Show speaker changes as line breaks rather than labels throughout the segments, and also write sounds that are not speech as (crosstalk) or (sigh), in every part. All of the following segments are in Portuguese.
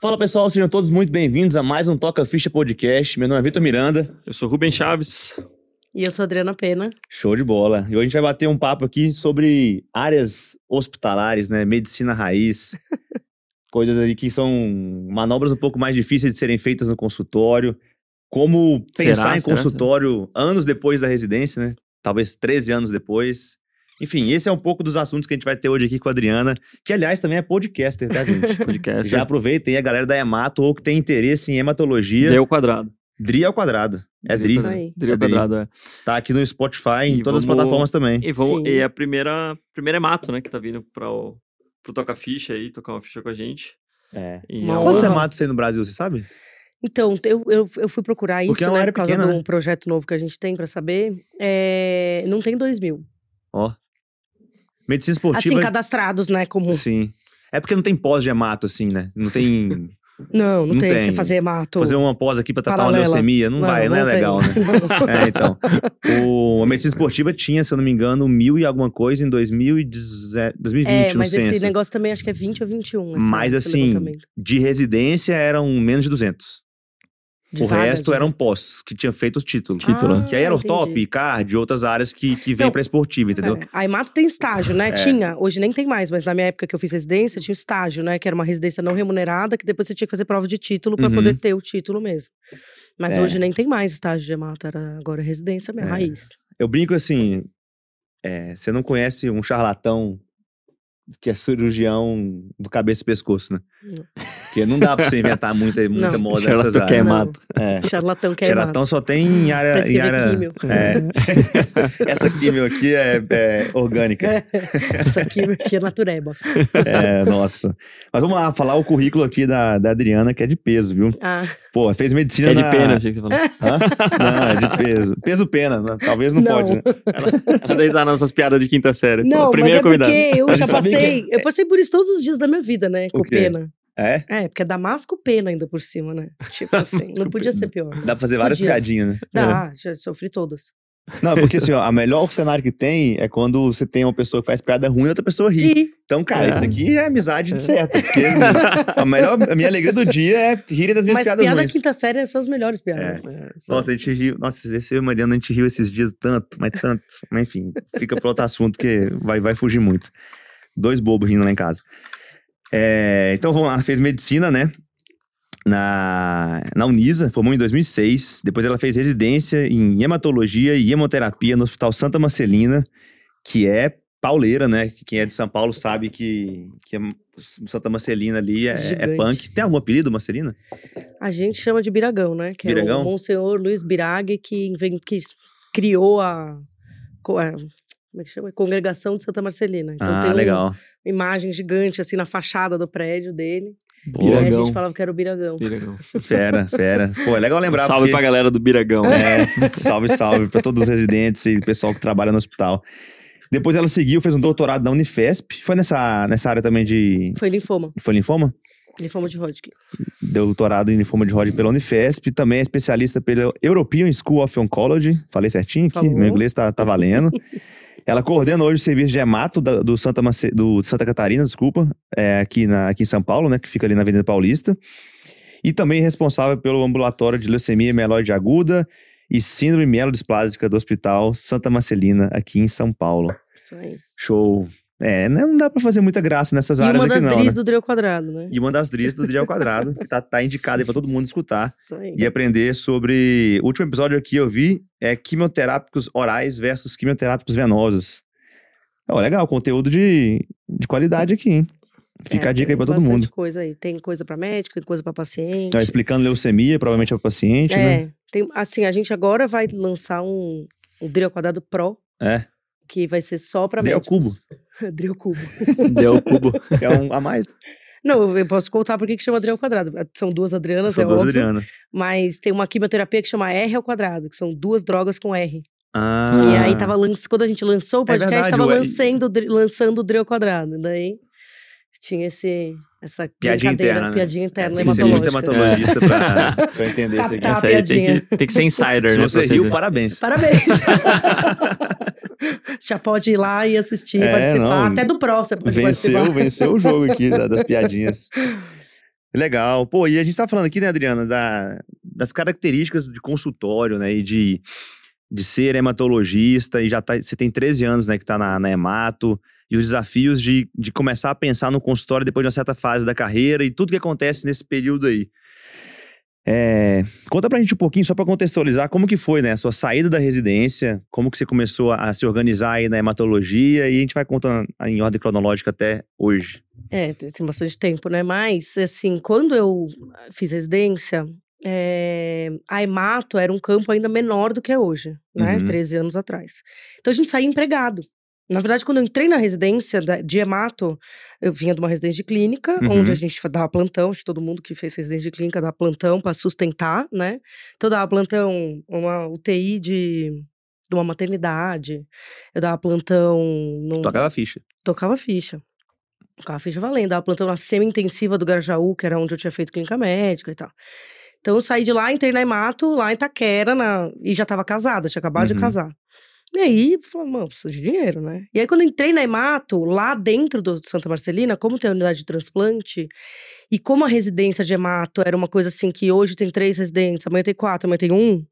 Fala pessoal, sejam todos muito bem-vindos a mais um Toca Ficha Podcast. Meu nome é Vitor Miranda.
Eu sou Rubem Chaves.
E eu sou Adriana Pena.
Show de bola. E hoje a gente vai bater um papo aqui sobre áreas hospitalares, né? Medicina raiz. (laughs) coisas aí que são manobras um pouco mais difíceis de serem feitas no consultório. Como
Será?
pensar em
Será?
consultório anos depois da residência, né? Talvez 13 anos depois. Enfim, esse é um pouco dos assuntos que a gente vai ter hoje aqui com a Adriana, que aliás também é podcaster, tá, gente?
(laughs) Podcast.
Já aproveitem a galera da Hemato ou que tem interesse em hematologia.
Deu ao quadrado.
Dri ao quadrado. É Dri.
Isso aí.
Deu ao
Dri.
quadrado, é.
Tá aqui no Spotify, em
E
todas as
vamos-
plataformas também.
E, vamos,
Sim.
e a primeira, primeira é Mato, né? Que tá vindo pra o, pro Toca Ficha aí, tocar uma ficha com a gente.
É.
E
Uma
é
Quantos
honra.
uma-
hematos tem no Brasil, você sabe?
Então, eu, eu, eu fui procurar
Porque é
isso,
uma
né?
área
Por causa
pequena,
de
né?
um projeto novo que a gente tem pra saber. É, Não tem dois mil.
Medicina esportiva. é
Assim, cadastrados, né? Como.
Sim. É porque não tem pós de hemato, assim, né? Não
(laughs)
tem.
Não, não,
Não
tem.
tem.
Você fazer mato.
fazer uma pós aqui pra tratar uma
Paralela.
leucemia. Não, vai, não, é
tem. (laughs)
legal, né? É, então. O, a medicina esportiva tinha, se eu não me engano, mil e alguma coisa em 2010 2020,
É,
no
mas esse
censo.
negócio também acho que é 20 ou 21. Esse
Mas,
esse
assim,
levantamento.
De residência eram menos de 200.
De
o
vagas,
resto
né? Ah,
eram pós, que tinha feito o título.
Título, né?
Que aí era o
entendi.
top, card, outras áreas que, que vem
Não.
pra esportiva, entendeu?
É. A Emato tem estágio, né?
É.
Tinha, hoje nem tem mais, mas na minha época que eu fiz residência, tinha o estágio, né? Que era uma residência não remunerada, que depois você tinha que fazer prova de título pra
Uhum.
poder ter o título mesmo. Mas
É.
hoje nem tem mais estágio de Emato, era agora residência minha
É.
raiz.
Eu brinco assim, é, você não conhece um charlatão que é cirurgião do cabeça e pescoço, né?
Não.
Porque não dá pra você inventar muita, muita
(laughs) Não.
moda nessas
Charlatão que é
áreas.
Não.
Mato.
É.
(laughs) Charlatão que é Emato.
Charlatão só tem em área... Em
Pesquisa
área (laughs)
químio.
é. (laughs) Essa químio aqui é, é orgânica.
Essa químio aqui é natureba.
É, nossa. Mas vamos lá, falar o currículo aqui da, da Adriana, que é de peso, viu?
Ah,
Pô, fez medicina
É de
na-
pena, achei que você falou. (laughs)
Hã? (laughs) Não, é de peso. Peso pena, né? talvez não,
Não.
pode. Né?
Ela dá risada nas suas piadas de quinta série.
não,
a primeira
mas é
convidada.
porque eu
Mas
já
você sabia
passei, eu passei por isso todos os dias da minha vida, né? Com
quê?
pena.
É?
É, porque é Damasco pena ainda por cima, né?
(laughs)
Tipo assim, não podia ser pior.
Dá pra fazer várias
Podia.
piadinhas, né?
Dá, já sofri todas.
Não, é porque assim, ó, a melhor cenário que tem é quando você tem uma pessoa que faz piada ruim e outra pessoa ri.
E
Então, cara,
É.
isso aqui é amizade de certa. Porque assim, a, melhor, a minha alegria do dia é rir das minhas
Mas
piadas
piada
ruins. É.
quinta série são as melhores piadas.
É.
Nossa, a gente riu. Nossa, esse eu e Mariana, a gente riu esses dias tanto, mas tanto. Mas enfim, fica pra outro assunto que vai, vai fugir muito. Dois bobos rindo lá em casa. É, então vamos lá, fez medicina, né? Na, na Unisa, formou em 2006. Depois ela fez residência em hematologia e hemoterapia no Hospital Santa Marcelina, que é pauleira, né? Que Quem é de São Paulo sabe que, que é- Santa Marcelina ali é, é
Gigante.
punk. Tem algum apelido, Marcelina?
A gente chama de Biragão, né? Que é
Biragão?
o Monsenhor Luiz Birague, que, inven- que s- criou a, co- a- Como é que chama? Congregação de Santa Marcelina. Então
ah,
tem um-
legal.
uma imagem gigante, assim, na fachada do prédio dele. E aí É, a gente
Biragão.
falava que era o Biragão.
Biragão.
Fera, fera. Pô, é legal lembrar.
Um Salve
porque-
pra galera do Biragão. né?
(laughs)
É, salve, salve para todos os residentes e pessoal que trabalha no hospital. Depois ela seguiu, fez um doutorado na Unifesp. Foi nessa, nessa área também de.
Foi linfoma.
Foi linfoma?
Linfoma de Hodgkin.
Deu doutorado em linfoma de Hodgkin pela Unifesp. Também é especialista pela European School of Oncology. Falei certinho aqui,
Falou.
meu inglês tá, tá
(laughs)
valendo. Ela coordena hoje o serviço de hemato da- do, Santa Mace- do Santa Catarina, desculpa, é, aqui, na, aqui em São Paulo, né, que fica ali na Avenida Paulista. E também é responsável pelo ambulatório de leucemia mieloide aguda e síndrome mielodisplásica do Hospital Santa Marcelina, aqui em São Paulo.
Isso aí.
Show. É, né, não dá pra fazer muita graça nessas
E
áreas
uma
aqui
das
não,
dris
né?
do Dreu Quadrado, né?
E uma das dris do Drial Quadrado, que tá, tá indicada aí pra todo mundo escutar
Isso aí.
e aprender sobre. O último episódio aqui eu vi é quimioterápicos orais versus quimioterápicos venosos. Ó, legal, conteúdo de, de qualidade aqui, hein? Fica
É,
a dica aí
tem
pra todo
bastante
mundo.
coisa aí. Tem coisa pra médico, tem coisa pra paciente.
Tá explicando leucemia, provavelmente, ao paciente, né?
É, tem, assim, a gente agora vai lançar um, um drill quadrado pro,
É.
que vai ser só pra
Drill
médicos. (laughs) drill cubo.
Deu o cubo.
É um a mais.
Não, (laughs) eu- eu posso contar por que que chama drill quadrado. É, São duas Adrianas,
Sou
é
duas
óbvio.
Adriana.
Mas tem uma quimioterapia que chama R ao quadrado, que são duas drogas com R.
Ah, É
E aí tava lanç... quando a gente lançou o podcast,
verdade,
tava
o R-
lançando, o dri- lançando o drill quadrado. Daí tinha esse essa
Piadinha
brincadeira,
interna, né?
piadinha interna
Tem que ser muito
hematológica.
hematologista pra, pra entender isso aqui.
Captar.
é Essa aí tem que, tem que ser insider,
Se
né?
você
pra
riu,
ver.
parabéns.
Parabéns!
(laughs)
Você (laughs) já pode ir lá e assistir,
É,
participar.
não.
Até do próximo. Pode
Venceu,
participar.
venceu o jogo aqui da- das piadinhas. Legal. Pô, e a gente tá falando aqui, né, Adriana, da- das características de consultório, né, e de, de ser hematologista, e já tá, você tem 13 anos, né, que tá na, na hemato, e os desafios de, de começar a pensar no consultório depois de uma certa fase da carreira e tudo que acontece nesse período aí. É, conta pra gente um pouquinho, só pra contextualizar, como que foi, né, a sua saída da residência, como que você começou a, a se organizar aí na hematologia, e a gente vai contando em ordem cronológica até hoje.
É, te- tem bastante tempo, né? Mas, assim, quando eu ah, fiz residência, eh, a Emato era um campo ainda menor do que é hoje, né?
Uhum.
13 anos atrás. Então a gente saía empregado. Na verdade, quando eu entrei na residência da- de Emato, eu vinha de uma residência de clínica,
Uhum.
onde a gente fa- dava plantão, acho que todo mundo que fez residência de clínica dava plantão para sustentar, né? Então eu dava plantão, uma UTI de, de uma maternidade, eu dava plantão. Num,
Tocava a ficha.
tocava ficha. Tocava ficha valendo. Dava plantão na semi-intensiva do Grajaú, que era onde eu tinha feito clínica médica e tal. Então eu saí de lá, entrei na Emato, lá em Itaquera, na... e já tava casada, tinha acabado
Uhum.
de casar. E aí, eu falei, mano, preciso de dinheiro, né? E aí, quando eu entrei na Emato, lá dentro do Santa Marcelina, como tem a unidade de transplante, e como a residência de Emato era uma coisa assim que hoje tem três residentes, amanhã tem quatro, amanhã tem um.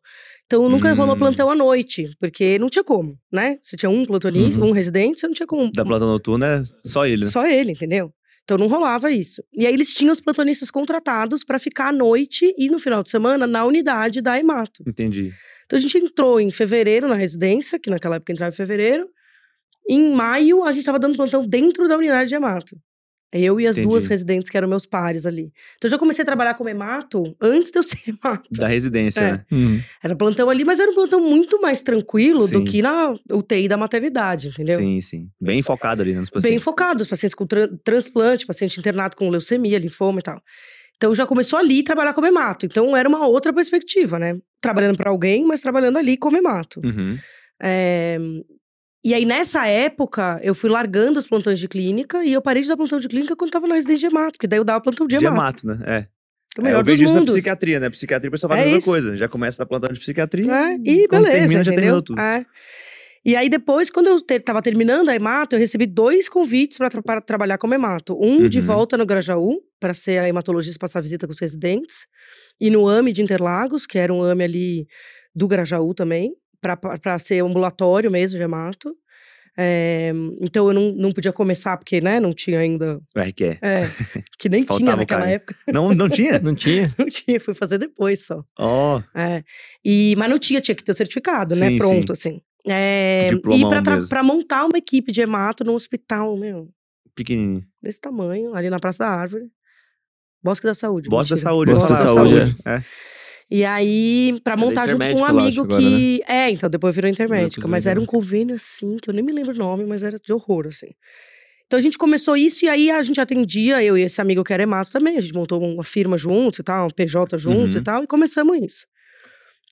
Então nunca rolou
Hum.
plantão à noite, porque não tinha como, né? Você tinha um plantonista,
Uhum.
um residente, você não tinha como.
Da planta noturna é só ele, né?
Só ele, entendeu? Então não rolava isso. E aí eles tinham os plantonistas contratados pra ficar à noite e no final de semana na unidade da Emato.
Entendi.
Então a gente entrou em fevereiro na residência, que naquela época entrava em fevereiro. Em maio a gente tava dando plantão dentro da unidade de Emato. Eu e as duas
Entendi.
residentes que eram meus pares ali. Então eu já comecei a trabalhar como Emato antes de eu ser (laughs) Emato.
Da residência,
É.
né?
Hum.
Era plantão ali, mas era um plantão muito mais tranquilo
Sim.
do que na UTI da maternidade, entendeu?
Sim, sim. Bem focado ali, né? Nos
é um Bem
pacientes.
focado, os pacientes com tran- transplante, paciente internado com leucemia, linfoma e tal. Então já começou ali trabalhar como hemato. Então era uma outra perspectiva, né? Trabalhando para alguém, mas trabalhando ali como hemato.
Uhum.
É, E aí, nessa época, eu fui largando os plantões de clínica e eu parei de dar plantão de clínica quando tava na residência de hemato, porque daí eu dava plantão de
De
hemato.
hemato, né? É.
que é o
É,
melhor
eu vejo
dos
isso na
mundos.
psiquiatria, né? Psiquiatria, o pessoal faz
É
a mesma
isso.
coisa. Já começa na plantão de psiquiatria.
né? E
quando
beleza,
termina, já terminou
entendeu?
tudo.
É. E aí depois, quando eu te, tava terminando a Hemato, eu recebi dois convites pra tra- para trabalhar como Hemato. Um de
Uhum.
volta no Grajaú, para ser a hematologista e passar visita com os residentes. E no AME de Interlagos, que era um AME ali do Grajaú também, para ser ambulatório mesmo de Hemato. É, então eu não, não podia começar, porque né, não tinha ainda.
O RQE. (laughs)
é, que nem
Faltava
tinha
o
naquela
cara.
época, (laughs)
Não, não tinha?
Não tinha?
não tinha, fui fazer depois só.
Ó,
É. E, mas não tinha, tinha que ter o certificado,
Sim,
né? Pronto, assim. É,
Que diplomão
e pra, tra-
mesmo.
pra montar uma equipe de hemato num hospital, meu,
pequenininho.
desse tamanho, ali na Praça da Árvore. Bosque da Saúde.
Bosta da
mentira.
saúde.
Bosta
eu ia
da
falar.
saúde,
É.
E aí, pra
Era
montar junto com um
intermédico, eu
amigo
acho, agora, né?
que. É, então depois virou intermédico.
virou
Mas era um convênio assim, que eu nem me lembro o nome, mas era de horror, assim. Então a gente começou isso e aí a gente atendia, eu e esse amigo que era hemato também. A gente montou uma firma juntos e tal, um PJ juntos
Uhum.
e tal, e começamos isso.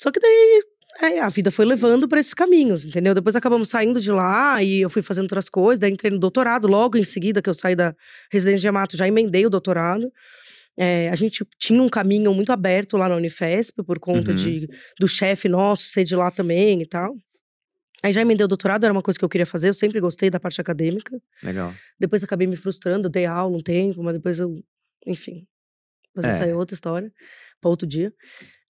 Só que daí é, a vida foi levando pra esses caminhos, entendeu? Depois acabamos saindo de lá e eu fui fazendo outras coisas, daí entrei no doutorado, logo em seguida que eu saí da residência de hemato, já emendei o doutorado. É, a gente tinha um caminho muito aberto lá na Unifesp, por conta
Uhum.
de, do chefe nosso ser de lá também e tal. Aí já emendei o doutorado, era uma coisa que eu queria fazer, eu sempre gostei da parte acadêmica.
Legal.
Depois acabei me frustrando, eu dei aula um tempo, mas depois eu. Enfim. Mas
É.
isso aí é outra história, para outro dia.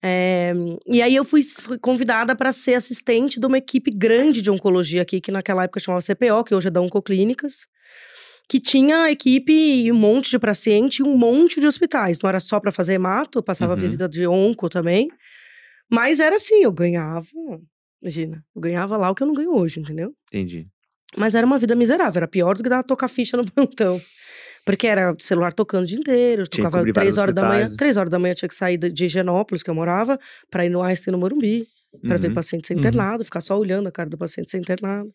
É, e aí eu fui, fui convidada para ser assistente de uma equipe grande de oncologia aqui, que naquela época chamava CPO, que hoje é da Oncoclínicas, que tinha equipe e um monte de paciente e um monte de hospitais. Não era só para fazer hemato, eu passava
Uhum.
visita de onco também. Mas era assim, eu ganhava. Imagina, eu ganhava lá o que eu não ganho hoje, entendeu?
Entendi.
Mas era uma vida miserável, era pior do que dar tocar ficha no (laughs) plantão. Porque era celular tocando o dia inteiro,
Tinha
eu
que
tocava
cobrir vários
três horas da manhã.
hospitais.
Três horas da manhã eu tinha que sair de de Higienópolis, que eu morava, pra ir no Einstein no Morumbi, pra ver
Uhum.
paciente ser
Uhum.
internado, ficar só olhando a cara do paciente ser internado.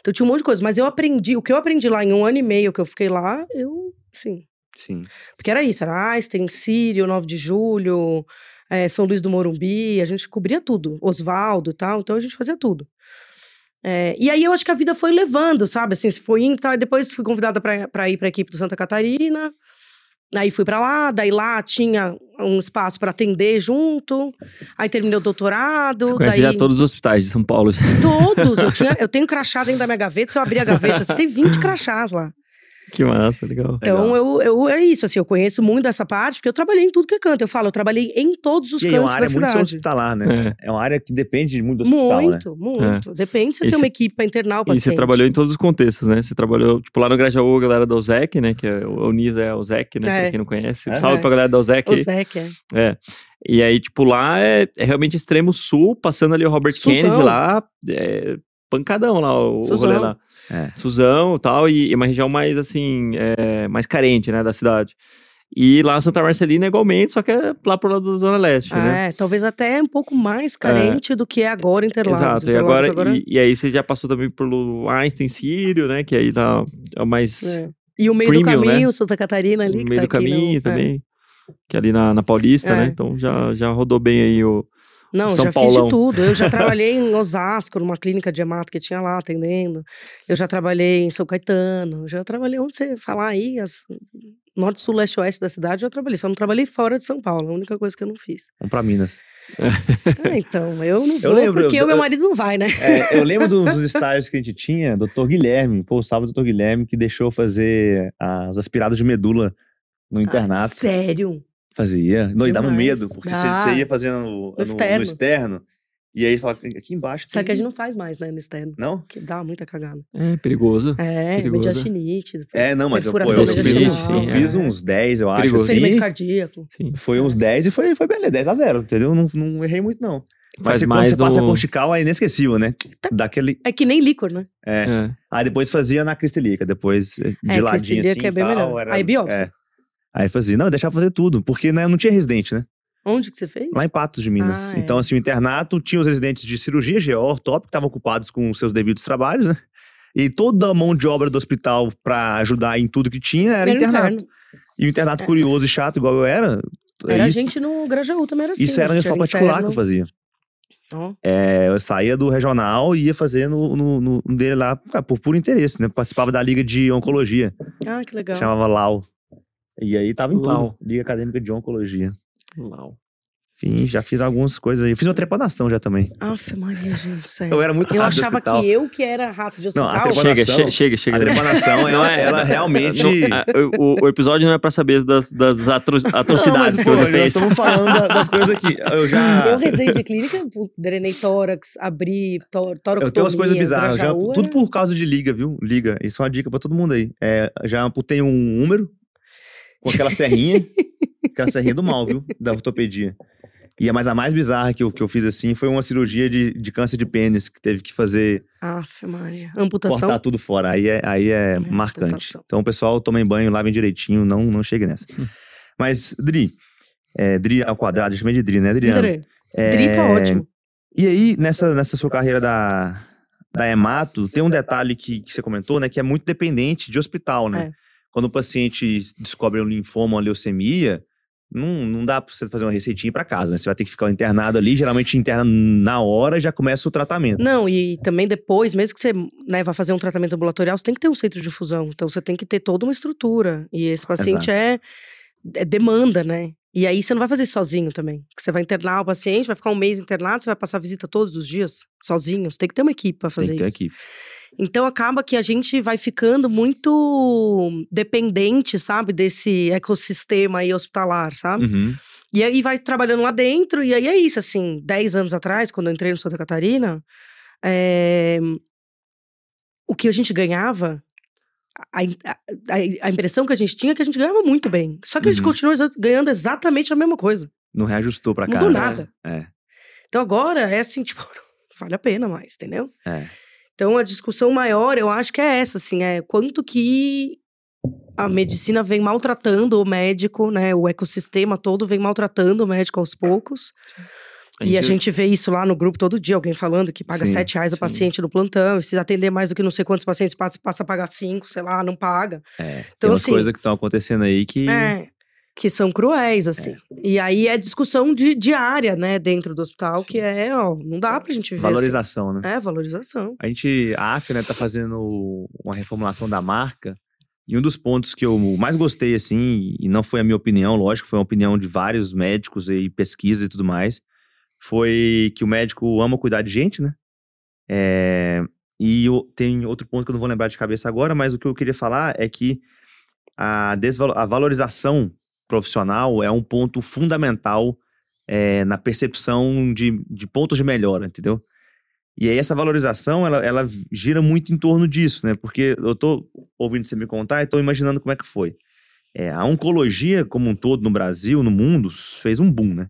Então tinha um monte de coisa. Mas eu aprendi, o que eu aprendi lá em um ano e meio que eu fiquei lá, eu, sim.
Sim.
Porque era isso, era Einstein, Sírio, 9 de julho, eh, São Luís do Morumbi, a gente cobria tudo, Oswaldo e tal, então a gente fazia tudo. Eh, e aí eu acho que a vida foi levando, sabe? Assim, se foi indo, tá? depois fui convidada para ir para a equipe do Santa Catarina, aí fui para lá, daí lá tinha um espaço para atender junto, aí terminei o doutorado,
Você conhece
daí
já todos os hospitais de São Paulo.
todos, eu, tinha, eu tenho crachá dentro da minha gaveta, se eu abrir a gaveta, você tem 20 crachás lá.
Que massa, legal.
Então, eu, eu, é isso, assim, eu conheço muito dessa parte, porque eu trabalhei em tudo que é canto. Eu falo, eu trabalhei em todos os
E aí, é
cantos
uma área
da
muito
cidade.
hospitalar,
(laughs)
né?
É.
É uma área que depende muito do hospital, né?
Muito, muito. Depende se você
E
tem
cê-
uma equipe pra internar
E
o Tá paciente.
você trabalhou em todos os contextos, né? Você trabalhou, tipo, lá no Grajaú, a galera da UZEC, né? Que é, o Unisa é a UZEC, né? Pra
É.
quem não conhece.
É.
Salve pra galera da UZEC.
O Zeca, é.
É. E aí, tipo, lá é, é realmente extremo sul, passando ali o Robert
Suzão.
Kennedy lá, é, pancadão lá, o, o
Suzão.
rolê lá.
É.
Suzão e tal, e, e uma região mais, assim, é, mais carente, né, da cidade. E lá Santa Marcelina é igualmente, só que é lá pro lado da Zona Leste,
Ah,
né?
é, talvez até um pouco mais carente do que é agora Interlagos.
Exato, e
Interlagos
agora, E, e aí você já passou também pelo Einstein Sírio, né? Que aí tá é o mais
é. E o meio
premium,
do
né?
caminho, Santa Catarina ali,
no
que
meio
tá
do
aqui no-
caminho
é.
também. Que é ali na, na Paulista, né?
É.
Então já, já rodou bem aí o.
Não,
São
já fiz
Paulão.
de tudo.
(laughs)
Eu já trabalhei em Osasco, numa clínica de hemato que tinha lá atendendo. Eu já trabalhei em São Caetano. Já trabalhei onde você falar aí, as- norte, sul, leste, oeste da cidade, eu já trabalhei. Só não trabalhei fora de São Paulo. A única coisa que eu não
(laughs)
fiz.
Vamos pra Minas.
Ah, então, eu não vou,
lembro,
porque
eu-
o meu marido não vai, né?
É, eu lembro do- dos estágios que a gente tinha, Dr. Guilherme, pô, salve Dr. Guilherme, que deixou eu fazer as aspiradas de medula no internato.
Ah, sério?
Fazia. Não, e dava
Demais.
medo, porque
Dá.
você, você ia fazendo no, no- no externo.
externo.
e aí fala, aqui embaixo
Só
tem...
que a gente não faz mais, né, no externo.
Não?
Que dá muita cagada.
É perigoso.
É,
Perigoso.
mediastinite.
né? É, não, mas eu, pô,
Perfuração
eu fiz,
mediastinal.
uns- eu
Sim,
fiz
é.
uns 10, eu acho,
Perigoso.
assim.
Experimento cardíaco.
Sim.
Foi uns 10 e foi, foi beleza, 10 a 0, entendeu? Não, não errei muito, não. Mas
Faz
se, quando
mais
você passa
no-
com chical, é inesquecível, né? Daquele...
É que nem líquor, né?
É.
Aí depois fazia na cristelica, depois de
É,
ladinho
cristelica
assim.
é bem
e tal,
melhor.
era-
Aí biópsia.
é. Aí fazia, não, eu deixava fazer tudo, porque né, eu não tinha residente, né?
Onde que você fez?
Lá em Patos de Minas.
Ah, é.
Então, assim, o internato tinha os residentes de cirurgia, GO, ortop, que estavam ocupados com os seus devidos trabalhos, né? E toda a mão de obra do hospital pra ajudar em tudo que tinha era,
no
internato.
interno. É.
E o internato curioso e chato, igual eu era.
Era a
isso,
gente no Grajaú também era assim.
isso era no
gente,
hospital particular que eu
interno.
fazia.
Ó,
É, eu saía do regional e ia fazer no, no- no- no dele lá cara, por puro interesse, né? Participava da liga de oncologia,
Ah, que legal.
chamava LAU. E aí tava em tudo,
Lau.
Liga Acadêmica de Oncologia.
Lau.
Enfim, já fiz algumas coisas aí. Eu fiz uma trepanação já também.
Aff, Maria, gente, sério.
Eu era muito
Eu
rato de
achava
hospital.
que eu que era rato de
Não,
hospital.
a trepanação-
Chega,
Trepanação?
che- chega, chega.
A trepanação,
Não
ela, (laughs)
é-
ela realmente.
Não, a- o, o episódio não é pra saber das, das atro-
(laughs) Não,
atrocidades que
pô, um
você
nós
fez.
estamos falando da- das coisas aqui. Eu já.
Eu residei de clínica, pu- drenei tórax, abri tó- torocotomia,
Eu tenho umas coisas bizarras. Já,
Grajaú,
tudo
é-
por causa de liga, viu? Liga. Isso é uma dica pra todo mundo aí. É, já amputei um húmero com aquela
(laughs)
serrinha. aquela serrinha do mal, viu? Da ortopedia. E a mais, a mais bizarra que eu, que eu fiz assim foi uma cirurgia de, de câncer de pênis, que teve que fazer
Aff, Maria. Amputação?
cortar tudo fora. Aí é, aí é marcante.
amputação. Hum.
Então, pessoal, tomem banho, lavem direitinho, não, não chegue nessa. Mas, Dri, é, Dri ao quadrado, eu chamei de Dri, né, Adriano?
Dre. Dri tá
É,
ótimo.
E aí, nessa, nessa sua carreira da, da Emato, tem um detalhe que, que você comentou, né? Que é muito dependente de hospital, né?
É.
Quando o paciente descobre um linfoma, uma leucemia, não, não dá pra você fazer uma receitinha para casa, né? Você vai ter que ficar internado ali, geralmente interna na hora e já começa o tratamento.
Não, e também depois, mesmo que você né, vá fazer um tratamento ambulatorial, você tem que ter um centro de infusão. Então você tem que ter toda uma estrutura. E esse paciente é, é demanda, né? E aí você não vai fazer isso sozinho também. Porque Você vai internar o paciente, vai ficar um mês internado, você vai passar visita todos os dias, sozinho. Você tem que ter uma equipe pra fazer
Tem que ter
isso.
equipe.
Então acaba que a gente vai ficando muito dependente, sabe, desse ecossistema aí hospitalar, sabe?
Uhum.
E aí vai trabalhando lá dentro, e aí é isso, assim, 10 anos atrás, quando eu entrei no Santa Catarina, é, o que a gente ganhava, a, a- a- a impressão que a gente tinha é que a gente ganhava muito bem. Só que a gente
Uhum.
continua exa- ganhando exatamente a mesma coisa.
Não reajustou pra
Não
cá.
mudou
né?
nada.
É.
Então agora é assim, (laughs) tipo, vale a pena mais, entendeu?
É.
Então a discussão maior, eu acho que é essa, assim, é quanto que a medicina vem maltratando o médico, né? O ecossistema todo vem maltratando o médico aos poucos. E a gente vê isso lá no grupo todo dia, alguém falando que paga
Sim,
7 reais o
sim.
paciente no plantão, e se atender mais do que não sei quantos pacientes passa, passa a pagar 5, sei lá, não paga.
é. tem
Então,
umas
assim,
coisas que estão acontecendo aí que.
É, que são cruéis, assim. E aí é discussão de, diária, né, dentro do hospital, que é, ó, não dá pra gente viver
Valorização, né?
assim. É, valorização.
A gente, a AF, né, tá fazendo uma reformulação da marca. E um dos pontos que eu mais gostei, assim, e não foi a minha opinião, lógico, foi a opinião de vários médicos e pesquisa e tudo mais, foi que o médico ama cuidar de gente, né? É, e o- tem outro ponto que eu não vou lembrar de cabeça agora, mas o que eu queria falar é que a, desvalo- a valorização profissional é um ponto fundamental é, na percepção de, de pontos de melhora, entendeu? E aí essa valorização, ela, ela gira muito em torno disso, né? Porque eu tô ouvindo você me contar e tô imaginando como é que foi. É, a oncologia como um todo no Brasil, no mundo, fez um boom, né?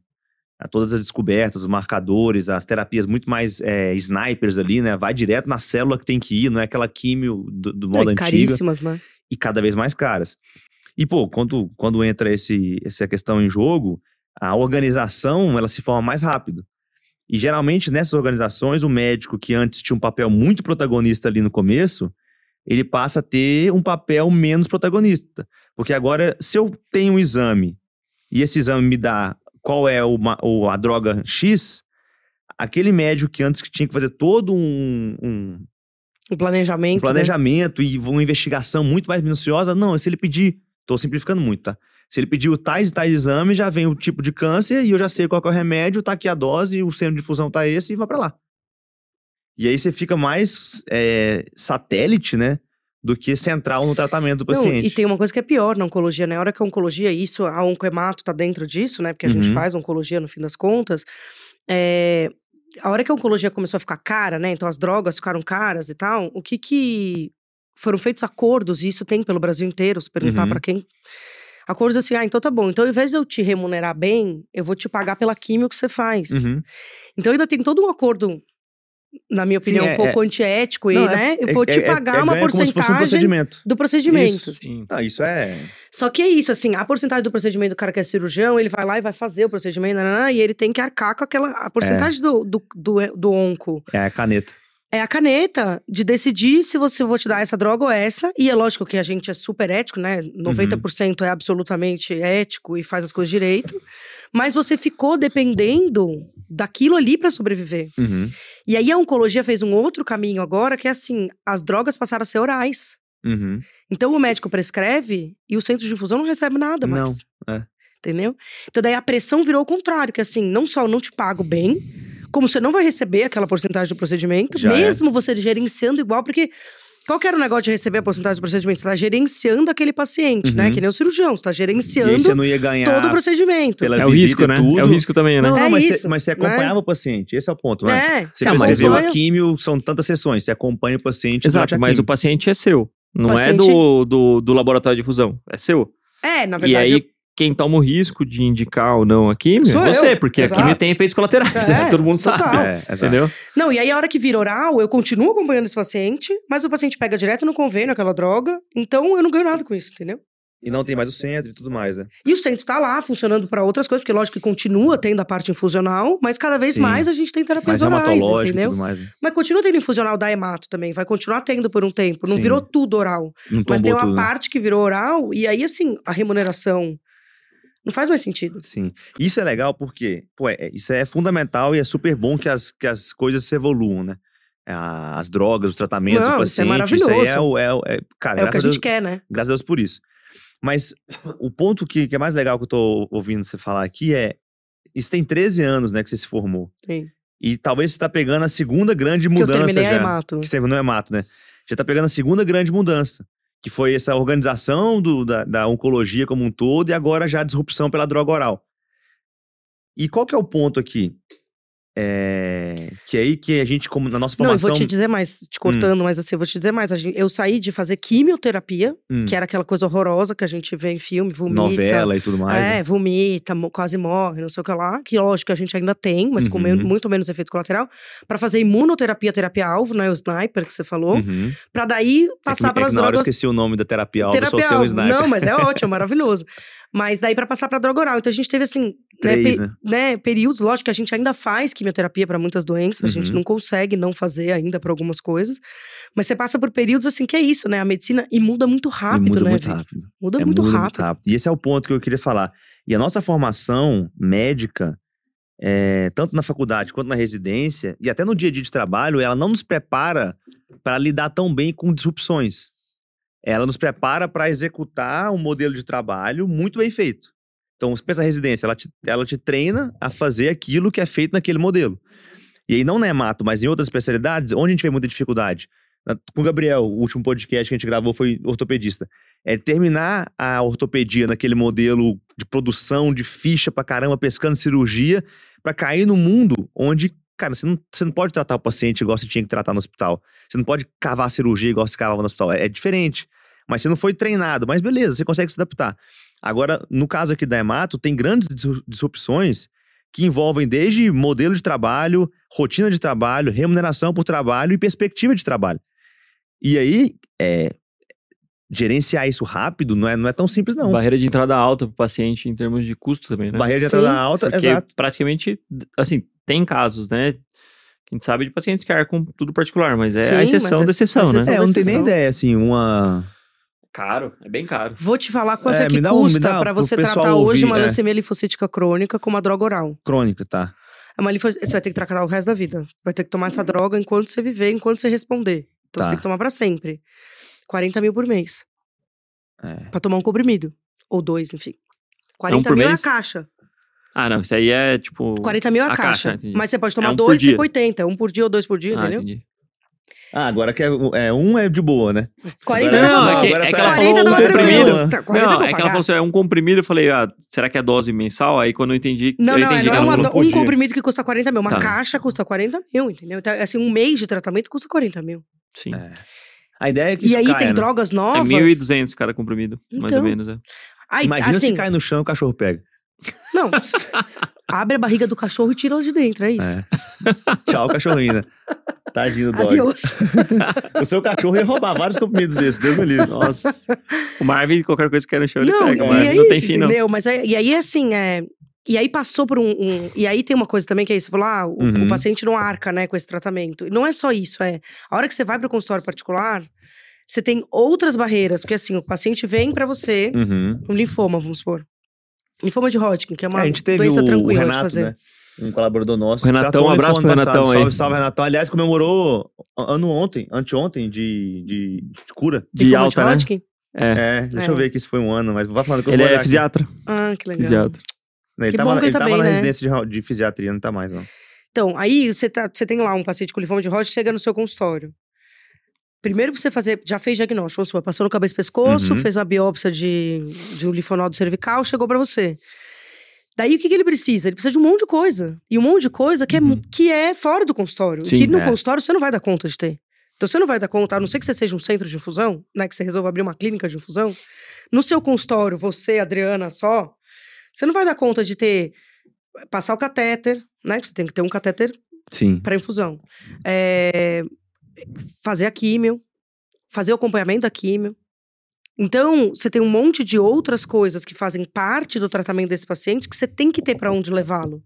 A Todas as descobertas, os marcadores, as terapias muito mais é, snipers ali, né? Vai direto na célula que tem que ir, não é aquela químio do, do modo
É,
antigo
caríssimas, né?
e cada vez mais caras. E, pô, quando, quando entra esse, essa questão em jogo, a organização ela se forma mais rápido. E geralmente nessas organizações, o médico que antes tinha um papel muito protagonista ali no começo, ele passa a ter um papel menos protagonista. Porque agora, se eu tenho um exame e esse exame me dá qual é o ma- o- a droga X, aquele médico que antes que tinha que fazer todo um- um,
O planejamento. né?
um planejamento e uma investigação muito mais minuciosa. Não, se ele pedir, tô simplificando muito, tá? Se ele pedir o tais e tais exames, já vem o tipo de câncer e eu já sei qual que é o remédio, tá aqui a dose, o centro de fusão tá esse e vai pra lá. E aí você fica mais é, satélite, né? Do que central no tratamento do
Não,
paciente.
e tem uma coisa que é pior na oncologia, né? A hora que a oncologia, isso, a oncoemato tá dentro disso, né? Porque a gente
Uhum.
faz oncologia no fim das contas. É, a hora que a oncologia começou a ficar cara, né? Então as drogas ficaram caras e tal. O que que foram feitos acordos, e isso tem pelo Brasil inteiro, se perguntar
Uhum.
pra quem. Acordos assim, ah, então tá bom. Então, ao invés de eu te remunerar bem, eu vou te pagar pela químio que você faz.
Uhum.
Então, ainda tem todo um acordo, na minha
Sim,
opinião,
é-
um pouco antiético aí,
Não, é-
né? Eu vou te
É- é-
pagar
é
uma
ganho como se fosse um
porcentagem
procedimento.
do procedimento.
Isso, sim.
Não, isso é.
Só que é isso, assim, a porcentagem do procedimento do cara que é cirurgião, ele vai lá e vai fazer o procedimento, nananã, e ele tem que arcar com aquela. A porcentagem do, do, do, do onco
É a caneta.
é a caneta de decidir se você eu vou te dar essa droga ou essa. E é lógico que a gente é super ético, né? 90% é absolutamente ético e faz as coisas direito. Mas você ficou dependendo daquilo ali pra sobreviver.
Uhum.
E aí a oncologia fez um outro caminho agora, que é assim: as drogas passaram a ser orais.
Uhum.
Então o médico prescreve e o centro de infusão não recebe nada
Não,
mais.
é.
Entendeu? Então daí a pressão virou o contrário, que assim, não só eu não te pago bem, como você não vai receber aquela porcentagem do procedimento,
Já é.
mesmo você gerenciando igual, porque qual que era o negócio de receber a porcentagem do procedimento? Você tá gerenciando aquele paciente, né?
Uhum.
Que nem o cirurgião, você tá
E aí você
gerenciando
não ia ganhar.
todo o procedimento.
pela
É o
visita
risco,
e
né?
tudo.
É o risco também, né?
Não, não,
É
mas,
isso,
você, mas você acompanhava o paciente, esse é o ponto, né?
É,
Você
se
prescreveu
acompanha-
a químio, são tantas sessões. Você acompanha o paciente. durante um
Exato,
a
mas o
químio.
paciente é seu. Não é
Paciente-
do, do, do laboratório de fusão, é seu.
É, na verdade.
e aí, quem toma o risco de indicar ou não a química
Sou
é você,
eu,
porque
exato.
a química tem efeitos colaterais, né?
É,
Todo mundo sabe.
total.
É, exato.
Entendeu?
Não, e aí a hora que vira oral, eu continuo acompanhando esse paciente, mas o paciente pega direto no convênio aquela droga, então eu não ganho nada com isso, entendeu?
E não tem mais o centro e tudo mais, né?
E o centro tá lá, funcionando para outras coisas, porque lógico que continua tendo a parte infusional, mas cada vez
Sim.
mais a gente tem
Mais
terapias orais,
hematológico e
entendeu?
tudo mais. né?
Mas continua tendo infusional da hemato também, vai continuar tendo por um tempo. Não
Sim.
virou tudo oral.
Não
mas tem
tombou
uma
tudo, né?
parte que virou oral, e aí assim, a remuneração não faz mais sentido.
Sim. Isso é legal porque, pô, é- isso é fundamental e é super bom que as, que as coisas se evoluam, né? Ah, As drogas, os tratamentos, o
Não, isso
paciente. aí
é
é
maravilhoso.
o. É, o- é- cara,
É o que a
graças a Deus,
gente quer, né?
Graças a Deus por isso. Mas o ponto que, que é mais legal que eu tô ouvindo você falar aqui é. Isso tem 13 anos, né, que você se formou.
Sim.
E talvez você tá pegando a segunda grande
Que eu
mudança.
terminei a
já,
hemato.
Que você não é mato, né? Já tá pegando a segunda grande mudança. Que foi essa organização do- da, da oncologia como um todo, e agora já a disrupção pela droga oral. E qual que é o ponto aqui? É, que aí que a gente, como na nossa
Não, eu
formação. Hum.
vou te dizer mais, te cortando, mas assim, eu vou te dizer mais. A gente- Eu saí de fazer quimioterapia,
hum,
que era aquela coisa horrorosa que a gente vê em filme, vomita.
novela e tudo mais.
é,
né?
vomita, mo- quase morre, não sei o que lá. Que lógico que a gente ainda tem, mas com men-
Uhum.
muito menos efeito colateral. Pra fazer imunoterapia, terapia-alvo, né? O sniper que você falou.
Uhum.
Pra daí passar
é que, é
pelas
que na hora eu
drogas.
esqueci o nome da terapia alvo, só tem um
Terapia-alvo.
sniper.
Não, mas
(laughs)
é ótimo, maravilhoso. Mas daí pra passar pra droga oral. Então a gente teve assim. né,
Três,
pe-
né?
né, períodos, lógico que a gente ainda faz quimioterapia pra muitas doenças, a gente
Uhum.
não consegue não fazer ainda pra algumas coisas, mas você passa por períodos assim que é isso, né? A medicina e muda muito
E
rápido,
muda
né?
muito
Vi?
rápido.
Muda
É
muito rápido.
E esse é o ponto que eu queria falar. E a nossa formação médica, é, tanto na faculdade quanto na residência, e até no dia a dia de trabalho, ela não nos prepara para lidar tão bem com disrupções. Ela nos prepara para executar um modelo de trabalho muito bem feito. Então, você pensa a residência, ela te, ela te treina a fazer aquilo que é feito naquele modelo. E aí, não na hemato, mas em outras especialidades, onde a gente vê muita dificuldade. Na- Com o Gabriel, o último podcast que a gente gravou foi ortopedista é terminar a ortopedia naquele modelo de produção de ficha pra caramba, pescando cirurgia, pra cair no mundo onde, cara, você não, você não pode tratar o paciente igual você tinha que tratar no hospital. Você não pode cavar a cirurgia igual você cavava no hospital. É, é diferente. Mas você não foi treinado. Mas beleza, você consegue se adaptar. Agora, no caso aqui da Emato, tem grandes disru- disrupções que envolvem desde modelo de trabalho, rotina de trabalho, remuneração por trabalho e perspectiva de trabalho. E aí, é, gerenciar isso rápido não é, não é tão simples, não.
Barreira de entrada alta pro paciente em termos de custo também, né?
Barreira de
Sim,
entrada alta,
Porque
exato.
praticamente, assim, tem casos, né? A gente sabe de pacientes que arcam tudo particular, mas é
Sim,
a
mas
exceção
é-
da exceção,
a exceção-
É,
né?
eu não tenho nem
exceção.
ideia, assim, uma...
Caro, é bem caro.
Vou te falar quanto
É,
é,
me
que
dá um- me dá
custa pra
pro
você
pessoal
tratar hoje
ouvir,
uma
é.
leucemia linfocítica crônica com uma droga oral.
crônica, tá?
É uma linfo... Você vai ter que tratar o resto da vida. Vai ter que tomar essa droga enquanto você viver, enquanto você responder. Então
Tá.
você tem que tomar pra sempre. 40 mil por mês.
É.
Pra tomar um comprimido. Ou dois, enfim. 40
por
mil
mês?
é a caixa.
Ah, não, isso aí é tipo.
40 mil é a,
A caixa,
caixa.
entendi.
Mas você pode tomar
um por
dois
dia.
e 80. Um por dia ou dois por dia,
Ah,
entendeu?
entendi.
Ah, agora que é, é, um é de boa, né?
40
Não,
tá bom.
é que- é que ela
40
falou
tava
um
tranquilo.
comprimido.
Tá, 40 eu
Não,
vou
é que ela
pagar.
falou assim, é um comprimido, eu falei, ah, será que é dose mensal? Aí quando eu entendi,
Não,
eu
não, é,
entendi
não
que
é
ela
uma
falou
do-
por
um
dia.
comprimido que custa 40 mil. Uma
Tá.
caixa custa 40 mil, entendeu? Então, assim, um mês de tratamento custa 40 mil.
Sim.
É. A ideia é que
E
isso
aí
caia,
tem
né?
drogas
É
novas.
1.200 cada comprimido, mais ou
Então.
menos, é.
Aí,
Imagina
assim,
se cai no chão e o cachorro pega.
(laughs)
Não. Abre a barriga do cachorro e tira ela de dentro, é isso.
É. (laughs) Tchau, cachorrinho, né? Tadinho
(laughs)
do dog.
(laughs)
Adeus.
O seu cachorro ia roubar vários comprimidos desses, Deus me livre.
Nossa. o Marvin, qualquer coisa que quer no chão, ele
Não,
pega.
e
Marvin
é
não
isso,
tem fim, não.
entendeu? Mas é- e aí, assim, é, e aí passou por um, um- E aí tem uma coisa também que é isso. Você falou, ah, o,
Uhum.
o paciente não arca, né, com esse tratamento. E Não é só isso, é. A hora que você vai para o consultório particular, você tem outras barreiras. Porque, assim, o paciente vem para você,
Uhum.
um linfoma, vamos supor. Linfoma de Hodgkin, que é
É,
uma
a gente teve
doença
o, o
tranquila de
Renato,
fazer.
né? Um colaborador nosso.
O Renatão,
Tratou
um abraço
iPhone
pro
passado.
Renatão aí.
Salve, salve, Renatão. Aliás, comemorou ano ontem, anteontem, de, de, de cura.
De
Linfoma
alta,
de
né?
Hodgkin?
É.
É, deixa eu ver aqui se foi um ano, mas vai falando que eu
Ele
vou
é
olhar aqui.
fisiatra.
Ah, que legal.
Fisiatra.
Ele
Que
tava,
bom que ele tá
tava
bem,
na
né?
residência de, ra- de fisiatria, não tá mais, não.
Então, aí você, tá- você tem lá um paciente com linfoma de Hodgkin, chega no seu consultório. Primeiro pra você fazer, já fez diagnóstico, vamos supor, passou no cabeça e pescoço,
Uhum.
fez uma biópsia de, de um linfonodo cervical, chegou pra você. Daí o que, que ele precisa? Ele precisa de um monte de coisa. E um monte de coisa que é,
Uhum.
que é fora do consultório.
Sim,
que no
é.
consultório você não vai dar conta de ter. Então você não vai dar conta, a não ser que você seja um centro de infusão, né? Que você resolva abrir uma clínica de infusão. No seu consultório, você, Adriana, só, você não vai dar conta de ter passar o catéter, né? Você tem que ter um catéter
Sim.
para infusão. É, fazer a químio, fazer o acompanhamento da químio. Então, você tem um monte de outras coisas que fazem parte do tratamento desse paciente que você tem que ter para onde levá-lo.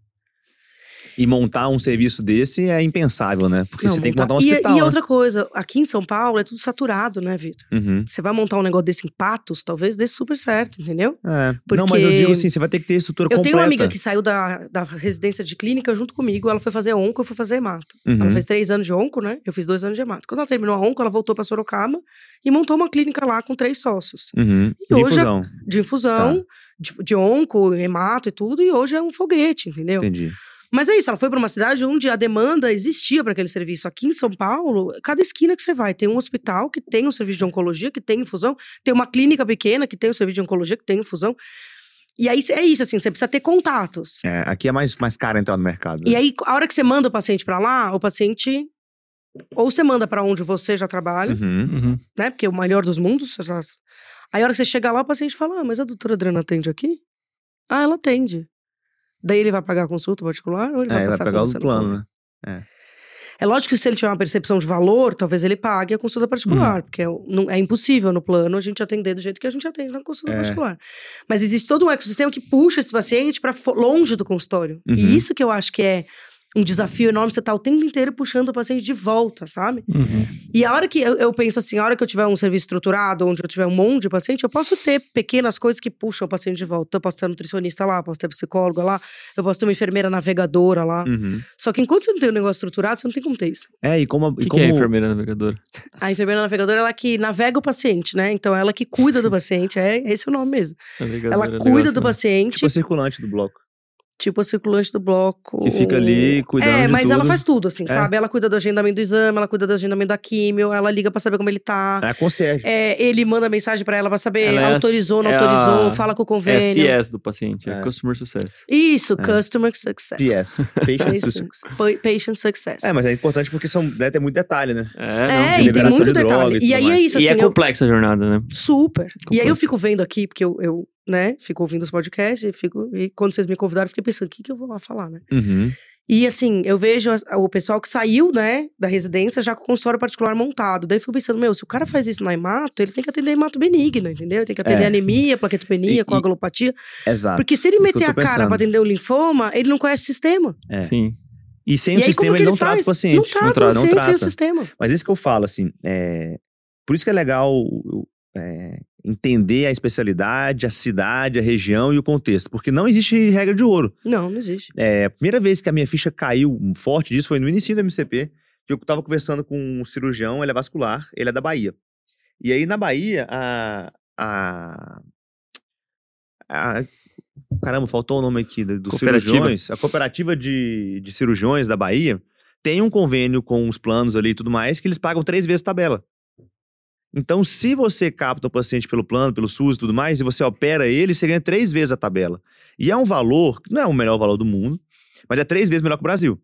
E montar um serviço desse é impensável, né? Porque
Não,
você tem que
montar-
montar um
e,
hospital.
e
né?
outra coisa, aqui em São Paulo é tudo saturado, né, Vitor?
Uhum.
Você vai montar um negócio desse em patos, talvez dê super certo, entendeu?
É. Não, mas eu
Porque-
digo assim, você vai ter que ter estrutura
Eu
completa.
tenho uma amiga que saiu da, da residência de clínica junto comigo. Ela foi fazer onco, eu fui fazer hemato.
Uhum.
Ela fez três anos de onco, né? Eu fiz dois anos de hemato. Quando ela terminou a onco, ela voltou pra Sorocaba e montou uma clínica lá com três sócios.
Uhum.
E
De
hoje a-
infusão,
De infusão, de, de onco, hemato e tudo. E hoje é um foguete, entendeu?
entendi.
Mas é isso, ela foi pra uma cidade onde a demanda existia pra aquele serviço. Aqui em São Paulo, cada esquina que você vai, tem um hospital que tem um serviço de oncologia, que tem infusão, tem uma clínica pequena que tem um serviço de oncologia, que tem infusão. E aí é isso, assim, você precisa ter contatos.
É, aqui é mais, mais caro entrar no mercado. né?
E aí, a hora que você manda o paciente pra lá, o paciente. Ou você manda pra onde você já trabalha,
Uhum.
Uhum.
né? Porque é o melhor dos mundos. você já- Aí, a hora que você chega lá, o paciente fala: Ah, mas a doutora Adriana atende aqui? Ah, ela atende. Daí ele vai pagar a consulta particular ou ele vai
É, vai
passar
pegar
com
o
você no
plano,
plano?
né?
É lógico que se ele tiver uma percepção de valor, talvez ele pague a consulta particular,
Uhum.
porque é, o- não- é impossível no plano a gente atender do jeito que a gente atende na consulta
É.
particular. Mas existe todo um ecossistema que puxa esse paciente para longe do consultório.
Uhum.
E isso que eu acho que é um desafio enorme, você tá o tempo inteiro puxando o paciente de volta, sabe?
Uhum.
E a hora que eu, eu penso assim, a hora que eu tiver um serviço estruturado, onde eu tiver um monte de paciente, eu posso ter pequenas coisas que puxam o paciente de volta. Então, eu posso ter nutricionista lá, posso ter psicóloga lá, eu posso ter uma enfermeira navegadora lá.
Uhum.
Só que enquanto você não tem um negócio estruturado, você não tem como ter isso.
É, e como. a-
O
e
que, que
como...
é a enfermeira navegadora?
A enfermeira navegadora, ela que navega o paciente, né? Então, ela que cuida do paciente, é esse o nome mesmo.
Navegadora
Ela
é um
cuida
negócio,
do
né?
paciente.
Tipo a circulante do bloco.
Tipo a circulante do bloco.
assim Que fica ali cuidando
É,
de
mas ela
tudo.
faz tudo, assim,
É.
sabe? Ela cuida do agendamento do exame, ela cuida do agendamento da químio, ela liga pra saber como ele tá.
É a concierge.
É, ele manda mensagem pra ela pra saber,
Ela é a-
autorizou, não
é a-
autorizou, fala com o
É
convênio.
CS do paciente, é,
É.
Customer Success.
Isso,
É.
Customer Success.
PS.
É
Patient
isso.
Success.
Pa- Patient Success.
É, mas é importante porque são, deve ter muito detalhe, né?
É,
É,
de
e tem
liberação de
muito
droga
detalhe.
e
E,
tudo
aí é
mais.
E
isso, assim,
é
eu-
complexa a jornada, né?
super. E aí eu
Complexo.
fico vendo aqui, porque eu, eu, né, fico ouvindo os podcasts e, fico, e quando vocês me convidaram, eu fiquei pensando, o que, que eu vou lá falar, né?
Uhum.
E assim, eu vejo as- o pessoal que saiu, né, da residência já com o consultório particular montado. Daí eu fico pensando, meu, se o cara faz isso na hemato, ele tem que atender hemato benigno, entendeu? Ele tem que atender
É.
anemia, plaquetopenia,
E- e-
coagulopatia.
Exato.
Porque se ele
isso que eu
meter
tô
a cara
pensando.
pra atender o linfoma, ele não conhece o sistema.
É.
Sim.
E sem
e
o
aí, como
um sistema, ele
que ele
não
faz?
trata o paciente.
Não trata,
tra-
o paciente sem o sistema.
Mas isso que eu falo, assim, é, por isso que é legal eu- é, entender a especialidade, a cidade, a região e o contexto, porque não existe regra de ouro.
Não, não existe.
É, a primeira vez que a minha ficha caiu forte disso foi no início do MCP, que eu tava conversando com um cirurgião, ele é vascular, ele é da Bahia. E aí, na Bahia, a... a- a- caramba, faltou o nome aqui do- dos
Cooperativa.
cirurgiões. A cooperativa de, de cirurgiões da Bahia tem um convênio com os planos ali e tudo mais, que eles pagam três vezes tabela. Então, se você capta o paciente pelo plano, pelo SUS e tudo mais, e você opera ele, você ganha três vezes a tabela. E é um valor, que não é o melhor valor do mundo, mas é três vezes melhor que o Brasil.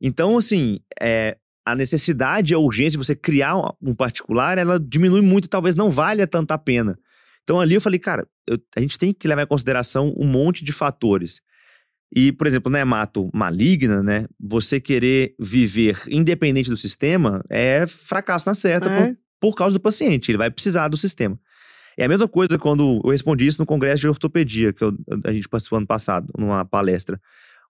Então, assim, é, a necessidade e a urgência de você criar um- um particular, ela diminui muito e talvez não valha tanta a pena. Então, ali eu falei, cara, eu- a gente tem que levar em consideração um monte de fatores. E, por exemplo, na hemato maligna, né? Você querer viver independente do sistema é fracasso na certa, por-
É.
por causa do paciente, ele vai precisar do sistema. É a mesma coisa quando eu respondi isso no congresso de ortopedia, que eu- a gente participou ano passado, numa palestra.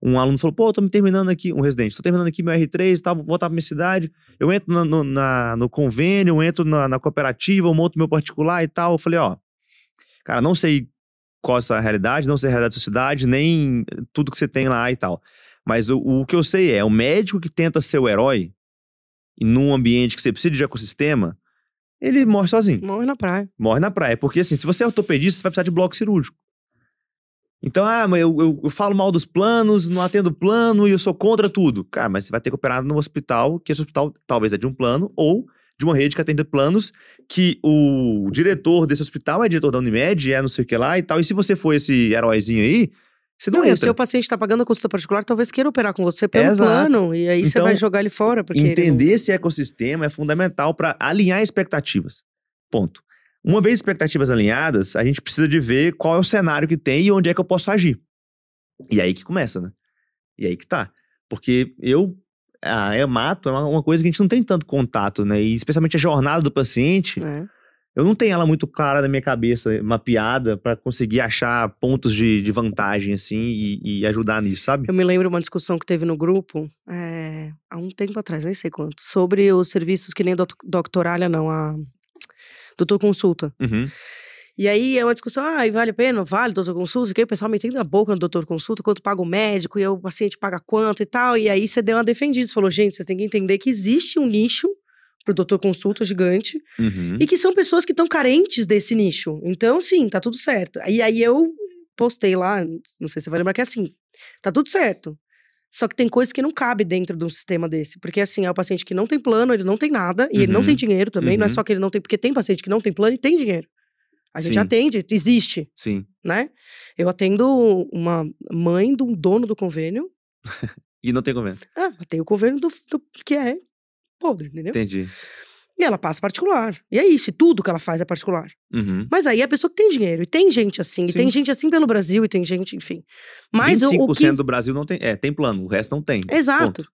Um aluno falou, pô, tô me terminando aqui, um residente, tô terminando aqui meu R3 e tal, vou voltar pra minha cidade, eu entro na- no, na- no convênio, eu entro na, na cooperativa, eu monto meu particular e tal. Eu falei, ó, cara, não sei qual é essa realidade, não sei a realidade da sua cidade, nem tudo que você tem lá e tal. Mas o, o que eu sei é, o médico que tenta ser o herói, e num ambiente que você precisa de ecossistema, ele morre sozinho
Morre na praia.
morre na praia. Porque assim, se você é ortopedista, você vai precisar de bloco cirúrgico. Então, ah, mas eu, eu, eu falo mal dos planos, não atendo plano e eu sou contra tudo. Cara, mas você vai ter que operar num hospital, que esse hospital talvez é de um plano, ou de uma rede que atende planos, que o diretor desse hospital é diretor da Unimed, é não sei o que lá e tal. E se você for esse heróizinho aí, você não,
Não, e o
entra.
seu paciente tá pagando a consulta particular, talvez queira operar com você pelo
Exato.
plano. E aí você
Então,
vai jogar ele fora, porque. ele não-
Entender esse ecossistema é fundamental para alinhar expectativas. Ponto. Uma vez expectativas alinhadas, a gente precisa de ver qual é o cenário que tem e onde é que eu posso agir. E aí que começa, né? E aí que tá. Porque eu. A hemato é uma uma coisa que a gente não tem tanto contato, né? E especialmente a jornada do paciente,
É.
eu não tenho ela muito clara na minha cabeça, mapeada, para conseguir achar pontos de, de vantagem, assim, e, e ajudar nisso, sabe?
Eu me lembro uma discussão que teve no grupo, é, há um tempo atrás, nem sei quanto, sobre os serviços que nem doc doctoralha, não, a doutor consulta.
Uhum.
E aí é uma discussão, ah, e vale a pena, vale doutor consulta, que o pessoal metendo a boca no doutor consulta, quanto paga o médico, e aí o paciente paga quanto e tal. E aí você deu uma defendida, você falou, gente, vocês têm que entender que existe um nicho pro doutor consulta gigante,
Uhum.
e que são pessoas que estão carentes desse nicho. Então, sim, tá tudo certo. E aí eu postei lá, não sei se você vai lembrar, que é assim, tá tudo certo. Só que tem coisa que não cabe dentro de um sistema desse. Porque, assim, é o paciente que não tem plano, ele não tem nada, e ele não
Uhum.
tem dinheiro também. Não é
Uhum.
só que ele não tem, porque tem paciente que não tem plano e tem dinheiro. A gente
Sim.
atende, existe
Sim.
né? Eu atendo uma mãe de um dono do convênio.
E não tem convênio.
Ah, tem o convênio do, do- que é podre, entendeu?
Entendi.
E ela passa particular. E é isso, e tudo que ela faz é particular.
Uhum.
Mas aí é a pessoa que tem dinheiro. E tem gente assim. E
Sim.
tem gente assim pelo Brasil. E tem gente, enfim. Mas o, o
25%
que...
do Brasil não tem. É, tem plano, o resto não tem.
Exato.
Ponto.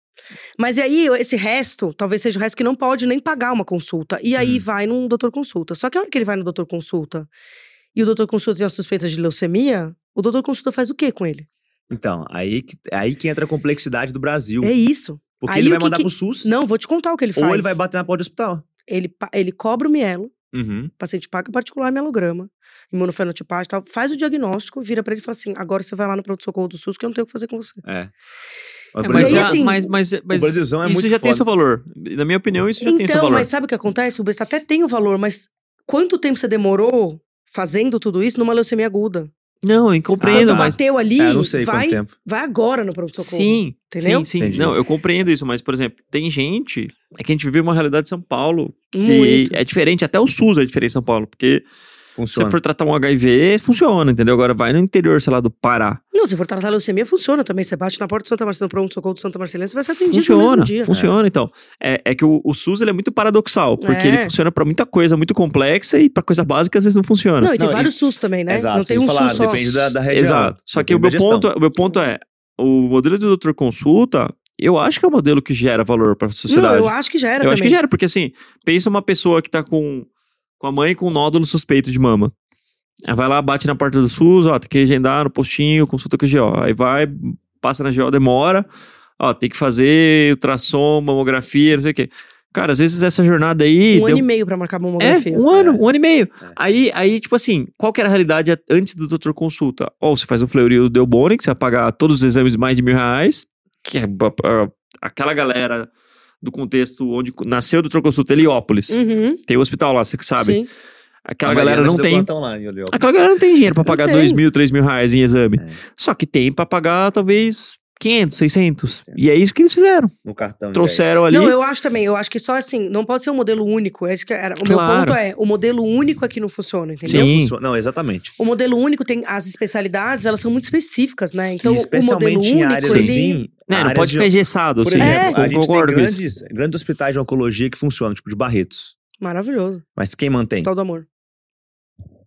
Mas e aí, esse resto, talvez seja o resto que não pode nem pagar uma consulta. E aí
Hum.
vai num doutor consulta. Só que a hora que ele vai no doutor consulta e o doutor consulta tem uma suspeita de leucemia, o doutor consulta faz o quê com ele?
Então, aí que, aí que entra a complexidade do Brasil.
É isso.
porque
aí
ele
o
vai
que
mandar
que-
pro SUS,
Não, vou te contar o que ele faz.
ou ele vai bater na porta do hospital.
ele, pa- ele cobra o mielo,
Uhum.
o paciente paga particular mielograma, imunofenotipagem e tal, faz o diagnóstico, vira pra ele e fala assim: agora você vai lá no pronto-socorro do SUS que eu não tenho o que fazer com você.
É.
É,
Mas o
mas
Brasil-
aí, assim,
mas, mas, mas
Brasilzão é
isso
muito
já tem
foda.
seu valor. Na minha opinião, isso já tem seu
Então,
valor.
mas sabe o que acontece? O besta até tem o valor, mas quanto tempo você demorou fazendo tudo isso numa leucemia aguda?
Não, eu compreendo,
Ah, tá.
mas.
Bateu ali,
É, eu não sei
vai,
quanto tempo.
vai agora no pronto-socorro.
Sim, sim,
entendeu?
sim.
Entendi.
Não, eu compreendo isso, mas, por exemplo, tem gente. É que a gente vive uma realidade de São Paulo que
Muito.
é diferente, até o SUS é diferente em São Paulo, porque se
Funciona.
você for tratar um HIV, funciona, entendeu? Agora vai no interior, sei lá, do Pará.
Não, se for tratar leucemia, funciona também. Você bate na porta do Santa Marcelina, pronto-socorro do Santa Marcelina, você vai ser atendido no mesmo
Funciona,
dia.
funciona, então. É, é que o, o SUS ele é muito paradoxal, porque
É.
ele funciona pra muita coisa muito complexa e pra coisa básica às vezes não funciona.
Não, e tem
Não,
vários SUS também, né?
Exato,
não tem
eu
um
ia falar,
SUS só.
depende da, da região.
Exato. Só que o
Depende
meu,
da gestão.
ponto, o meu ponto é: o modelo do doutor consulta, eu acho que é o modelo que gera valor pra
Não,
sociedade.
eu acho que já era
Eu
também.
acho que gera, porque assim, pensa uma pessoa que tá com, com a mãe com um nódulo suspeito de mama. Aí vai lá, bate na porta do SUS, ó, tem que agendar no postinho, consulta com o GO. Aí vai, passa na GO, demora, ó, tem que fazer ultrassom, mamografia, não sei o quê. Cara, às vezes essa jornada aí.
um
deu-
ano e meio pra marcar mamografia.
é, um ano, um ano e meio.
É.
Aí, aí, tipo assim, qual que era a realidade antes do doutor consulta? Ou você faz um Fleurio Delboni, que você vai pagar todos os exames mais de mil reais, que é ba- a- aquela galera do contexto onde nasceu o doutor consulta, Heliópolis.
Uhum,
Tem um hospital lá, você que sabe.
Sim.
Aquela
A
galera
Mariana
não
do
tem...
plantão lá em Heliópolis.
Aquela galera não tem dinheiro pra pagar
tem.
dois mil, três mil reais em exame.
É.
Só que tem pra pagar, talvez... 500, 600. E é isso que eles fizeram.
No cartão. de
Trouxeram ali.
Não, eu acho também. Eu acho que só assim, não pode ser um modelo único. É isso que era. O meu
Claro.
ponto é, o modelo único é que não funciona,
crédito.
entendeu?
Não
Sim.
funciona- Não, exatamente.
O modelo único tem as especialidades, elas são muito específicas, né?
E
Então, o modelo
especialmente em
único, É.
áreas
ele-
assim...
Né, Não, não
áreas
pode
de-
ficar engessado.
Por
assim,
exemplo,
eu
a gente tem
concordo com isso.
grandes, grandes hospitais de oncologia que funcionam, tipo de Barretos.
maravilhoso.
Mas quem mantém?
Tal do amor.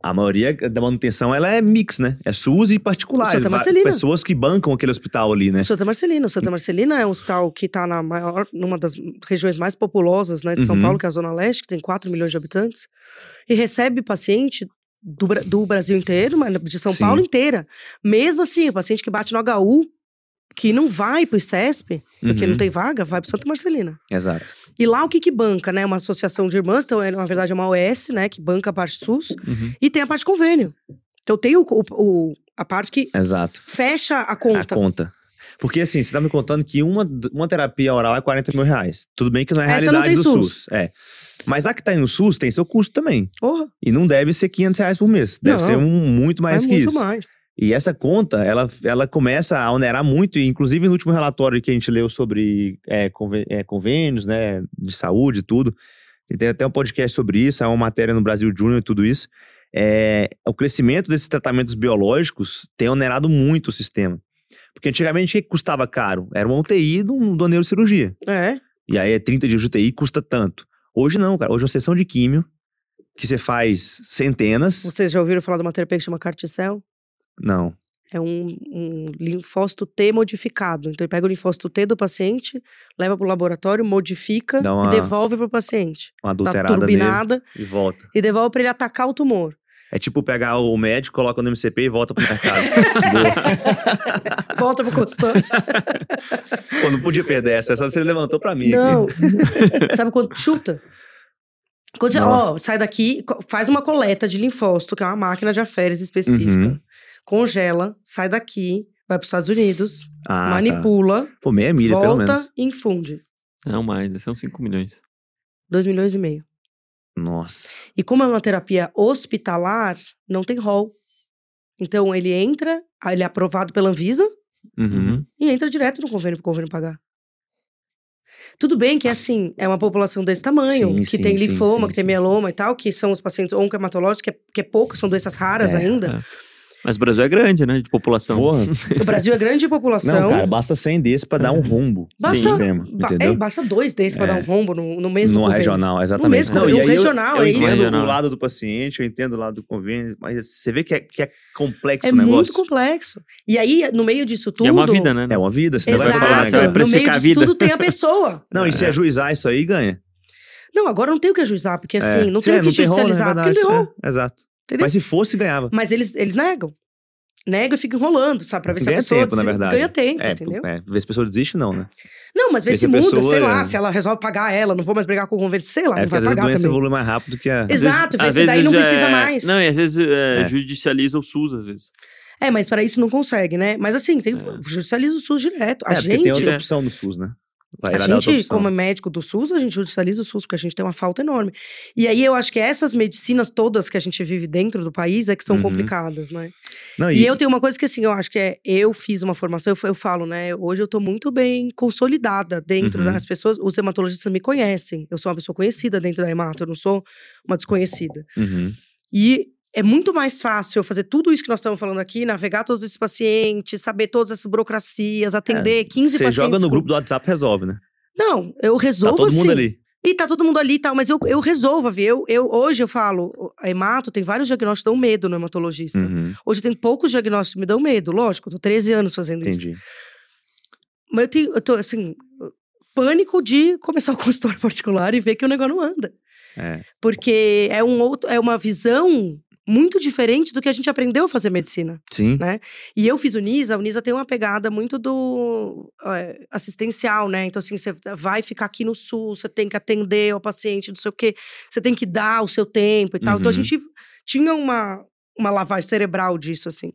A maioria da manutenção ela é mix, né? É SUS e particular.
Santa
Va-
Marcelina.
Pessoas que bancam aquele hospital ali, né?
Santa Marcelina. O Santa Marcelina é um hospital que está na maior, numa das regiões mais populosas né, de São
Uhum.
Paulo, que é a Zona Leste, que tem 4 milhões de habitantes, e recebe paciente do, Bra- do Brasil inteiro, mas de São
Sim.
Paulo inteira. Mesmo assim, o paciente que bate no HU, que não vai pro ICESP, porque
Uhum.
não tem vaga, vai pro Santa Marcelina.
Exato.
E lá o que que banca, né? Uma associação de irmãs, então é, na verdade é uma OS, né, que banca a parte SUS,
Uhum.
e tem a parte convênio. Então tem o, o- o- a parte que
Exato.
fecha a conta.
A conta. Porque assim, você tá me contando que uma, uma terapia oral é 40 mil reais. Tudo bem que não é a
Essa não
realidade do
tem SUS.
SUS. É. Mas a que tá aí no SUS tem seu custo também.
Porra,
E não deve ser 500 reais por mês. Deve
Não.
ser um, muito mais
é
que
muito
isso.
mais.
E essa conta, ela, ela começa a onerar muito, e inclusive no último relatório que a gente leu sobre é, conven- é, convênios, né, de saúde e tudo, e tem até um podcast sobre isso, é uma matéria no Brasil Júnior e tudo isso, é, o crescimento desses tratamentos biológicos tem onerado muito o sistema. Porque antigamente o que que custava caro? Era uma UTI de um- de uma neurocirurgia.
É.
E aí é 30 dias de UTI custa tanto. Hoje não, cara. Hoje é uma sessão de químio, que você faz centenas.
Vocês já ouviram falar de uma terapia que chama Carticel?
Não.
É um, um linfócito T modificado. Então ele pega o linfócito T do paciente, leva pro laboratório, modifica
Dá
e
uma
devolve pro paciente.
Uma
Tá
adulterada nele
turbinada
e volta.
e devolve pra ele atacar o tumor.
É tipo pegar o médico, coloca no MCP e volta pro mercado.
(laughs)
Boa.
Volta pro consultório.
Pô, não podia perder essa. Essa você levantou pra mim. aqui.
Não. (laughs) Sabe quando chuta? Quando você, ó,
Nossa.
sai daqui, co- faz uma coleta de linfócito, que é uma máquina de aféres específica.
Uhum.
Congela, sai daqui, vai pros Estados Unidos,
Ah,
manipula,
Tá. Pô, meia milha, pelo menos.
volta e infunde.
Não mais, né? São 5 milhões.
2 milhões e meio.
Nossa.
E como é uma terapia hospitalar, não tem rol. Então ele entra, aí ele é aprovado pela Anvisa
Uhum.
e entra direto no convênio para o convênio pagar. Tudo bem que assim, é uma população desse tamanho,
Ah. Sim,
que
sim,
tem
sim,
linfoma,
sim,
que tem
sim,
mieloma e tal, que são os pacientes oncohematológicos, que é, que é pouco, são doenças raras
É.
ainda.
Mas o Brasil é grande, né? De população.
Porra.
O Brasil é grande de população.
Não, cara, basta 100 desses pra dar
Uhum.
um rumbo
Basta-
no sistema,
Ba- é,
entendeu?
basta dois desses para
É.
dar um rombo no, no mesmo
no
convênio.
regional, exatamente.
mesmo convênio,
e aí eu-
regional,
eu,
é isso.
entendo
Regional.
o lado do paciente, eu entendo o lado do convênio, mas você vê que é, que é complexo
É
o negócio.
muito complexo. E aí, no meio disso tudo.
E é uma vida, né?
É uma vida, você não vai falar,
Exato.
né,
vai
cara?
No meio
precificar a
disso
vida.
tudo
(laughs)
tem a pessoa.
Não, e se
É.
ajuizar isso aí, ganha.
Não, agora não tem o que ajuizar,
É.
porque assim, não
Se
tem o que
rol, né,
judicializar, porque não
verdade,
tem rol,
é, Exato.
entendeu?
Mas
Mas,
se fosse, ganhava.
eles, eles negam. Negam e ficam enrolando, sabe? Pra ver se a
Ganha
pessoa
tempo, na
desi-
verdade.
ganha tempo,
É,
entendeu?
é, ver se a pessoa desiste, não, né?
Não, mas vê
Porque
se
a
muda,
pessoa,
sei lá,
é.
se ela resolve pagar ela, não vou mais brigar com o governo, sei lá,
É
não
porque
vai
às vezes a
pagar
doença
também.
evolui mais rápido que a.
Às vezes-
Exato, vê
às
se daí
vezes
não
já
precisa
é-
mais.
Não, e às vezes é,
É.
judicializa o SUS, às vezes.
É, mas pra isso não consegue, né? Mas assim, tem,
É.
judicializa o SUS direto. A
é, porque
gente.
tem outra opção no SUS, né?
Vai,
A
vai dar outra
gente,
opção.
como é médico do SUS, a gente judicializa o SUS, porque a gente tem uma falta enorme. E aí eu acho que essas medicinas todas que a gente vive dentro do país é que são
Uhum.
complicadas, né?
Não,
E eu tenho uma coisa que, assim, eu acho que é, eu fiz uma formação, eu, fa- eu falo, né? Hoje eu tô muito bem consolidada dentro
Uhum.
das pessoas, os hematologistas me conhecem. Eu sou uma pessoa conhecida dentro da hemato, eu não sou uma desconhecida.
Uhum.
E é muito mais fácil eu fazer tudo isso que nós estamos falando aqui, navegar todos esses pacientes, saber todas essas burocracias, atender 15
É, Você
pacientes.
joga no
com-
grupo do WhatsApp, resolve, né?
Não, eu
Tá
resolvo
todo
assim.
mundo ali.
E tá todo mundo ali e tal, mas eu, eu resolvo, Vi. Eu, eu, hoje eu falo, a hemato tem vários diagnósticos que dão medo no hematologista.
Uhum,
Hoje tem poucos diagnósticos que me dão medo, lógico, eu tô 13 anos fazendo isso.
entendi.
Mas eu tenho, eu tô assim, pânico de começar o (laughs) consultório particular e ver que o negócio não anda.
É.
Porque é, um outro, é uma visão muito diferente do que a gente aprendeu a fazer medicina.
Sim.
E eu fiz o NISA, o NISA tem uma pegada muito do é, assistencial, né? Então, assim, você vai ficar aqui no SUS, você tem que atender o paciente, não sei o quê, você tem que dar o seu tempo e tal. Então, a
Uhum.
gente tinha uma, uma lavagem cerebral disso, assim.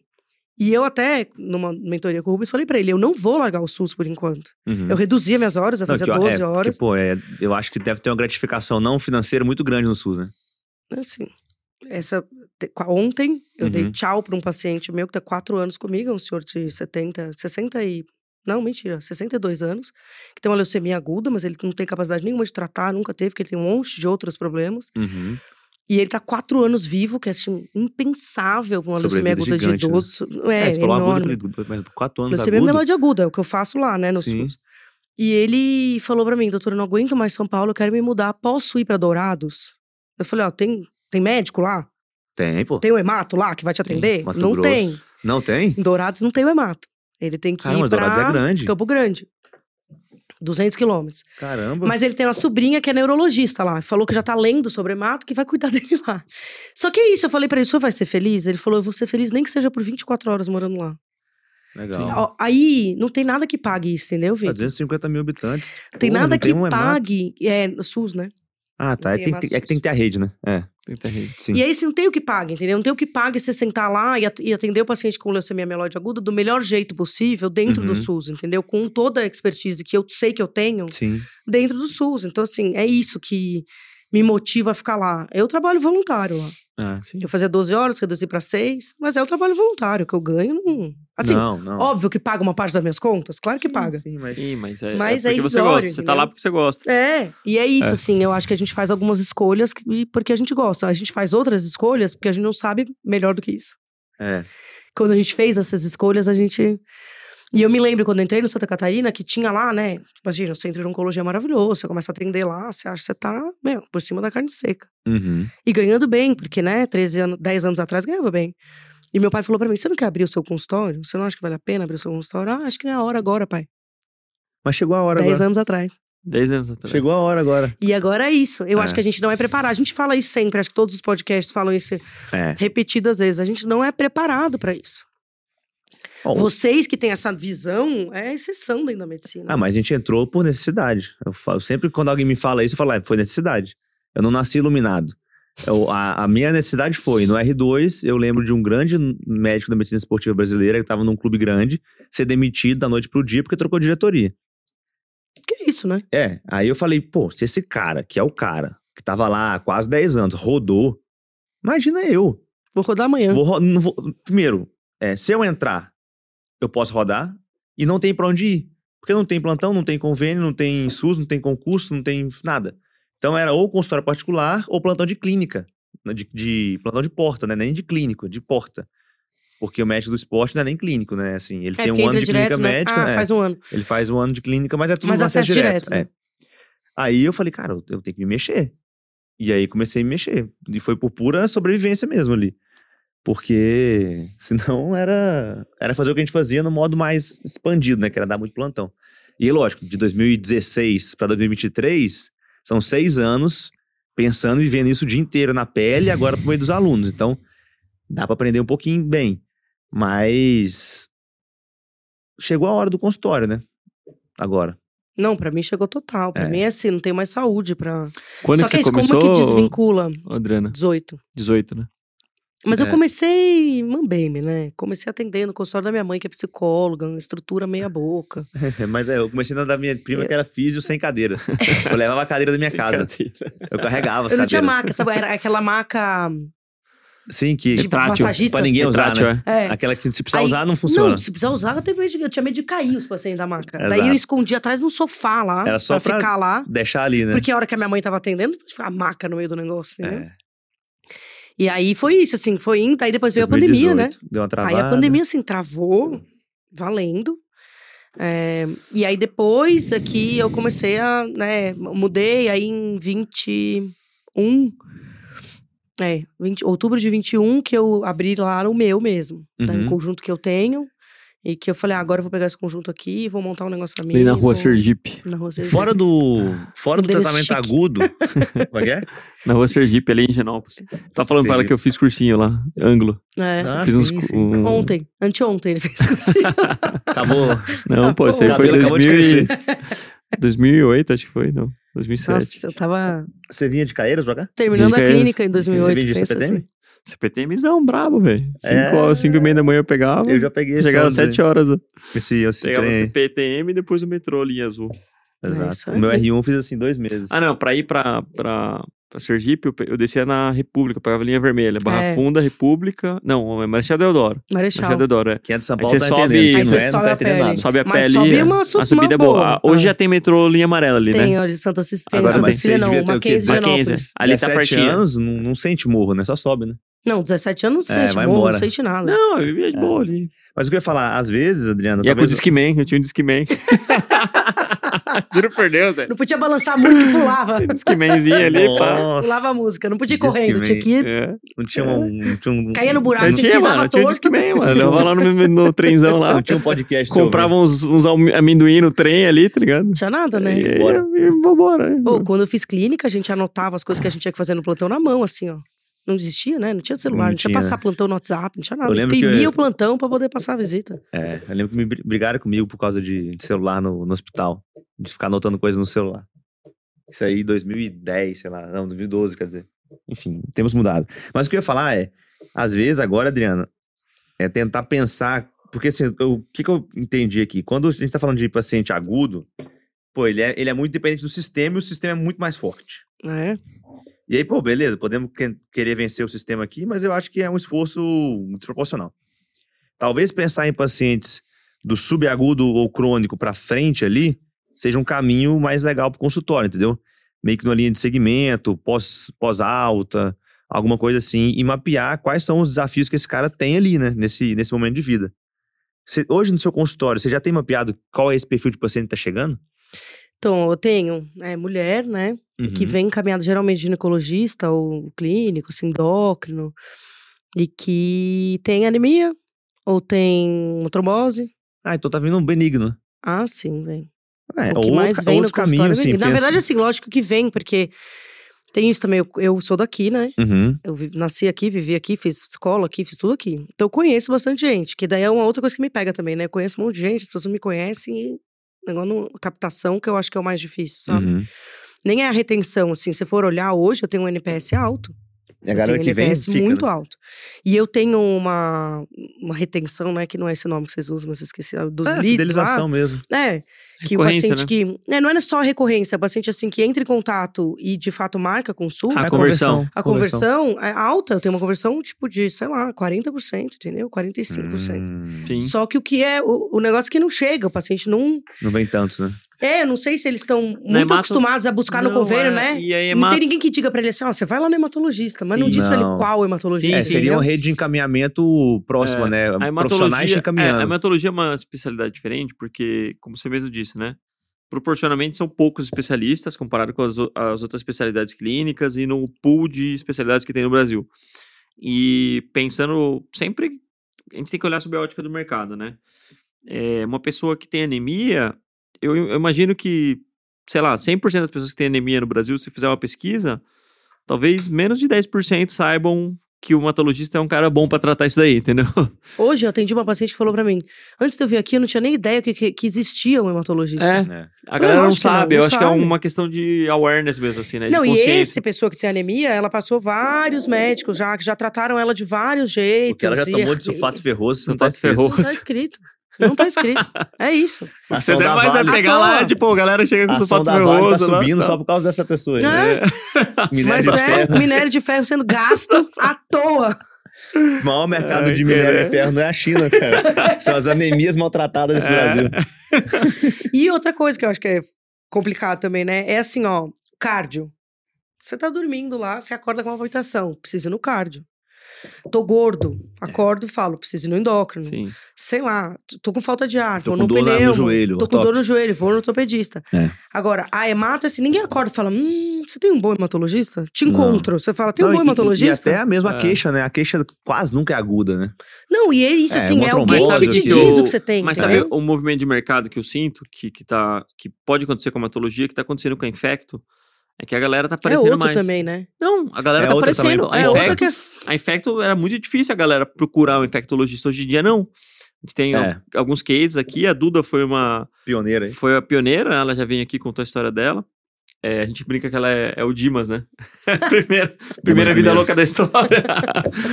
E eu até, numa mentoria com o Rubens, falei pra ele, eu não vou largar o SUS por enquanto.
Uhum.
Eu reduzia minhas horas, eu
Não,
fazia
que, ó,
12
é, porque,
horas.
pô, é, eu acho que deve ter uma gratificação não financeira muito grande no SUS, né?
assim, essa te- qua- ontem eu dei
Uhum.
tchau para um paciente meu que tá quatro anos comigo, é um senhor de 70, 60 e não, mentira, 62 anos, que tem uma leucemia aguda, mas ele não tem capacidade nenhuma de tratar, nunca teve, porque ele tem um monte de outros problemas.
Uhum.
E ele tá quatro anos vivo, que é assim, impensável pra uma leucemia
Sobrevida
aguda
gigante,
de
né?
idoso. É,
É, você falou agudo, eu
enorme.
falei, mas quatro anos
Leucemia
agudo.
melódia aguda, é o que eu faço lá, né, no
Sim.
SUS. E ele falou pra mim, doutor, eu não aguento mais São Paulo, eu quero me mudar, posso ir para Dourados? Eu falei, ó, tem, tem médico lá?
Tem, pô.
Tem o hemato lá que vai te atender?
Mato
não
Grosso.
tem.
Não tem?
Em Dourados não tem o hemato. Ele tem que
Caramba,
ir
mas Dourados
pra
é grande.
Campo Grande. 200 quilômetros.
Caramba.
Mas ele tem uma sobrinha que é neurologista lá. Falou que já tá lendo sobre hemato, que vai cuidar (laughs) dele lá. Só que é isso, eu falei pra ele, o senhor vai ser feliz? Ele falou, eu vou ser feliz nem que seja por 24 horas morando lá.
Legal.
Ó, Aí, não tem nada que pague isso, entendeu,
Tá,
Vitor?
250 mil habitantes.
tem
Pô,
nada
não
que
um hemato.
pague... É, SUS, né?
Ah, tá. É,
tem
tem-
hemato
tem- é que tem que ter a rede, né? É.
Tem que ter rede.
Sim.
E aí você não tem o que paga, entendeu? Não tem o que paga você sentar lá e at- e atender o paciente com leucemia mieloide aguda do melhor jeito possível dentro do
Uhum.
SUS, entendeu? Com toda a expertise que eu sei que eu tenho
Sim.
dentro do SUS. Então, assim, é isso que me motiva a ficar lá. Eu trabalho voluntário lá.
É.
Sim.
Eu fazia 12 horas, reduzi para 6, mas é o trabalho voluntário que eu ganho. Não... Assim,
não, não.
óbvio que paga uma parte das minhas contas, claro que paga.
Sim, mas...
Sim, mas é,
Mas é
é porque você
irrisório,
gosta. Você tá
entendeu?
lá porque você gosta.
É, e é isso,
É.
assim. Eu acho que a gente faz algumas escolhas que- porque a gente gosta. A gente faz outras escolhas porque a gente não sabe melhor do que isso.
É.
quando a gente fez essas escolhas, a gente. E eu me lembro quando eu entrei no Santa Catarina, que tinha lá, né? Imagina, o centro de oncologia é maravilhoso, você começa a atender lá, você acha que você tá, meu, por cima da carne seca.
Uhum.
E ganhando bem, porque, né, 13 anos, 10 anos atrás ganhava bem. E meu pai falou pra mim: você não quer abrir o seu consultório? Você não acha que vale a pena abrir o seu consultório? Ah, acho que não é a hora agora, pai.
Mas chegou a hora
10
agora.
anos atrás.
10 anos atrás.
Chegou a hora agora.
E agora é isso. Eu
É.
acho que a gente não é preparado. A gente fala isso sempre, acho que todos os podcasts falam isso
É.
repetidas vezes. A gente não é preparado pra isso.
Ó,
Vocês que têm essa visão, é exceção dentro da medicina.
Ah, mas a gente entrou por necessidade. Eu falo, sempre quando alguém me fala isso, eu falo, "Ah, foi necessidade. Eu não nasci iluminado. Eu- a, a minha necessidade foi, no R2, eu lembro de um grande médico da medicina esportiva brasileira que estava num clube grande, ser demitido da noite pro dia porque trocou diretoria.
Que isso, né?
É, aí eu falei, pô, se esse cara, que é o cara, que tava lá há quase 10 anos, rodou, imagina eu.
Vou rodar amanhã.
Vou ro- não vou- primeiro, é, se eu entrar, eu posso rodar e não tem pra onde ir. Porque não tem plantão, não tem convênio, não tem SUS, não tem concurso, não tem nada. Então era ou consultório particular ou plantão de clínica. né, De, de- plantão de porta, né? Nem de clínico, de porta. Porque o médico do esporte não é nem clínico, né? Assim, ele tem
porque
um ano
entra
de clínica
né?
médica.
Ah,
é.
faz um ano.
Ele faz um ano de clínica, mas é tudo
Mas
um acesso,
acesso
direto.
direto, né?
é. Aí eu falei, cara, eu eu tenho que me mexer. E aí comecei a me mexer. E foi por pura sobrevivência mesmo ali. Porque (laughs) senão era, era fazer o que a gente fazia no modo mais expandido, né? Que era dar muito plantão. E é lógico, de 2016 para 2023, são seis anos pensando e vivendo isso o dia inteiro na pele e agora por meio dos alunos. Então, dá para aprender um pouquinho bem. Mas chegou a hora do consultório, né? Agora. (laughs)
Não, pra mim chegou total. Pra
É.
mim é assim, não tem mais saúde pra.
Quando
Só
que
que
você
é isso,
começou,
como é que desvincula?
Adriana?
18.
18, né?
Mas
É.
eu comecei mambeme, né? Comecei atendendo o consultório da minha mãe, que é psicóloga, uma estrutura meia boca.
Mas é, eu comecei na da minha prima, que era físio sem
(laughs)
cadeira. Eu levava a cadeira da minha casa. Eu carregava as
Eu não
cadeiras.
tinha maca, sabe? Era
(laughs)
aquela maca
Sim, que Tipo,
de
Retrátil.
massagista.
pra ninguém usar,
Retrátil,
né?
é.
É.
Aquela que se precisar
Aí-
usar, não funciona.
Não, se precisar usar, eu, tenho medo de- eu tinha medo de cair os passeio da maca. Daí
Exato.
eu escondi atrás de um sofá lá,
Era só
pra
pra-
ficar lá.
Deixar ali, né?
Porque a hora que a minha mãe tava atendendo, ficava a maca no meio do negócio, entendeu?
É,
E aí foi isso, assim, foi indo. Aí depois veio a pandemia, né?
2018, Deu uma travada.
Aí a pandemia, assim, travou, valendo. É, e aí depois aqui eu comecei a, né, mudei aí em 21, é, 20, outubro de 21 que eu abri lá o meu mesmo, né,
Uhum.
um conjunto que eu tenho. E que eu falei, ah, agora eu vou pegar esse conjunto aqui, vou montar um negócio pra mim.
Ali na
vou-
rua Sergipe.
Na rua Sergipe.
Fora do, fora do
né? Endereço
tratamento
chique.
agudo. Como é
(laughs)
que é?
Na rua Sergipe, ali em Genópolis. Tá falando pra ela
Sergipe.
que eu fiz cursinho lá, ângulo.
É.
Ah,
fiz uns.
sim, sim.
um-
Ontem, anteontem ele fez (laughs) cursinho.
Acabou.
Não, pô, isso aí
O
foi
cabelo acabou de
2000 (laughs) e- 2008, acho que foi, não. 2007.
Nossa, eu tava
Você vinha de Caeiras pra cá?
terminando a
Clínica é-
clínica em 2008.
Você vende
pensa
CPTM?
assim.
CPT é mizão, brabo, velho.
É.
5 e meia da manhã eu
assim.
pegava.
Eu já peguei esse
Chegava às
ônibus aí.
7 horas.
Esse, esse
Pegava o
trem. aí.
CPTM e depois o metrô linha azul.
É isso
Exato.
aí.
O meu R1 eu fiz assim dois meses.
Ah, não, pra ir pra, pra, pra Sergipe, eu, pe- eu descia na República, eu pegava a linha vermelha. Barra
É.
Funda, República. Não, é Marechal Deodoro.
Marechal.
Marechal Deodoro, é.
Quem é de São
Aí
Paulo
você
tá
sobe-
entendendo.
Aí
Quem não
você
é, não
sobe
tá
a
entendendo
pele.
nada.
Sobe a
Mas
pele.
sobe uma su-
a subida
uma
é boa.
boa.
Ah, Hoje
Ah.
já tem metrô linha amarela ali, né?
Tem a de Santa Assistência,
Agora,
Santa
mas
você
Cecília não,
devia ter o quê?
Mackenzie de
Mackenzie,
Genópolis.
ali tá
17
pertinho.
anos, não, não sente morro, né? Só sobe, né?
Não, 17 anos
né?
não
É,
sente
vai
morro,
embora.
não sente nada.
Não, eu
É.
ia de boa ali.
Mas o que eu ia falar, às vezes, Adriana,
Ia com o
talvez...
Discman, eu
(laughs)
tinha um (laughs) Discman. Juro por
é.
Deus, velho.
Não podia balançar muito que pulava.
(laughs) Discmanzinho ali, pá.
Nossa,
pulava a música, não podia ir
Disque
correndo,
Man.
tinha que ir,
É.
Não tinha um... Não tinha um
caía no buraco,
Eu
tinha que
tinha,
pisar
mano, eu
na
tinha um
torta.
Discman, mano. Eu levava lá no, no trenzão lá.
não tinha um podcast. pra
Comprava uns, uns am- amendoim no trem ali, tá ligado?
Não tinha nada, né?
E aí,
Bora.
eu- e vambora. né?
Uhum.
Pô, quando eu fiz clínica, a gente anotava as coisas que a gente tinha que fazer no plantão na mão, assim, ó. Não existia, né? Não tinha celular,
Não
não, tinha
tinha. né?
passar plantão no WhatsApp, não tinha
Eu
nada.
lembro que
Imprimia
eu-
o plantão pra poder passar a visita.
É, eu lembro que me bri- brigaram comigo por causa de de celular no, no hospital. De ficar anotando coisa no celular. Isso aí, 2010, sei lá. Não, 2012, quer dizer. Enfim, temos mudado. Mas o que eu ia falar é, às vezes agora, Adriana, é tentar pensar. Porque assim, eu- o que, que eu entendi aqui? Quando a gente tá falando de paciente agudo, pô, ele é, ele é muito dependente do sistema e o sistema é muito mais forte.
É.
E aí, pô, beleza, podemos que- querer vencer o sistema aqui, mas eu acho que é um esforço desproporcional. Talvez pensar em pacientes do subagudo ou crônico para frente ali seja um caminho mais legal para o consultório, entendeu? Meio que numa linha de segmento, pós- pós-alta, alguma coisa assim, e mapear quais são os desafios que esse cara tem ali, né, nesse, nesse momento de vida. Cê- hoje no seu consultório, você já tem mapeado qual é esse perfil de paciente que está chegando?
Então, eu tenho é, mulher, né? que
Uhum.
vem encaminhado geralmente ginecologista ou clínico, assim, endócrino, e que tem anemia ou tem trombose.
Ah, então tá vindo um benigno.
Ah, sim, vem.
É,
o que
ou
mais
ca-
vem no
outro
consultório.
caminho,
é
sim.
benigno. Na
pensa-
verdade, assim, lógico que vem, porque tem isso também. Eu, eu sou daqui, né?
Uhum.
Eu vi- nasci aqui, vivi aqui, fiz escola aqui, fiz tudo aqui. Então eu conheço bastante gente, que daí é uma outra coisa que me pega também, né? Eu conheço um monte de gente, as pessoas não me conhecem e o negócio não, captação que eu acho que é o mais difícil, sabe?
Uhum.
Nem é a retenção, assim, se você for olhar hoje, eu tenho um NPS alto.
E a
Eu
galera
tenho
que vem
NPS
fica, né?
muito alto. E eu tenho uma, uma retenção, né? Que não é esse nome que vocês usam, mas eu esqueci. ah, Dos
É,
leads lá.
fidelização né? mesmo.
É, que o
Recorrência,
paciente que... É, não é só a recorrência. O paciente, assim, que entra em contato e, de fato, marca a consulta. né?
A
É
conversão.
a conversão, é alta. Eu tenho uma conversão, tipo, de, sei lá, 40%, entendeu? 45%.
Hum,
Sim.
Só que o que é... O, o negócio que não chega. O paciente não...
não vem tanto, né?
É, eu não sei se eles estão muito
hemato-
acostumados a buscar no
Não,
convênio,
é,
né?
E aí,
não
mata-
tem ninguém que diga pra ele assim, ó, você vai lá no hematologista. Mas não
Sim.
diz pra ele
Não.
qual hematologista,
É,
Sim,
seria
entendeu?
uma rede de encaminhamento próxima,
É,
né?
A
Profissionais
hematologia,
te
é, a
encaminhando.
hematologia é uma especialidade diferente, porque, como você mesmo disse, né? Proporcionalmente são poucos especialistas comparado com as, o- as outras especialidades clínicas e no pool de especialidades que tem no Brasil. E pensando sempre, a gente tem que olhar sobre a ótica do mercado, né? É, uma pessoa que tem anemia, eu, eu imagino que, sei lá, 100% das pessoas que têm anemia no Brasil, se fizer uma pesquisa, talvez menos de 10% saibam que o matologista é um cara bom pra tratar isso daí, entendeu?
Hoje eu atendi uma paciente que falou pra mim: antes de eu vir aqui, eu não tinha nem ideia que, que, que existia um hematologista.
É.
né?
A galera não
acho que não,
sabe, eu
não
acho que é
sabe.
uma questão de awareness mesmo, assim, né? De
Não, e
consciência.
essa pessoa que tem anemia, ela passou vários médicos já, que já trataram ela de vários jeitos.
Porque ela já
e-
tomou de sulfato ferroso, você não tá escrito.
Sulfato ferroso.
Não tá escrito. Não tá
(laughs)
escrito. É isso.
Você
Ação
até
da
mais
né,
Vale. tá
vai pegar
À
lá,
toa.
tipo, a galera chega com
A
o
ação
sapato
da Vale tá
ferroso
né?
lá.
subindo
tá.
só por causa dessa pessoa. aí, né?
(laughs)
É,
Minério
mas
de
é,
ferro.
minério de ferro
(laughs)
sendo gasto à toa.
O maior mercado
Ai,
de minério
cara.
de ferro não é a China, cara. São as anemias maltratadas desse
É.
Brasil.
E outra coisa que eu acho que é complicado também, né? É assim, ó, cardio. Você tá dormindo lá, você acorda com uma palpitação, preciso ir no cardio. Tô gordo,
É.
acordo e falo, preciso ir no endócrino.
Sim.
Sei lá, t- tô com falta de ar,
Tô
vou
com
no
dor na- no
pneu.
joelho,
Tô com
top.
dor no joelho, vou no ortopedista.
É.
Agora, a hemato, assim, ninguém acorda e fala, hum, você tem um bom hematologista? Te
Não.
encontro. Você fala, tem um
Não,
bom
e- e-
hematologista?
E, até a mesma
É.
queixa, né? A queixa quase nunca é aguda, né?
Não, e é isso,
É,
assim,
uma
é, alguém
trombose,
que te
que
diz
eu-
o que você tem.
Mas
entendeu?
sabe o movimento de mercado que eu sinto, que, que, tá, que pode acontecer com a hematologia, que tá acontecendo com a infecto, é que a galera tá
É
aparecendo
outro
mais.
também, né?
Não, a galera
É
tá
outra
aparecendo.
também.
A,
é outra
infecto,
que é
a infecto era muito difícil a galera procurar um infectologista. Hoje em dia, não. A gente tem
É.
al- alguns cases aqui. A Duda foi uma,
Pioneira
(laughs)
aí.
foi a pioneira, né? ela já vem aqui contou a história dela. É, a gente brinca que ela é, é o Dimas, né? (laughs) primeira primeira vida
primeiro.
louca da
(laughs)
história.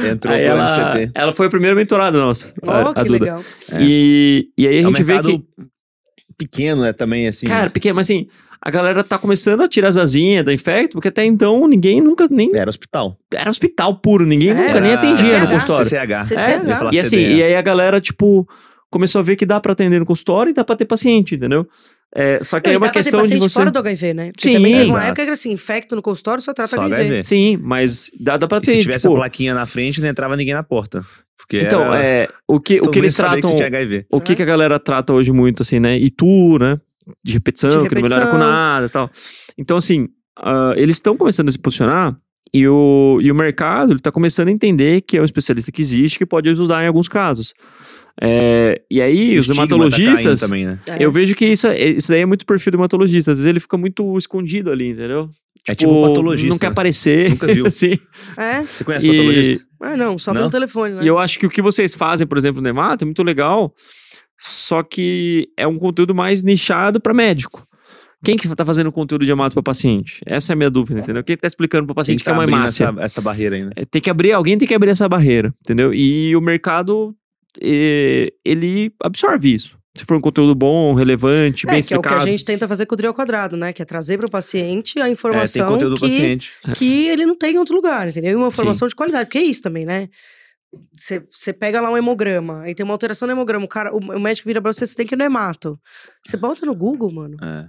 Entrou
Aí
pro
ela,
MCT.
ela foi a primeira mentorada nossa.
Ó,
a, a
Oh, que
Duda.
legal.
É.
E, e aí a
É um
gente vê que.
mercado pequeno, né? Também, assim.
Cara, pequeno, mas assim, a galera tá começando a tirar as asinhas da infecto, porque até então ninguém nunca nem.
Era hospital.
Era hospital puro, ninguém
É,
nunca nem
Era
atendia no
CCH.
consultório.
CCH.
CCH.
Eu ia falar
E assim,
é.
CDA.
e aí a galera, tipo, começou a ver que dá pra atender no consultório e dá pra ter paciente, entendeu? É, só que
Não,
é
e dá
uma
pra ter
questão de
paciente
você.
fora do HIV, né? Porque
Sim,
também teve uma
exato.
época que era assim, infecto no consultório, só trata
Só
de
HIV.
HIV.
Sim, mas dá, dá pra
E
ter.
se tivesse
tipo,
a plaquinha na frente, não entrava ninguém na porta. Porque
Então,
era-
é, o que,
todo
o que
mundo
eles
sabia
tratam,
Que você tinha né? HIV.
o que, que a galera trata hoje muito, assim, né? E tu, né? De repetição,
De
que não melhora com
repetição.
nada e tal. Então, assim, ah, eles estão começando a se posicionar e o, e o mercado ele tá começando a entender que é um especialista que existe, que pode ajudar em alguns casos. É, e aí,
O
os
estigma tá
hematologistas.
caindo também,
(laughs)
né?
É.
Eu vejo que isso, é- isso daí é muito perfil do hematologista. Às vezes ele fica muito escondido ali, entendeu?
É tipo um patologista.
Não quer
né?
aparecer.
Nunca viu.
(laughs) assim.
É?
Você conhece
E-
patologista?
Ah, não, só
Não?
pelo telefone, né?
E eu acho que o que vocês fazem, por exemplo, no Nemato, é muito legal, só que é um conteúdo mais nichado para médico. Quem que tá fazendo conteúdo de hemato para paciente? Essa é a minha dúvida, entendeu? Quem tá explicando para paciente que é
tá
uma
abrindo
hemácia?
essa, essa barreira né? ainda.
É, Tem que abrir, alguém tem que abrir essa barreira, entendeu? E o mercado, eh, ele absorve isso. Se for um conteúdo bom, relevante, bem
É, que é o que a
explicado.
gente tenta fazer com o Drill ao Quadrado, né? Que é trazer para o paciente a
É, tem
informação
conteúdo do
que,
paciente.
que ele não tem em outro lugar, entendeu? E uma informação de qualidade, porque é isso também, né? Você você pega lá um hemograma, e tem uma alteração no hemograma, o, cara, o, o médico vira pra você, você tem que ir no hemato. Você bota no Google, mano,
É.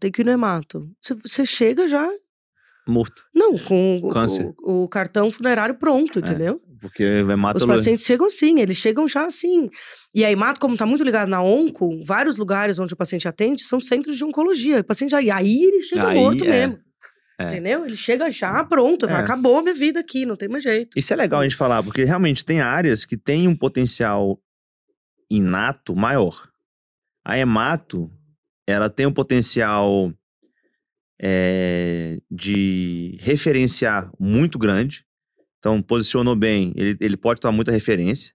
tem que ir no hemato. Você- Você chega já,
Morto.
não, com o-
Câncer.
o, o cartão funerário pronto,
É.
entendeu?
Porque é
Os
matologista.
pacientes chegam assim, eles chegam já assim. E a Imato, como está muito ligado na onco, vários lugares onde o paciente atende são centros de oncologia. O paciente já, e aí ele chega
Aí,
morto
é.
mesmo.
É.
Entendeu? Ele chega já pronto, vai,
É.
acabou a minha vida aqui, não tem mais jeito.
Isso é legal a gente falar, porque realmente tem áreas que tem um potencial inato maior. A hemato, ela tem um potencial é, de referenciar muito grande. Então, posicionou bem, ele, ele pode tomar muita referência.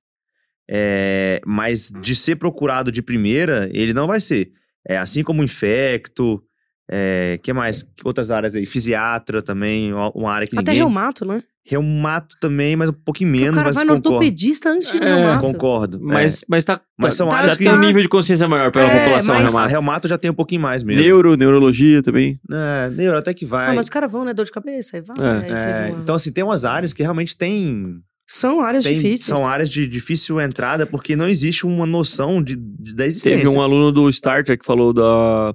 É, mas de ser procurado de primeira, ele não vai ser. É, assim como infecto, é, que mais? Que outras áreas aí? Fisiatra também, uma uma área que
Até
ninguém...
reumato, né?
Reumato também, mas um pouquinho
o
menos,
cara
mas
vai no
concordo.
ortopedista antes de ir no
É,
reumato.
Concordo.
Mas, mas tá,
Mas
tá-
são
já
áreas
tem
que-
um nível de consciência maior pela
É,
população,
é.
mas-
Reumato.
Renato.
Reumato já tem um pouquinho mais mesmo.
Neuro, neurologia também.
É, neuro até que vai.
Ah, mas os caras vão, né? Dor de cabeça, aí vai.
É.
aí
É,
teve uma- É
Então, assim, tem umas áreas que realmente tem.
são áreas
tem-
difíceis.
são áreas de difícil entrada, porque não existe uma noção de, de- da existência.
Teve um aluno do Starter que falou da,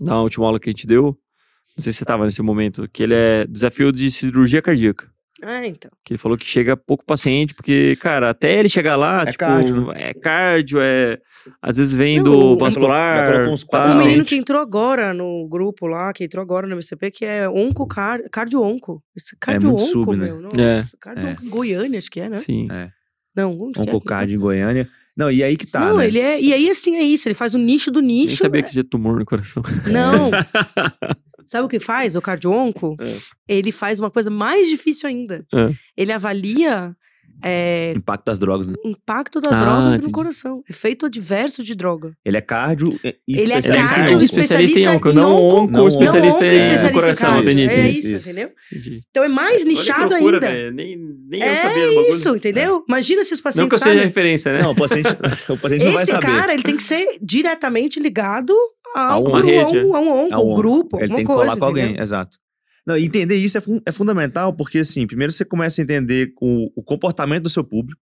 da última aula que a gente deu. Não sei se você estava nesse momento, que ele é desafio de cirurgia cardíaca.
É, então.
Que ele falou que chega pouco paciente, porque, cara, até ele chegar lá,
É
tipo,
cardio,
é cardio, é. Às vezes vem
Não,
do
o-
Já
vascular.
colocou uns
tal.
quatro Ah,
o Um menino
gente.
que entrou agora no grupo lá, que entrou agora no MCP, que é onco car... cardio-onco. Esse cardio-onco,
muito sub, né?
meu. Nossa,
É.
cardio-onco em Goiânia, acho que é, né?
Sim.
É.
Não, onde
Um
que é? que ele tá?
cocard em Goiânia. Não, e aí que tá.
Não,
né?
é ele é... E aí, assim, é isso. Ele faz o nicho do
Nem
nicho.
(laughs) sabia que tinha tumor no coração.
Não. Sabe o que faz o cardionco?
É.
Ele faz uma coisa mais difícil ainda.
É.
Ele avalia é,
Impacto das drogas, né?
impacto da
Ah,
droga no
entendi.
coração, efeito adverso de droga.
Ele é cardio. e- e
Ele é
especialista em
cardio,
onco.
especialista em
um onco. Não
onco.
onco, um
Não
especialista
onco,
em
especialista em
coração.
cardio.
Entendi.
É
entendi,
isso,
isso.
entendeu?
entendi.
Então é mais nichado
Olha que loucura,
ainda.
velho. Nem, nem eu sabia. do
É
um bagulho.
isso, assim, entendeu? Imagina se os
Não que eu
pacientes
seja
sabem.
referência, né?
Não, o paciente, (laughs) o paciente não vai
Esse
saber.
cara, ele tem que ser diretamente ligado a,
A
um,
uma
gru-
rede,
a um, a um onco,
A um
um grupo,
ele
alguma
tem que
coisa,
falar com alguém,
entendeu?
exato. Não, e entender isso é, fun- é fundamental, porque assim, primeiro você começa a entender o, o comportamento do seu público,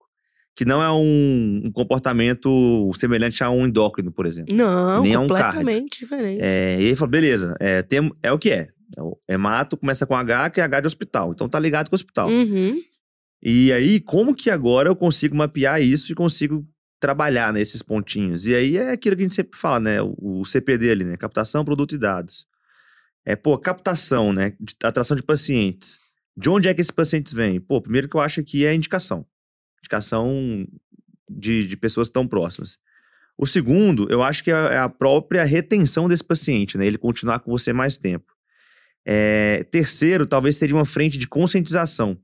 que não é um, um comportamento semelhante a um endócrino, por exemplo.
Não,
Nem é um cardio.
completamente diferente.
É, e ele fala, beleza, é, tem, é o que é. É o- É mato, começa com H, que é H de hospital. Então tá ligado com o hospital.
Uhum.
E aí, como que agora eu consigo mapear isso e consigo trabalhar nesses pontinhos? E aí é aquilo que a gente sempre fala, né? O, o CPD ali, né? Captação, produto e dados. É, pô, captação, né? De- atração de pacientes. De onde é que esses pacientes vêm? Pô, primeiro que eu acho que é indicação. Indicação de, de pessoas tão próximas. O segundo, eu acho que é é a própria retenção desse paciente, né? Ele continuar com você mais tempo. É, terceiro, talvez seria uma frente de conscientização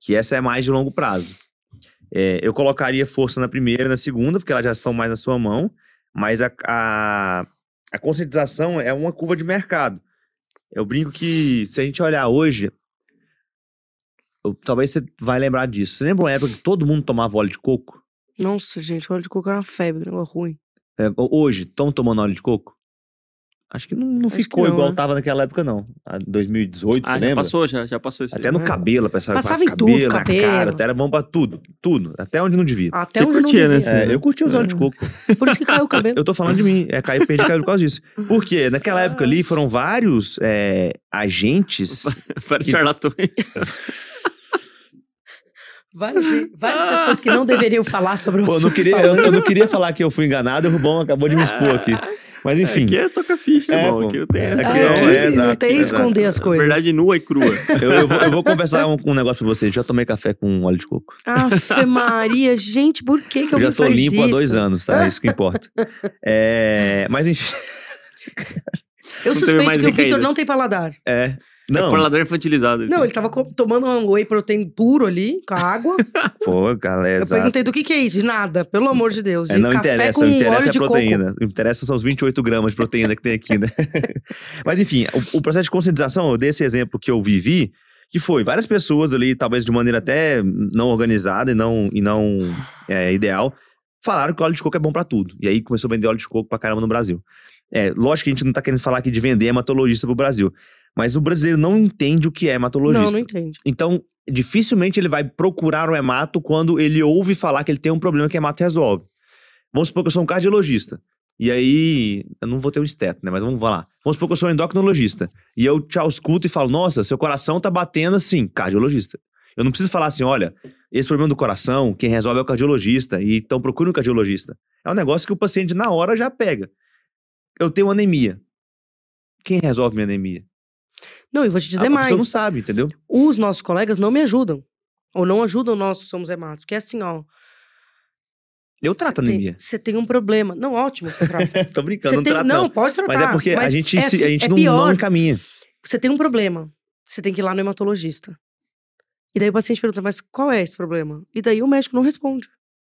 que essa é mais de longo prazo. É, eu colocaria força na primeira e na segunda, porque elas já estão mais na sua mão, mas a, a, a conscientização é uma curva de mercado. Eu brinco que, se a gente olhar hoje, eu- talvez você vai lembrar disso. Você lembra uma época que todo mundo tomava óleo de coco?
Nossa, gente, óleo de coco é uma febre, um negócio ruim.
É, ho- hoje, estão tomando óleo de coco? Acho que não, não
Acho que
ficou
não,
igual
né?
estava naquela época, não. A 2018,
Ah,
você
já
lembra?
passou, já, já passou isso. aí.
Tipo, Até no
né?
cabelo, a pessoa
Passava em tudo,
cabelo, na
cabelo.
cara, até era bom pra tudo, tudo, até onde não devia.
Até
Você
onde não
curtia, né,
devia.
É, eu curti os olhos de coco.
Por isso que caiu
(laughs)
o cabelo.
Eu tô falando de mim. É, caiu, perdi cabelo por causa disso. Porque naquela época ali foram vários é, agentes.
(laughs) Vários charlatões.
Várias, gente- várias pessoas que não deveriam falar sobre o
Pô, eu
assunto.
não queria, eu, né?
falando.
eu não queria falar que eu fui enganado, o Rubão acabou de me expor aqui. Mas enfim,
Aqui é toca-ficha,
É,
irmão.
pô.
Aqui não tem
É,
essa.
aqui
não,
é-
Aqui
é,
Ah, não
exato,
tem
exato. É
esconder as coisas.
Verdade nua e crua.
eu, eu vou, eu vou conversar um, um negócio pra vocês. Já tomei café com óleo de coco.
Afe Maria, gente, por que que
Eu
alguém
já tô
faz
limpo
isso?
há dois anos, tá? É isso que importa. É, mas enfim.
Eu
Não teve
suspeito
mais
que o
recaídas.
Victor não tem paladar.
É.
É
(laughs) Não,
paladar infantilizado.
(laughs)
Não, ele tava co- tomando um whey protein puro ali, com a água.
pô, galera.
Eu
exato.
perguntei do que que é isso, de nada, pelo amor de Deus.
É,
e
não
café
interessa,
com
não interessa
óleo
a
de
proteína. O que interessa são os 28 gramas de proteína que tem aqui, né? (laughs) Mas enfim, o, o processo de conscientização, eu dei esse exemplo que eu vivi, que foi várias pessoas ali, talvez de maneira até não organizada e não, e não é, ideal, falaram que óleo de coco é bom pra tudo. E aí começou a vender óleo de coco pra caramba no Brasil. É, lógico que a gente não tá querendo falar aqui de vender hematologista pro Brasil. Mas o brasileiro não entende o que é
coco.
hematologista.
Não, não entende.
Então, dificilmente ele vai procurar um hemato quando ele ouve falar que ele tem um problema que o hemato resolve. Vamos supor que eu sou um cardiologista. E aí, eu não vou ter um esteto, né? Mas vamos lá. Vamos supor que eu sou um endocrinologista. E eu te ausculto e falo, nossa, seu coração tá batendo assim, cardiologista. Eu não preciso falar assim, olha, esse problema do coração, quem resolve é o cardiologista. E então procura um cardiologista. É um negócio que o paciente na hora já pega. Eu tenho anemia. Quem resolve minha anemia?
Não, e vou te dizer
a
mais.
pessoa Ah, não sabe, entendeu?
os nossos colegas não me ajudam. Ou não ajudam nós que somos hematos. Porque é assim, ó.
Eu trato
tem-
anemia.
Você tem, um problema. Não, ótimo, você
(laughs)
trata.
Tô brincando,
Você
não
tem,
trato
não, pode tratar.
Mas é porque a gente,
é
se- a
assim-
gente
é
não,
pior.
não encaminha.
Você tem um problema. Você tem que ir lá no hematologista. E daí o paciente pergunta, mas qual é esse problema? E daí o médico não responde.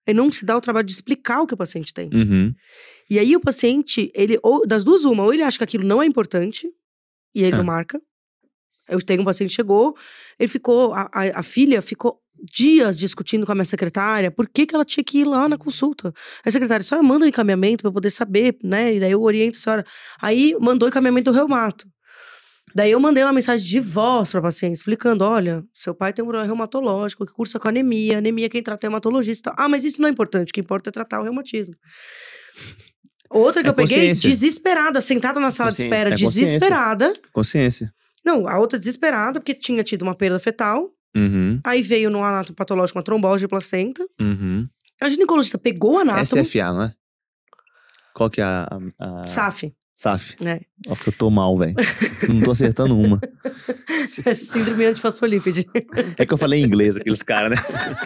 Ele não se dá o trabalho de explicar o que o paciente tem.
Uhum.
E aí o paciente, ele, ou, das duas, uma, ou ele acha que aquilo não é importante, e ele
É.
não marca. Eu tenho um paciente que chegou, ele ficou, a, a- a filha ficou dias discutindo com a minha secretária por que, que ela tinha que ir
Hum.
lá na consulta. A secretária, só manda um encaminhamento para eu poder saber, né? E daí eu oriento a senhora. Aí mandou o encaminhamento do reumato. Daí eu mandei uma mensagem de voz para paciente, explicando: olha, seu pai tem um problema reumatológico, que cursa com anemia, anemia quem trata é hematologista. Ah, mas isso não é importante, o que importa é tratar o reumatismo. Outra que
É
eu peguei,
consciência.
desesperada, sentada na sala de
Consciência,
espera,
é consciência.
desesperada.
Consciência.
Não, a outra desesperada, porque tinha tido uma perda fetal.
Uhum,
Aí veio no anato patológico uma trombose de placenta.
uhum. é
A ginecologista pegou o anátomo,
SFA, não é? Qual que é a... a- a-
SAF.
Saf.
né?
Nossa, eu tô mal, velho. Não tô acertando uma.
(laughs) É
(laughs)
síndrome antifosfolípide.
É que eu falei em inglês, aqueles caras, né?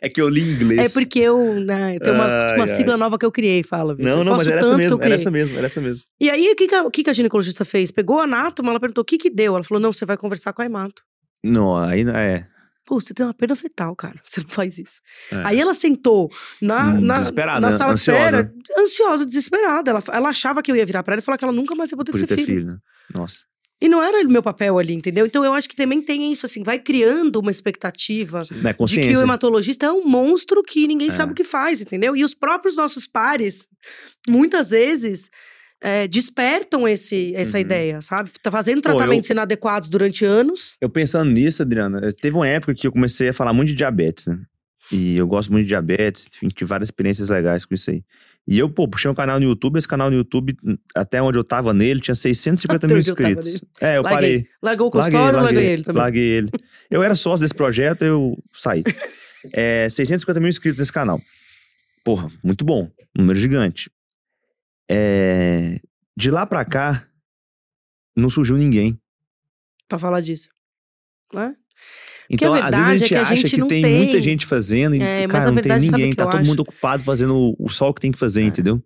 é que eu li em inglês.
É porque eu, né, eu tenho uma,
Ai,
uma
ai.
sigla nova que eu criei, fala. Vitor.
Não,
Eu
não, mas
posso
era essa
tanto que
mesmo, era
eu criei.
essa mesmo, era essa mesmo.
E aí, o que, que, a, o que que a ginecologista fez? Pegou a anátoma, ela perguntou o que que deu. Ela falou, não, você vai conversar com a hemato.
Não, aí é.
Pô, você tem uma perda fetal, cara. (laughs) Você não faz isso.
É.
Aí ela sentou na,
Hum,
na,
desesperada,
na sala
ansiosa.
de espera, ansiosa, desesperada. Ela, ela achava que eu ia virar pra ela e falar que ela nunca mais ia poder
Podia
ter
ter
filho.
filho, né? Nossa.
E não era o meu papel ali, entendeu? Então eu acho que também tem isso, assim, vai criando uma expectativa
Né,
de que
consciência.
o hematologista é um monstro que ninguém
É.
sabe o que faz, entendeu? E os próprios nossos pares, muitas vezes, é, despertam esse, essa
Uhum.
ideia, sabe? Tá fazendo
Pô, eu-
tratamentos inadequados durante anos.
Eu pensando nisso, Adriana, eu- teve uma época que eu comecei a falar muito de diabetes, né? E eu gosto muito de diabetes, enfim, tive várias experiências legais com isso aí. E eu, pô, puxei um canal no YouTube, esse canal no YouTube, n- até onde eu tava nele, tinha 650 mil
Até onde eu tava
inscritos. É, eu
Larguei.
parei.
Largou
Larguei,
o consultório, larguei,
larguei,
ele também.
Larguei ele. Eu era sócio desse projeto, eu
(laughs)
saí. É, 650 mil inscritos nesse canal. Porra, muito bom. Número gigante. É, de lá pra cá, não surgiu ninguém.
Pra falar disso. Né? Porque a
Então, às vezes a
verdade é
gente
que a
acha
gente
que
não
tem,
tem-
muita gente fazendo e,
É, mas
cara,
a
não tem
verdade, sabe o
ninguém.
que
Tá
eu
todo
acho? É.
mundo ocupado fazendo o- o sol que tem que fazer, entendeu?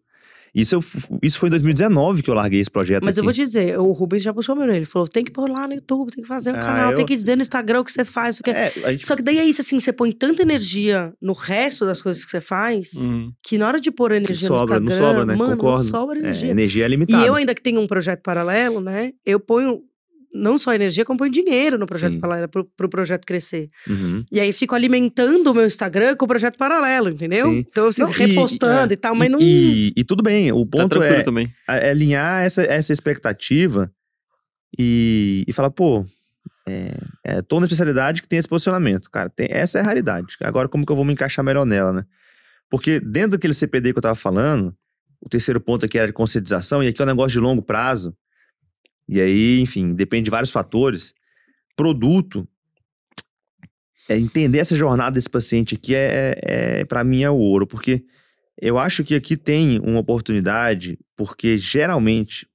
Isso, eu f- isso foi em 2019 que eu larguei esse projeto
Mas eu
aqui.
vou te dizer, o Rubens já puxou meu orelho. Ele falou: tem que pôr lá no YouTube, tem que fazer um
Ah,
canal,
eu-
tem que dizer no Instagram o que você faz. Isso aqui.
É, a gente...
Só que daí é isso, assim, você põe tanta energia no resto das coisas que você faz,
Hum, tá
que na hora de pôr energia
Hum. sobra,
no
não
Instagram,
sobra, né?
mano,
Concordo.
não sobra
é,
energia.
energia é
E
limitada.
eu, ainda que tenho um projeto paralelo, né? Eu ponho não só energia, como ponho dinheiro no projeto
Sim.
paralelo, pro, pro projeto crescer.
Uhum.
E aí fico alimentando o meu Instagram com o projeto paralelo, entendeu?
Sim.
Então eu fico
Não, e- é,
repostando e, tal, mas
e,
não.
e- e tudo bem, o
Tá
ponto
tranquilo
é,
também.
é alinhar essa, essa expectativa e, e falar, pô, é, é, tô na especialidade que tem esse posicionamento, cara. Tem, essa é a realidade. Agora, como que eu vou me encaixar melhor nela, né? Porque dentro daquele CPD que eu tava falando, o terceiro ponto aqui era de conscientização, e aqui é um negócio de longo prazo. E aí, enfim, depende de vários fatores. Produto. É, entender essa jornada desse paciente aqui é, é, para mim é o ouro, porque eu acho que aqui tem uma oportunidade, porque geralmente,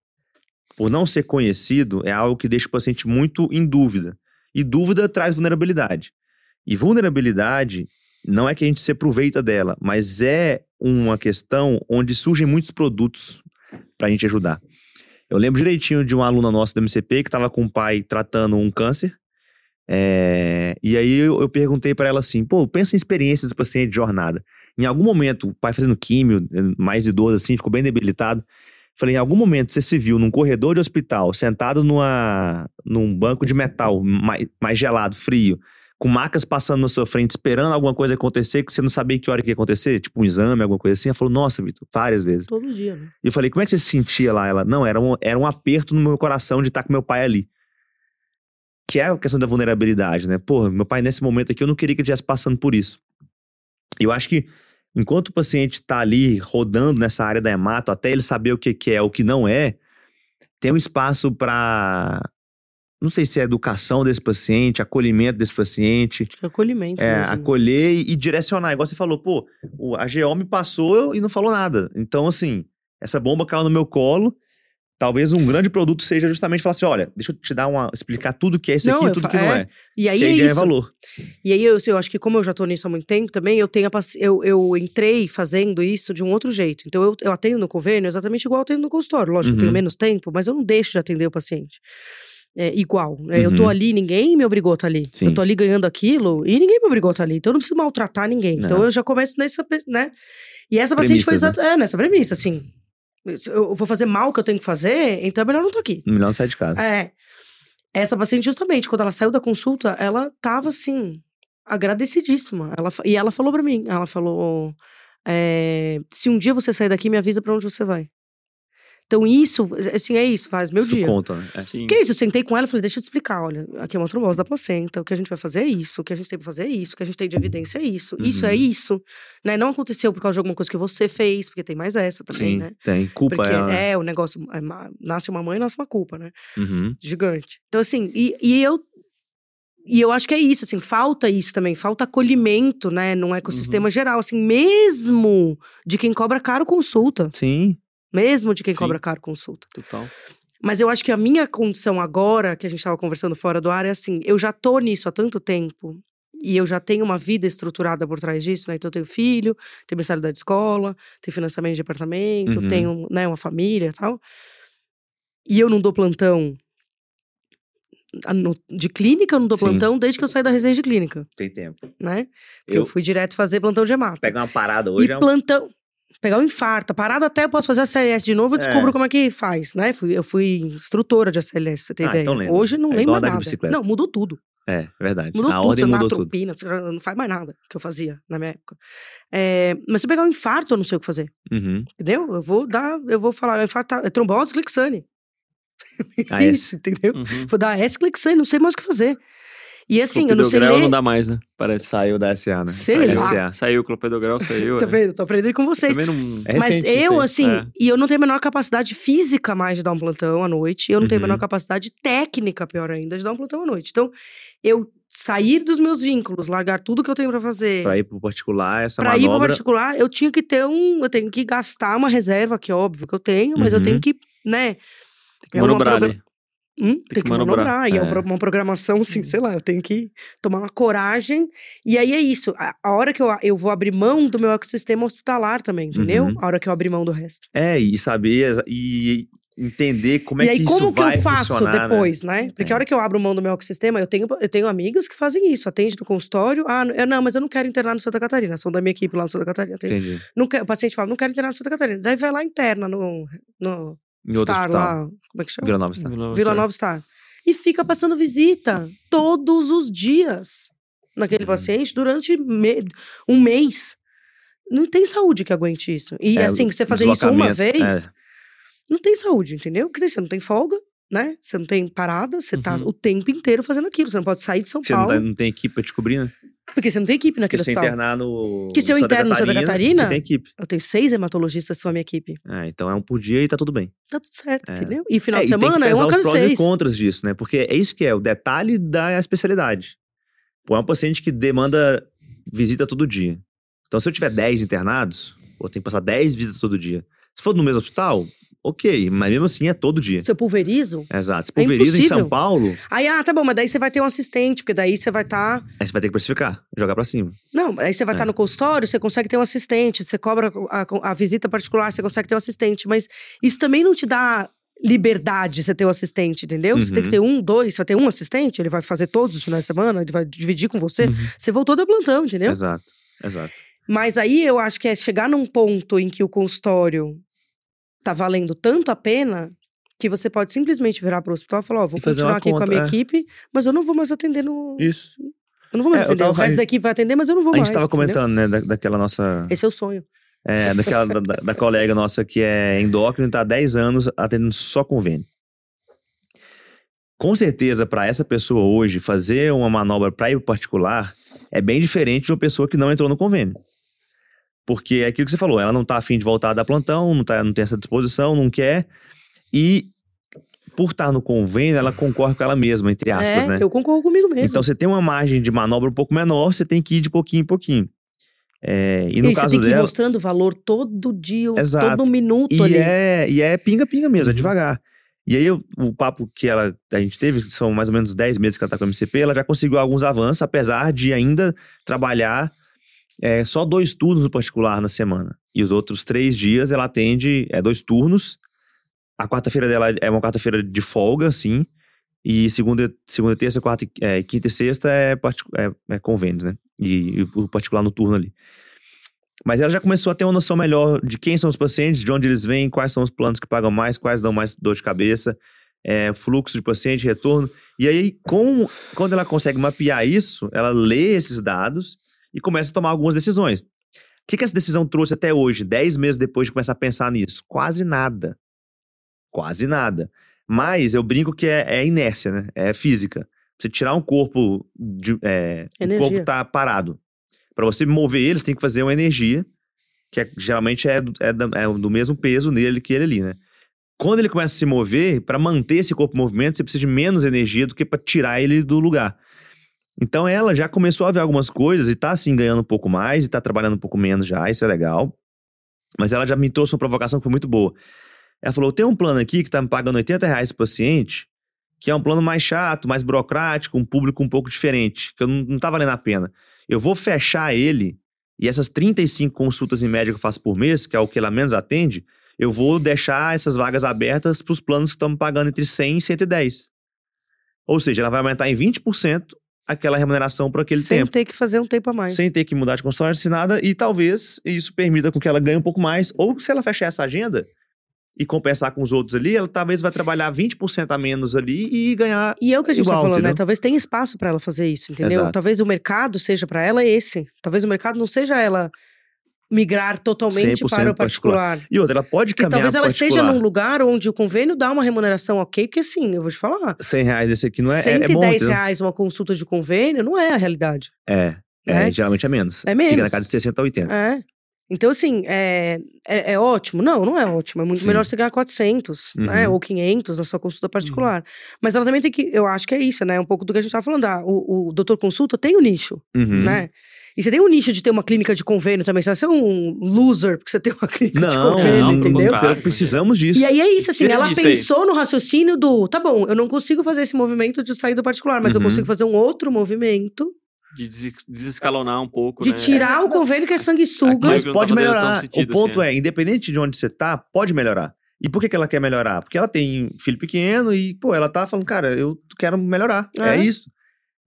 por não ser conhecido, é algo que deixa o paciente muito em dúvida. E dúvida traz vulnerabilidade. E vulnerabilidade não é que a gente se aproveita dela, mas é uma questão onde surgem muitos produtos para a gente ajudar. Eu lembro direitinho de uma aluna nossa do MCP que estava com o pai tratando um câncer. é, e aí eu, eu perguntei para ela assim: pô, pensa em experiência dos pacientes de jornada. Em algum momento, o pai fazendo químio, mais idoso assim, ficou bem debilitado. Falei, em algum momento você se viu num corredor de hospital, sentado numa, num banco de metal mais, mais gelado, frio, com macas passando na sua frente, esperando alguma coisa acontecer que você não sabia que hora que ia acontecer, tipo um exame, alguma coisa assim. Ela falou, nossa, Vitor, várias vezes.
Todo dia, né?
E eu falei, como é que você se sentia lá? Ela, não, era um, era um aperto no meu coração de estar com meu pai ali. Que é a questão da vulnerabilidade, né? Porra, meu pai nesse momento aqui, eu não queria que ele estivesse passando por isso. E eu acho que enquanto o paciente tá ali rodando nessa área da hemato, até ele saber o que, que é, o que não é, tem um espaço pra. Não sei se é educação desse paciente, acolhimento desse paciente,
Acho que é acolhimento.
é,
mesmo.
acolher e, e direcionar. Igual você falou, pô, o- a GO me passou e não falou nada. Então, assim, essa bomba caiu no meu colo. Talvez um grande produto seja justamente falar assim: olha, deixa eu te dar uma. explicar tudo que é isso
Não,
aqui e
eu
tudo
fa-
que não é.
E aí
que
é
aí ganha
isso.
valor.
E aí eu, assim, eu acho que como eu já tô nisso há muito tempo também, eu tenho a paci- eu, eu entrei fazendo isso de um outro jeito. Então eu, eu atendo no convênio exatamente igual eu atendo no consultório. Lógico, eu tenho
Uhum.
menos tempo, mas eu não deixo de atender o paciente. É, igual. né? Eu tô
Uhum.
ali, ninguém me obrigou a estar ali.
Sim.
Eu tô ali ganhando aquilo e ninguém me obrigou a estar ali. Então eu não preciso maltratar ninguém. Então
Não.
eu já começo nessa, pre- né? E essa paciente foi
Premissa, É. né?
exata- é, nessa premissa, assim. Se Eu vou fazer mal o que eu tenho que fazer, então é melhor eu não tô aqui.
Melhor não sair de casa.
É. Essa paciente, justamente, quando ela saiu da consulta, ela tava assim, agradecidíssima. Ela, fa- e ela falou pra mim: ela falou, é, se um dia você sair daqui, me avisa pra onde você vai. Então, isso, assim, é isso, faz meu
isso
dia.
conta, né? É.
Sim.
Porque é isso, eu sentei com ela e falei, deixa eu te explicar, olha, aqui é uma trombose da placenta, o que a gente vai fazer é isso, o que a gente tem pra fazer é isso, o que a gente tem de evidência é isso, isso é
Uhum.
isso, né? Não aconteceu por causa de alguma coisa que você fez, porque tem mais essa também,
Sim,
né?
tem. Culpa
Porque
ela.
é, o negócio, é ma- nasce uma mãe, nasce uma culpa, né?
Uhum.
gigante. Então, assim, e, e eu. E eu acho que é isso, assim, falta isso também, falta acolhimento, né, num ecossistema geral, assim, mesmo de quem cobra caro consulta,
Sim.
mesmo de quem
Sim.
cobra caro consulta.
Total.
Mas eu acho que a minha condição agora, que a gente estava conversando fora do ar, é assim: eu já tô nisso há tanto tempo e eu já tenho uma vida estruturada por trás disso, né? Então eu tenho filho, tenho mensalidade de escola, tenho financiamento de apartamento,
Uhum.
tenho né, uma família e tal. E eu não dou plantão ah, no- de clínica, eu não dou
Sim.
plantão desde que eu saí da residência de clínica,
Tem tempo.
né? Porque eu,
Eu
fui direto fazer plantão de hemato.
pego uma parada
E
hoje. é um-
plantão. Pegar um infarto. Parado até eu posso fazer a CLS de novo, eu
É.
descubro como é que faz, né? Fui- eu fui instrutora de ACLS, pra você ter
Ah,
ideia.
então lembra.
Hoje não
É igual
lembro
andar de
nada.
bicicleta.
Não, mudou tudo.
É, verdade.
Mudou
a
tudo.
ordem
você andava
mudou tudo.
atropina, você não faz mais nada que eu fazia na minha época. É, mas se eu pegar um infarto, eu não sei o que fazer.
Uhum.
Entendeu? Eu vou dar, eu vou falar, é infarto é trombose, glixane. (laughs)
AS.
Isso, entendeu?
Uhum.
Vou dar S, glixane, não sei mais o que fazer. E assim, eu não sei
Clopidogrel
ler.
não dá mais, né? Parece.
Saiu da SA, né?
Sei
Saiu
lá.
da SA.
Saiu o clopidogrel, saiu.
Tá
é.
vendo? Tô aprendendo com vocês.
Também não...
É
Mas
recente
eu,
isso aí.
assim,
É.
e eu não tenho a menor capacidade física mais de dar um plantão à noite. Eu não tenho a
Uhum.
menor capacidade técnica, pior ainda, de dar um plantão à noite. Então, eu sair dos meus vínculos, largar tudo que eu tenho pra fazer.
Pra ir pro particular, essa é
Pra ir para
manobra.
particular, eu tinha que ter um. Eu tenho que gastar uma reserva, que é óbvio que eu tenho, mas eu
Uhum.
tenho que, né? é uma
Manobrar
progra-
ali.
Hum, tem,
que
que
manobrar.
manobrar. E é um
É.
pro- uma programação, assim, sei lá, eu tenho que tomar uma coragem. E aí é isso. A, a hora que eu, eu vou abrir mão do meu ecossistema hospitalar também, entendeu?
Uhum.
A hora que eu abrir mão do resto.
É, e saber exa- e entender como
e
é
aí,
que isso
como que
vai
eu faço
funcionar, né?
depois, né? Porque
É.
a hora que eu abro mão do meu ecossistema, eu tenho, eu tenho amigos que fazem isso. Atende no consultório. Ah, eu, não, mas eu não quero internar no Santa Catarina. São da minha equipe lá no Santa Catarina. Tem-
Entendi.
não quer- o paciente fala, não quero internar no Santa Catarina. Daí vai lá interna no, no
Em outro
Star
hospital. tá.
lá. Como é que chama?
Vila Nova Star.
Vila Nova Star. E fica passando visita todos os dias naquele
Uhum.
paciente durante me- um mês. Não tem saúde que aguente isso. E
É,
assim, você fazer isso uma
deslocamento,
vez,
é.
não tem saúde, entendeu? Porque você não tem folga, né? Você não tem parada, você tá
Uhum.
o tempo inteiro fazendo aquilo. Você não pode sair de São
Você não,
Paulo,
tá- não tem equipe pra descobrir, né?
porque você não tem equipe
Porque
naquele
se você
hospital.
internar no.
Que se eu interno no Santa Catarina-
Você tem equipe.
Eu tenho seis hematologistas que são a minha equipe.
É, então é um por dia e tá tudo bem.
Tá tudo certo,
É.
entendeu? E final
É, e
de
tem que
semana é
pesar
um a
os
cada
prós e
seis.
contras disso, né? Porque é isso que é, o detalhe da especialidade. Pô, é um paciente que demanda visita todo dia. Então, se eu tiver 10 internados, eu tenho que passar 10 visitas todo dia. Se for no mesmo hospital, ok, mas mesmo assim é todo dia.
Se eu pulverizo.
Exato. Se pulveriza em
É impossível.
São Paulo,
Aí, ah, tá bom, mas daí você vai ter um assistente, porque daí você vai tá estar.
aí você vai ter que precificar, jogar pra cima.
Não, aí você vai
É.
estar no consultório, você consegue ter um assistente, você cobra a, a visita particular, você consegue ter um assistente, mas isso também não te dá liberdade você ter um assistente, entendeu? Você tem que
Uhum.
ter um, dois, só tem um assistente, ele vai fazer todos os finais de semana, ele vai dividir com você.
Uhum.
Você voltou da plantão, entendeu?
Exato. Exato.
Mas aí eu acho que é chegar num ponto em que o consultório tá valendo tanto a pena que você pode simplesmente virar pro hospital e falar, ó, vou
E fazer
continuar
uma
aqui com a
conta,
minha
é.
equipe, mas eu não vou mais atender no...
Isso.
Eu não vou mais
É, eu
atender,
tava-
o resto da equipe vai atender, mas eu não vou
A
mais,
gente tava
entendeu?
comentando, né, da- daquela nossa.
Esse é o sonho.
É, daquela da, da- da colega nossa que é endócrina, tá há 10 anos atendendo só convênio. Com certeza, para essa pessoa hoje, fazer uma manobra para ir pro particular é bem diferente de uma pessoa que não entrou no convênio. Porque é aquilo que você falou, ela não tá afim de voltar da plantão, não, tá, não tem essa disposição, não quer. E por estar no convênio, ela concorre com ela mesma, entre aspas,
é,
né?
eu concorro comigo mesmo.
Então você tem uma margem de manobra um pouco menor, você tem que ir de pouquinho em pouquinho. É, e no
aí,
caso
você tem que ir
dela.
mostrando o valor todo dia, um,
Exato.
todo minuto
E
ali.
é, e é pinga-pinga mesmo, é
Uhum.
devagar. E aí, eu- o papo que ela, a gente teve, que são mais ou menos 10 meses que ela tá com a MCP, ela já conseguiu alguns avanços, apesar de ainda trabalhar é, só dois turnos no particular na semana. E os outros três dias ela atende é, dois turnos. A quarta-feira dela é uma quarta-feira de folga, assim. E segunda, segunda terça, quarta, e- é, quinta e sexta é, particu- é, é convênios, né? E, e o particular no turno ali. Mas ela já começou a ter uma noção melhor de quem são os pacientes, de onde eles vêm, quais são os planos que pagam mais, quais dão mais dor de cabeça, é, fluxo de paciente, retorno. E aí, com, quando ela consegue mapear isso, ela lê esses dados e começa a tomar algumas decisões. O que, que essa decisão trouxe até hoje, 10 meses depois de começar a pensar nisso? Quase nada. Quase nada. Mas eu brinco que é, é inércia, né? É física. Você tirar um corpo de, é, o
Energia.
corpo tá parado. Para você mover ele, você tem que fazer uma energia, que é- geralmente é do, é da- é do mesmo peso nele que ele ali, né? Quando ele começa a se mover, para manter esse corpo em movimento, você precisa de menos energia do que para tirar ele do lugar. Então ela já começou a ver algumas coisas e tá assim ganhando um pouco mais e tá trabalhando um pouco menos já, isso é legal. Mas ela já me trouxe uma provocação que foi muito boa. Ela falou: tem um plano aqui que tá me pagando 80 reais pro paciente, que é um plano mais chato, mais burocrático, um público um pouco diferente, que eu não, não tá valendo a pena. Eu vou fechar ele e essas 35 consultas em média que eu faço por mês, que é o que ela menos atende, eu vou deixar essas vagas abertas para os planos que estão me pagando entre 100 e 110. Ou seja, ela vai aumentar em 20% aquela remuneração por aquele
Sem
tempo
ter que fazer um tempo a mais.
sem ter que mudar de consultório assinada e talvez isso permita com que ela ganhe um pouco mais ou se ela fechar essa agenda e compensar com os outros ali, ela talvez vai trabalhar 20% a menos ali e ganhar
E é o que a gente
Igual,
tá falando, né?
entendeu?
Talvez tenha espaço pra ela fazer isso, entendeu?
Exato.
Talvez o mercado seja pra ela esse. Talvez o mercado não seja ela migrar totalmente
100%
para o particular.
particular. e outra, ela pode
Porque
caminhar
talvez ela esteja
particular.
num lugar onde o convênio dá uma remuneração ok, porque sim, eu vou te falar.
100 reais esse aqui não é, é, é
110
bom, entendeu?
reais uma consulta de convênio não é a realidade.
É, é,
né?
geralmente é menos.
É menos.
Fica na casa de 60 a 80.
É. Então, assim, é, é, é ótimo? Não, não é ótimo. É muito
Sim.
melhor você ganhar 400, né?
Uhum.
Ou 500 na sua consulta particular. Mas ela também tem que... Eu acho que é isso, né? Um pouco do que a gente tava falando. Ah, o, o doutor consulta tem o nicho,
Uhum.
né? E você tem o nicho de ter uma clínica de convênio também. Você vai ser um loser porque você tem uma (laughs) clínica de
Não,
convênio,
não, pelo
entendeu?
Pelo que precisamos disso.
E aí é isso, assim,
Tira
ela
disso aí.
pensou no raciocínio do, tá bom, eu não consigo fazer esse movimento de sair do particular, mas eu
Uhum.
consigo fazer um outro movimento
De des- desescalonar um pouco,
de
né?
tirar o convênio que é sanguessuga.
Mas
Inclusive, não
pode
tá fazendo
melhorar.
tanto sentido,
o ponto
assim,
é, independente de onde você tá, pode melhorar. E por que, que ela quer melhorar? Porque ela tem filho pequeno e, pô, ela tá falando, cara, eu quero melhorar. É,
É.
isso.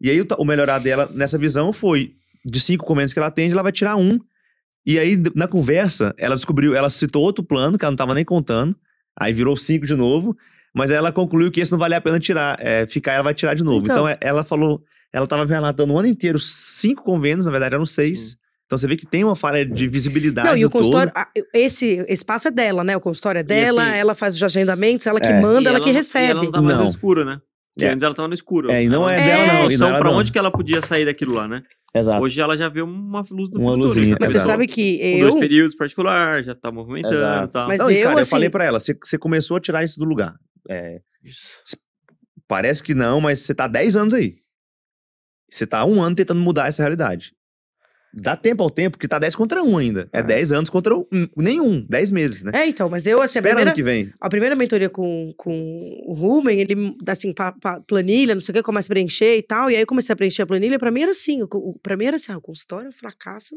E aí o, ta- o melhorar dela nessa visão foi: de cinco comentários que ela atende, ela vai tirar um. E aí, d- na conversa, ela descobriu, ela citou outro plano que ela não tava nem contando. Aí virou cinco de novo. Mas aí ela concluiu que esse não valia a pena tirar. é, ficar, ela vai tirar de novo.
Então.
Então, é- ela falou. Ela tava relatando o ano inteiro cinco convênios, na verdade eram seis.
Sim.
Então você vê que tem uma falha de visibilidade.
Não, e o
do todo.
consultório, a- esse espaço é dela, né? O consultório é dela,
assim-
ela faz os agendamentos, ela que
É.
E
manda, ela, que
não- e
recebe.
ela não tá mais no
Não.
escuro, né? Porque
É.
antes ela tava no escuro.
É, e não é
Ela
dela,
tinha
não,
e
noção
não era
pra
não.
onde que ela podia sair daquilo lá, né?
Exato.
Hoje ela já vê uma luz do
Uma
fim do túnel.
luzinha,
já tá
Mas você
Exato.
sabe que
com
eu...
dois períodos particular, já tá movimentando e
Exato.
tal.
Mas
não, e,
eu,
cara,
assim-
eu falei pra ela, você- você começou a tirar isso do lugar. É, parece que não, mas você tá 10 anos aí. Você tá há um ano tentando mudar essa realidade. Dá tempo ao tempo, que tá 10 contra 1 ainda. É
É.
10 anos contra um, nenhum, 10 meses, né?
É, então, mas eu, assim, a
Espera
primeira,
ano que vem.
a primeira mentoria com, com o Rumen, ele, assim, pa- pa- planilha, não sei o que, começa a preencher e tal. E aí eu comecei a preencher a planilha, pra mim era assim, o- o- pra mim era assim, ah, o consultório é um fracasso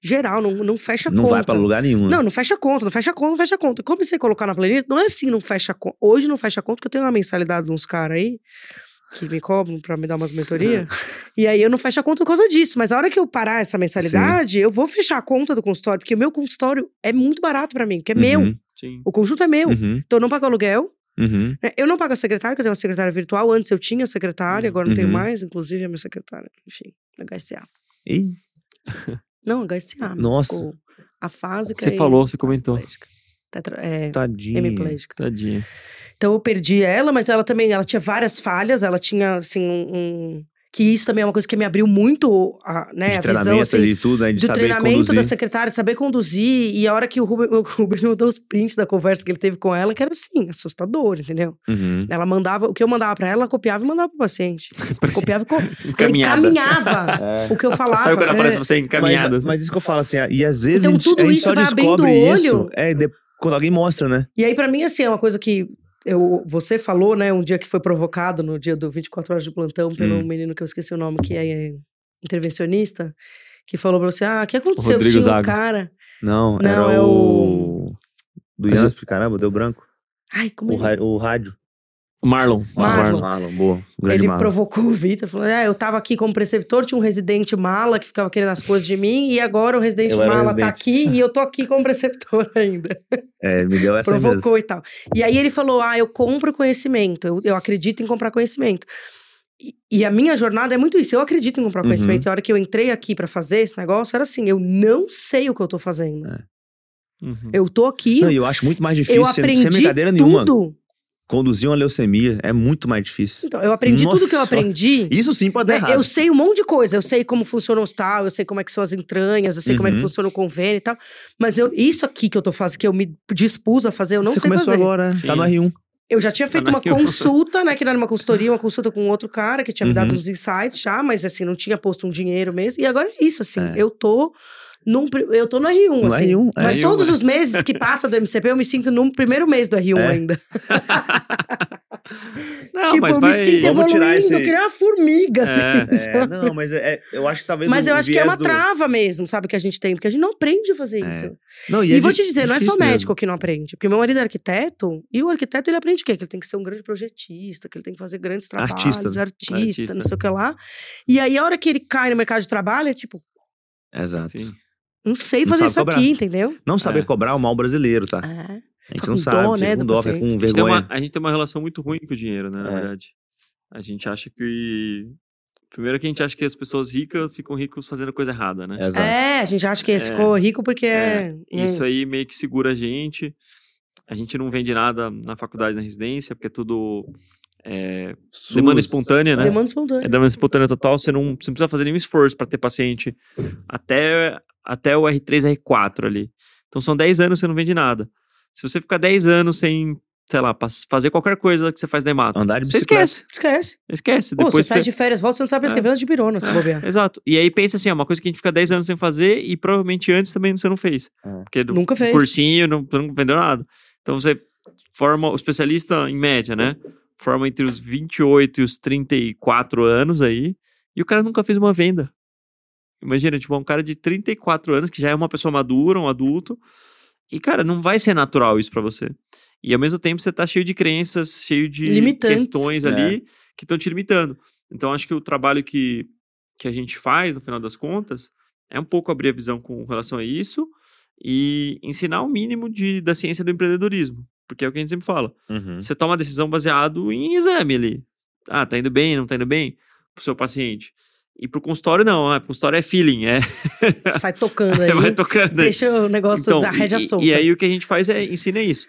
geral, não, não fecha
Não
conta.
vai pra lugar nenhum. né?
Não, não fecha conta, não fecha conta, não fecha conta. Comecei a colocar na planilha, não é assim, não fecha conta. Hoje não fecha conta, porque eu tenho uma mensalidade de uns caras aí que me cobram pra me dar umas
(laughs)
mentorias. e aí eu não fecho a conta por causa disso. Mas a hora que eu parar essa mensalidade, eu vou fechar a conta do consultório, porque o meu consultório é muito barato pra mim, porque é meu.
Uhum,
Sim.
O conjunto é meu.
uhum,
Então eu não pago aluguel.
uhum.
né? Eu não pago a secretária, que eu tenho uma secretária virtual. Antes eu tinha secretária, agora não tenho
Uhum.
mais, inclusive a minha secretária. Enfim, HSA.
Ih,
Não, HSA.
Nossa.
ficou A fase que
Você falou, você comentou.
Tetra, é,
tadinha.
hemiplégica.
Tadinha.
Então eu perdi ela, mas ela também, ela tinha várias falhas, ela tinha assim um, um- que isso também é uma coisa que me abriu muito, a, né,
De
a visão
treinamento
assim,
ali e tudo, né? De
do
saber
treinamento
conduzir.
da secretária, saber conduzir e a hora que o Ruben, (laughs) o Ruben mandou os prints da conversa que ele teve com ela, que era assim, assustador, entendeu?
Uhum.
Ela mandava, o que eu mandava pra ela, ela copiava e mandava pro paciente.
(laughs)
(laughs)
Copiava e co... ele
Encaminhada.
caminhava
É.
o que eu falava.
Sabe quando
É.
aparece você encaminhada?
Mas, mas isso que eu falo, assim, e às vezes
Então,
a gente,
tudo
a gente
isso
só
vai abrindo
descobre
o olho.
isso é, de- quando alguém mostra, né?
E aí, pra mim, assim, é uma coisa que eu, você falou, né? Um dia que foi provocado, no dia do 24 horas de plantão, pelo
Hum.
menino que eu esqueci o nome, que é, é, intervencionista, que falou pra você: ah, o que aconteceu?
Rodrigo
Tinha um
Zago.
cara.
Não,
Não,
era
é
o... Do
Mas
Iansp, caramba, deu branco.
Ai, como
O,
ele.
ra- o rádio.
Marlon.
Marlon.
boa. O um grande
ele
Marlon.
provocou o Vitor, falou: ah, eu tava aqui como preceptor, tinha um residente mala que ficava querendo as coisas de mim, e agora o residente
Eu era
mala
residente."
tá aqui e eu tô aqui como preceptor (laughs) ainda.
É, me deu essa
provocou
mesmo.
e tal. E aí ele falou: Ah, eu compro conhecimento, eu, eu acredito em comprar conhecimento. E, e a minha jornada é muito isso. Eu acredito em comprar
Uhum.
conhecimento. E a hora que eu entrei aqui pra fazer esse negócio, era assim: eu não sei o que eu tô fazendo.
É.
Uhum.
Eu tô aqui,
Não, e eu acho muito mais difícil,
eu
sem-
aprendi
sem brincadeira nenhuma,
tudo.
conduzir uma leucemia é muito mais difícil.
Então, eu aprendi tudo que eu
Nossa.
aprendi.
Isso sim pode dar
né?
errado.
Eu sei um monte de coisa. Eu sei como funciona o hospital, eu sei como é que são as entranhas, eu sei como é que
Uhum.
funciona o convênio e tal. Mas eu, isso aqui que eu tô fazendo, que eu me dispus a fazer, eu não
Você
sei
começou
fazer.
agora, né?
Sim.
tá no R1.
Eu já tinha feito
(laughs)
não
uma
é eu.
consulta, né? Que não era uma consultoria, uma consulta com outro cara que tinha me dado
Uhum.
uns insights já, mas assim, não tinha posto um dinheiro mesmo. E agora é isso, assim,
É.
eu tô Num pri- eu tô no R1,
No
assim.
R1, é.
Mas
R1,
todos
é.
os meses que passa do MCP, eu me sinto no primeiro mês do R1
É.
ainda.
Não,
tipo,
mas
eu
vai...
me sinto
Vamos tirar
evoluindo,
esse-
eu queria uma formiga, assim. (laughs)
É.
É, não, mas é, é- eu acho que talvez.
Mas
o-
eu
o
acho que é
viés
uma
do-
trava mesmo, sabe, que a gente tem, porque a gente não aprende a fazer
É.
isso.
Não,
E,
é
vou
di-
te dizer, não é só
difícil mesmo.
médico que não aprende. Porque meu marido é arquiteto, e o arquiteto ele aprende o quê? Que ele tem que ser um grande projetista, que ele tem que fazer grandes trabalhos,
Artista,
artista,
né?
Artista.
não sei o que lá. E aí, a hora que ele cai no mercado de trabalho, é tipo,
Exato.
Sim.
não sei
Não
fazer
sabe
isso
cobrar.
aqui, entendeu?
Não saber
É.
cobrar é o mal brasileiro, tá?
Ah,
É.
A gente
Fica
não
com
sabe,
dó,
fica
né,
com
do
dó, fica com
assim, A gente, tem
vergonha.
uma, a gente tem uma relação muito ruim com o dinheiro, né? Na
É.
verdade. A gente acha que. Primeiro que a gente acha que as pessoas ricas ficam ricas fazendo coisa errada, né?
Exato.
É, a gente acha que esse
É.
ficou rico porque é.
Isso aí meio que segura a gente. A gente não vende nada na faculdade, na residência, porque é tudo é,
SUS,
demanda espontânea, né?
Demanda
É
espontânea.
demanda espontânea total, você não, você não precisa fazer nenhum esforço para ter paciente até, até o R3, R4 ali. Então são 10 anos que você não vende nada. Se você ficar 10 anos sem, sei lá, pas- fazer qualquer coisa que você faz na EMATA,
Andar de
você
bicicleta.
esquece.
Esquece.
Esquece.
Pô, você tá
Depois
sai
você- É.
de férias, volta, você não sabe escrever antes de pirona, se bobear.
Exato. E aí pensa assim, é uma coisa que a gente fica 10 anos sem fazer e provavelmente antes também você não fez.
É.
Porque (laughs) do
Nunca fez.
um cursinho não, não vendeu nada. Então você forma o especialista em média, né? Forma entre os 28 e os 34 anos aí, e o cara nunca fez uma venda. Imagina, tipo, um cara de 34 anos que já é uma pessoa madura, um adulto, e cara, não vai ser natural isso pra você. E ao mesmo tempo você tá cheio de crenças, cheio de
Limitantes.
questões
É.
ali que estão te limitando. Então acho que o trabalho que, que a gente faz, no final das contas, é um pouco abrir a visão com relação a isso e ensinar o mínimo de, da ciência do empreendedorismo. Porque é o que a gente sempre fala.
Uhum.
Você toma a decisão baseado em exame ali. Ah, tá indo bem, não tá indo bem pro seu paciente. E pro consultório, não. Ah, pro consultório é feeling, é.
Sai tocando aí.
(laughs) Vai tocando. aí.
Deixa o negócio da
Então, e-
rédea
e,
solta.
E aí o que a gente faz é ensina isso.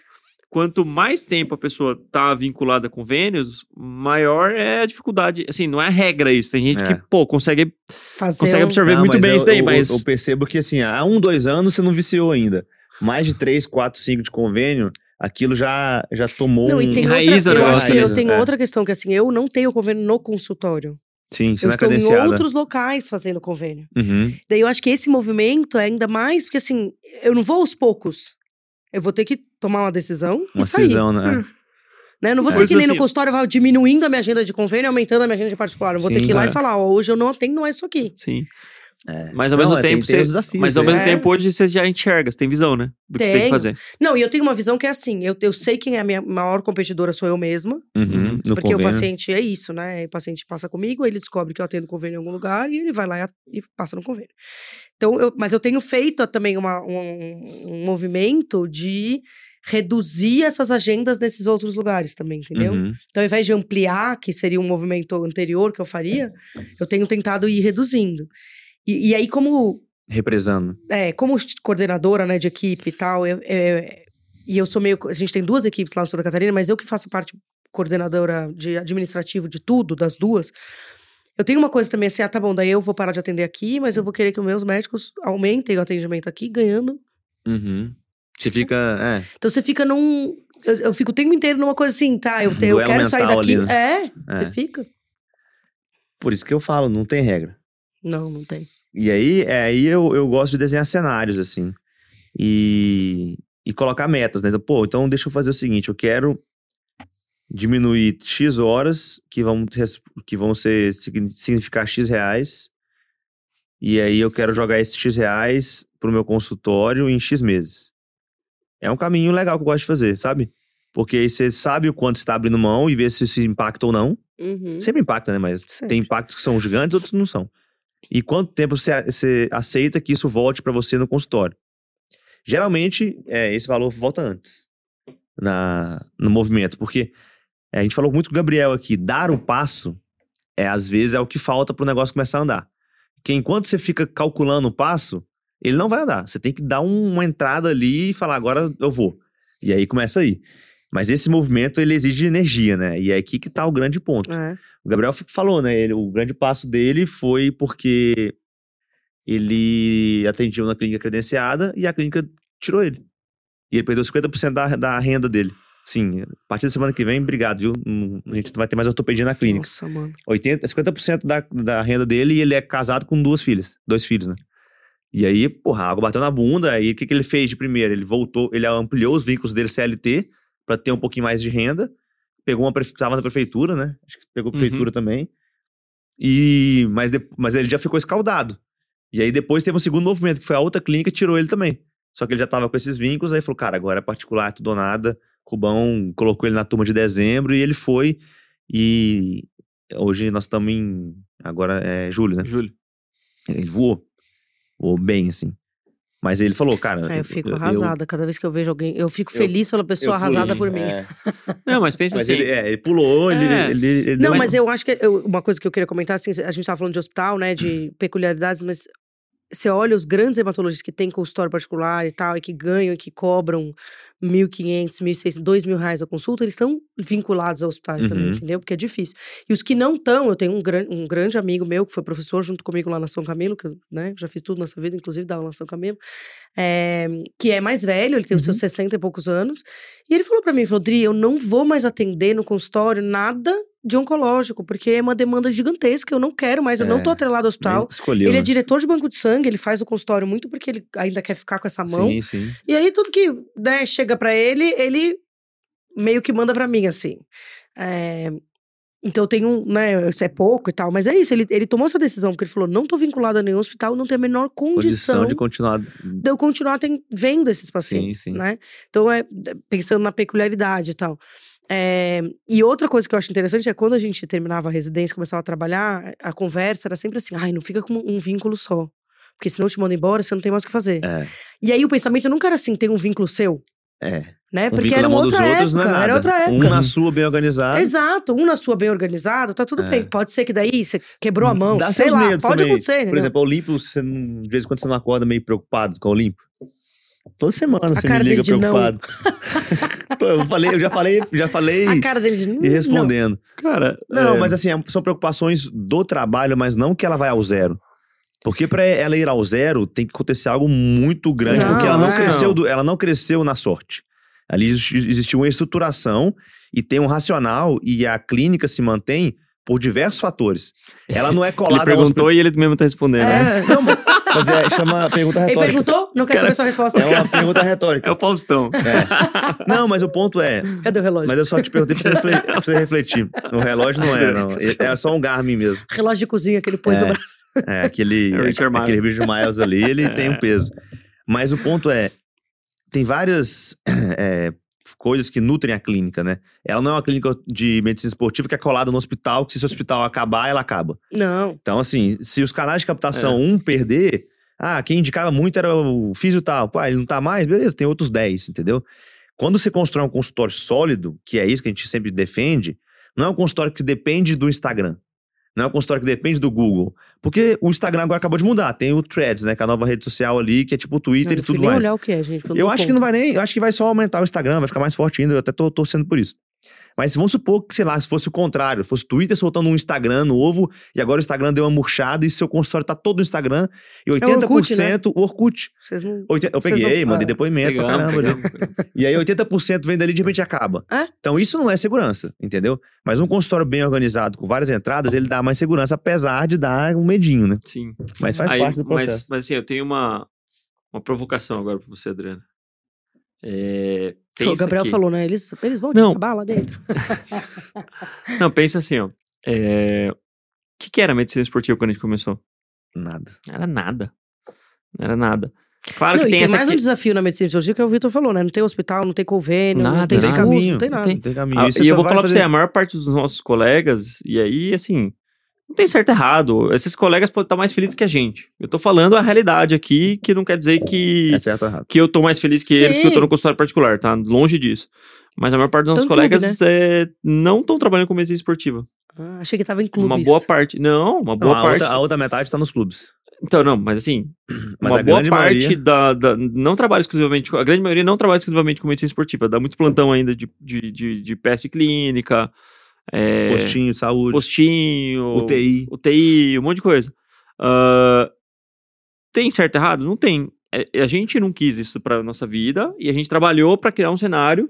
Quanto mais tempo a pessoa tá vinculada a convênios, maior é a dificuldade. Assim, não é regra isso. Tem gente
É.
que, pô, consegue,
Fazer
consegue
um-
absorver muito
mas é
bem
eu-
isso daí,
eu-
mas.
Eu percebo que, assim, há um, dois anos você não viciou ainda. Mais de três, quatro, cinco de convênio, aquilo já, já tomou
Não, e
um-
tem
enraiza o
outra, eu acho
negócio,
que eu
né?
tenho
É.
outra questão que assim, eu não tenho convênio no consultório.
Sim, você
eu
não é
estou em
credenciada.
outros locais fazendo convênio.
Uhum.
Daí eu acho que esse movimento é ainda mais porque assim, eu não vou aos poucos. Eu vou ter que tomar uma decisão
Uma
e sair.
cisão, né?
Né? Eu Não vou
É.
ser que nem
Mas,
no
assim,
consultório vai diminuindo a minha agenda de convênio, e aumentando a minha agenda de particular. Eu vou ter
Sim,
que ir lá
é.
e falar, ó, hoje eu não atendo mais isso aqui.
Sim.
É.
Mas ao
Não,
mesmo
é, tem-
tempo,
tem
você-
os desafios,
mas ao
é.
mesmo
É.
tempo hoje você já enxerga, você tem visão, né? Do que você tem que
Tenho.
fazer.
Não, e eu tenho uma visão que é assim, eu, eu sei quem é a minha maior competidora sou eu mesma.
Uhum. No
porque o
convênio.
paciente é isso, né? O paciente passa comigo, aí ele descobre que eu atendo convênio em algum lugar e ele vai lá e, a- e passa no convênio. Então, eu- mas eu tenho feito também uma- um, um movimento de reduzir essas agendas nesses outros lugares também, entendeu?
Uhum.
Então, ao invés de ampliar, que seria um movimento anterior que eu faria, eu tenho tentado ir reduzindo. E, e aí, como,
Represando.
é, como coordenadora né, de equipe e tal, eu- é, e eu sou meio. co- A gente tem duas equipes lá no Santa Catarina, mas eu que faço parte coordenadora de administrativo de tudo, das duas. Eu tenho uma coisa também assim, ah, tá bom, daí eu vou parar de atender aqui, mas eu vou querer que os meus médicos aumentem o atendimento aqui, ganhando.
Uhum. Você fica. É.
Então você fica num. Eu, eu fico o tempo inteiro numa coisa assim, tá, eu, te- eu
Duelo
quero sair
mental
daqui.
ali,
É,
É.
você fica.
Por isso que eu falo, não tem regra.
Não, não tem.
E aí, é, aí eu, eu gosto de desenhar cenários, assim. E, e colocar metas, né? Então, pô, então deixa eu fazer o seguinte: eu quero diminuir X horas que vão, res- que vão ser, signi- significar X reais. E aí eu quero jogar esses X reais pro meu consultório em X meses. É um caminho legal que eu gosto de fazer, sabe? Porque aí você sabe o quanto você tá abrindo mão e vê se isso impacta ou não.
Uhum.
Sempre impacta, né? Mas
Sempre.
tem impactos que são gigantes, outros não são. E quanto tempo você, a- você aceita que isso volte para você no consultório? Geralmente, é, esse valor volta antes na, no movimento, porque é, a gente falou muito com o Gabriel aqui, dar o passo, é às vezes, é o que falta para o negócio começar a andar. Porque enquanto você fica calculando o passo, ele não vai andar. Você tem que dar um- uma entrada ali e falar, agora eu vou. E aí começa aí. Mas esse movimento, ele exige energia, né? E é aqui que tá o grande ponto.
É.
O Gabriel f- falou, né? Ele, o grande passo dele foi porque ele atendia na clínica credenciada e a clínica tirou ele. E ele perdeu 50% da, da renda dele. Sim, a partir da semana que vem, obrigado, viu? Hum, A gente não vai ter mais ortopedia na clínica.
Nossa, mano.
é 80, 50% da, da renda dele e ele é casado com duas filhas. Dois filhos, né? E aí, porra, a água bateu na bunda. Aí o que, que ele fez de primeiro? Ele voltou, ele ampliou os vínculos dele CLT para ter um pouquinho mais de renda. Pegou uma estava na prefeitura, né? Acho que pegou a
Uhum.
prefeitura também. E mas, de- mas ele já ficou escaldado. E aí depois teve um segundo movimento que foi a outra clínica que tirou ele também. Só que ele já tava com esses vínculos, aí falou, cara, agora é particular, tudo ou nada. Cubão colocou ele na turma de dezembro e ele foi. E hoje nós estamos em. Agora é julho, né?
Júlio.
Ele voou. Voou bem, assim. Mas ele falou, cara.
É, eu fico arrasada cada vez que eu vejo alguém. Eu um, fico feliz pela pessoa
eu pulei,
arrasada por mim.
é.
Não, mas pensa
Mas
assim.
ele, é, ele pulou, ele,
É.
ele, ele deu
Não,
uma-
mas eu acho que eu- uma coisa que eu queria comentar, assim, a gente estava falando de hospital, né, de peculiaridades, mas você olha os grandes hematologistas que têm consultório particular e tal, e que ganham e que cobram 1.500, 1.600, 2.000 reais a consulta, eles estão vinculados a hospitais também,
Uhum.
entendeu? Porque é difícil. E os que não estão, eu tenho um, gran, um grande amigo meu que foi professor junto comigo lá na São Camilo, que eu né, já fiz tudo nessa vida, inclusive dava lá na São Camilo, é, que é mais velho, ele tem os seus
Uhum.
60 e poucos anos, e ele falou pra mim, falou, Dri, eu não vou mais atender no consultório nada de oncológico, porque é uma demanda gigantesca, eu não quero mais, eu não
É,
tô atrelado ao hospital.
Mas Escolheu.
Ele é
né?
diretor de banco de sangue, ele faz o consultório muito porque ele ainda quer ficar com essa mão.
Sim, sim.
E aí tudo que né, chega pra ele, ele meio que manda pra mim, assim. É, Então tem um, né, isso é pouco e tal, mas é isso, ele, ele tomou essa decisão, porque ele falou, não tô vinculado a nenhum hospital, não tem a menor condição,
Condição de continuar.
de eu continuar ten- vendo esses pacientes,
sim.
né? Então, é pensando na peculiaridade e tal. É, e outra coisa que eu acho interessante é quando a gente terminava a residência, começava a trabalhar, a conversa era sempre assim, ai, não fica com um vínculo só. Porque senão eu te mando embora, você não tem mais o que fazer.
É.
E aí o pensamento nunca era assim, tem um vínculo seu,
É.
né?
Um
Porque
vínculo
era
na mão dos
outra
outros não é
época,
nada.
era outra época.
Um na sua, bem organizado.
Exato, um na sua bem organizado, tá tudo
É. Hum,
bem. Pode ser que daí você quebrou a mão,
Dá
sei
seus
lá,
medos
pode
também.
acontecer.
Por
entendeu?
exemplo, a Olímpio, você não- de vez em quando você não acorda meio preocupado com a Olímpio? Toda semana você me
cara dele
liga
de não.
(laughs) preocupado. Tô, eu falei, eu já falei, já falei
a cara dele de, "Hum,
e
não."
respondendo.
Cara,
Não,
é,
mas assim, são preocupações do trabalho, mas não que ela vai ao zero. Porque pra ela ir ao zero, tem que acontecer algo muito grande,
Não,
porque ela não,
é.
cresceu do- ela não cresceu na sorte. Ali exi- existiu uma estruturação e tem um racional e a clínica se mantém por diversos fatores. Ela não é
Ele
colada ao hospital.
perguntou e ele mesmo tá respondendo. né?
É, não, mas é, chama pergunta
Ele
retórica.
perguntou, não quer saber sua resposta.
(laughs) É uma pergunta retórica.
É o Faustão.
Não, mas o ponto é,
Cadê o relógio?
mas eu só te perguntei pra você refle- pra você refletir. O relógio não é, não. É só um Garmin mesmo.
relógio de cozinha que ele pôs no
É.
braço.
É, aquele,
É o Richard Miles.
aquele Richard Miles ali, ele tem um peso. Mas o ponto é, tem várias é, coisas que nutrem a clínica, né? Ela não é uma clínica de medicina esportiva que é colada no hospital, que se o hospital acabar, ela acaba.
Não.
Então, assim, se os canais de captação um perder, ah, quem indicava muito era o físio tal. Pô, ele não tá mais, beleza, tem outros 10, entendeu? Quando você constrói um consultório sólido, que é isso que a gente sempre defende, não é um consultório que depende do Instagram. Não é um consultório que depende do Google. Porque o Instagram agora acabou de mudar. Tem o Threads, né? Que é a nova rede social ali, que é tipo o Twitter
eu
e tudo
nem
mais.
olhar o que é, gente. porque
Eu acho que não vai
dou
nem. Eu acho que vai só aumentar o Instagram, vai ficar mais forte ainda. Eu até tô torcendo por isso. Mas vamos supor que, sei lá, se fosse o contrário, fosse o Twitter soltando um Instagram novo, e agora o Instagram deu uma murchada e seu consultório tá todo no Instagram, e 80%
Orkut, né?
o Orkut.
conta. Vocês não...
Oite- Eu
Vocês
peguei,
não-
mandei
ah,
depoimento pra caramba. né? E aí 80% vem dali e de repente acaba.
É?
Então isso não é segurança, entendeu? Mas um consultório bem organizado, com várias entradas, ele dá mais segurança, apesar de dar um medinho, né?
Sim.
Mas faz
Aí,
parte do processo.
mas, mas assim, eu tenho uma, uma provocação agora pra você, Adriana. É,
O
pensa
Gabriel
que-
falou, né? Eles, eles vão
Não.
te acabar lá dentro.
Não, pensa assim, ó. É, O que, que era medicina esportiva quando a gente começou?
Nada.
Não era nada. Não era nada. Claro
não,
que
e
tem,
tem
essa
mais
que-
um desafio na medicina cirúrgica que o Vitor falou, né? Não tem hospital, não tem convênio, não
Nada,
tem
Não
nada.
tem
SUS,
caminho.
não tem nada.
Não tem caminho.
Ah,
Isso
e
só
eu vou
vai
falar pra
fazer-
você, a maior parte dos nossos colegas, e aí, assim, não tem certo e errado. Esses colegas podem estar mais felizes que a gente. Eu tô falando a realidade aqui, que não quer dizer que,
É certo ou errado?
que eu tô mais feliz que
Sim.
eles, porque eu tô no consultório particular, tá? Longe disso. Mas a maior parte dos nossos
Tão clube, né?
colegas é, não estão trabalhando com medicina esportiva.
Ah, achei que tava em clubes.
Uma boa parte. Não, uma
Não,
boa
a,
parte.
Ah, outra, a outra metade tá nos clubes.
Então, não, mas assim,
Mas
uma
a
boa
grande
parte
maioria-
da, da- Não trabalha exclusivamente. com- A grande maioria não trabalha exclusivamente com medicina esportiva. Dá muito plantão ainda de, de, de, de peste clínica. é,
Postinho, saúde,
postinho,
UTI.
UTI, um monte de coisa. Ah, tem certo e errado? Não tem. É, A gente não quis isso para nossa vida e a gente trabalhou para criar um cenário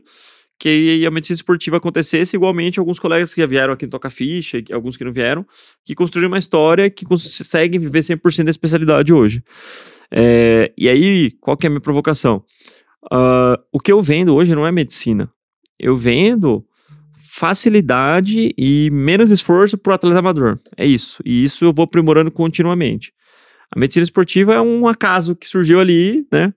que a medicina esportiva acontecesse igualmente alguns colegas que já vieram aqui no Toca Ficha, e alguns que não vieram, que construíram uma história que conseguem viver 100% da especialidade hoje. É, e aí, qual que é a minha provocação? Ah, o que eu vendo hoje não é medicina. Eu vendo facilidade e menos esforço para o atleta amador. É isso. E isso eu vou aprimorando continuamente. A medicina esportiva é um acaso que surgiu ali, né?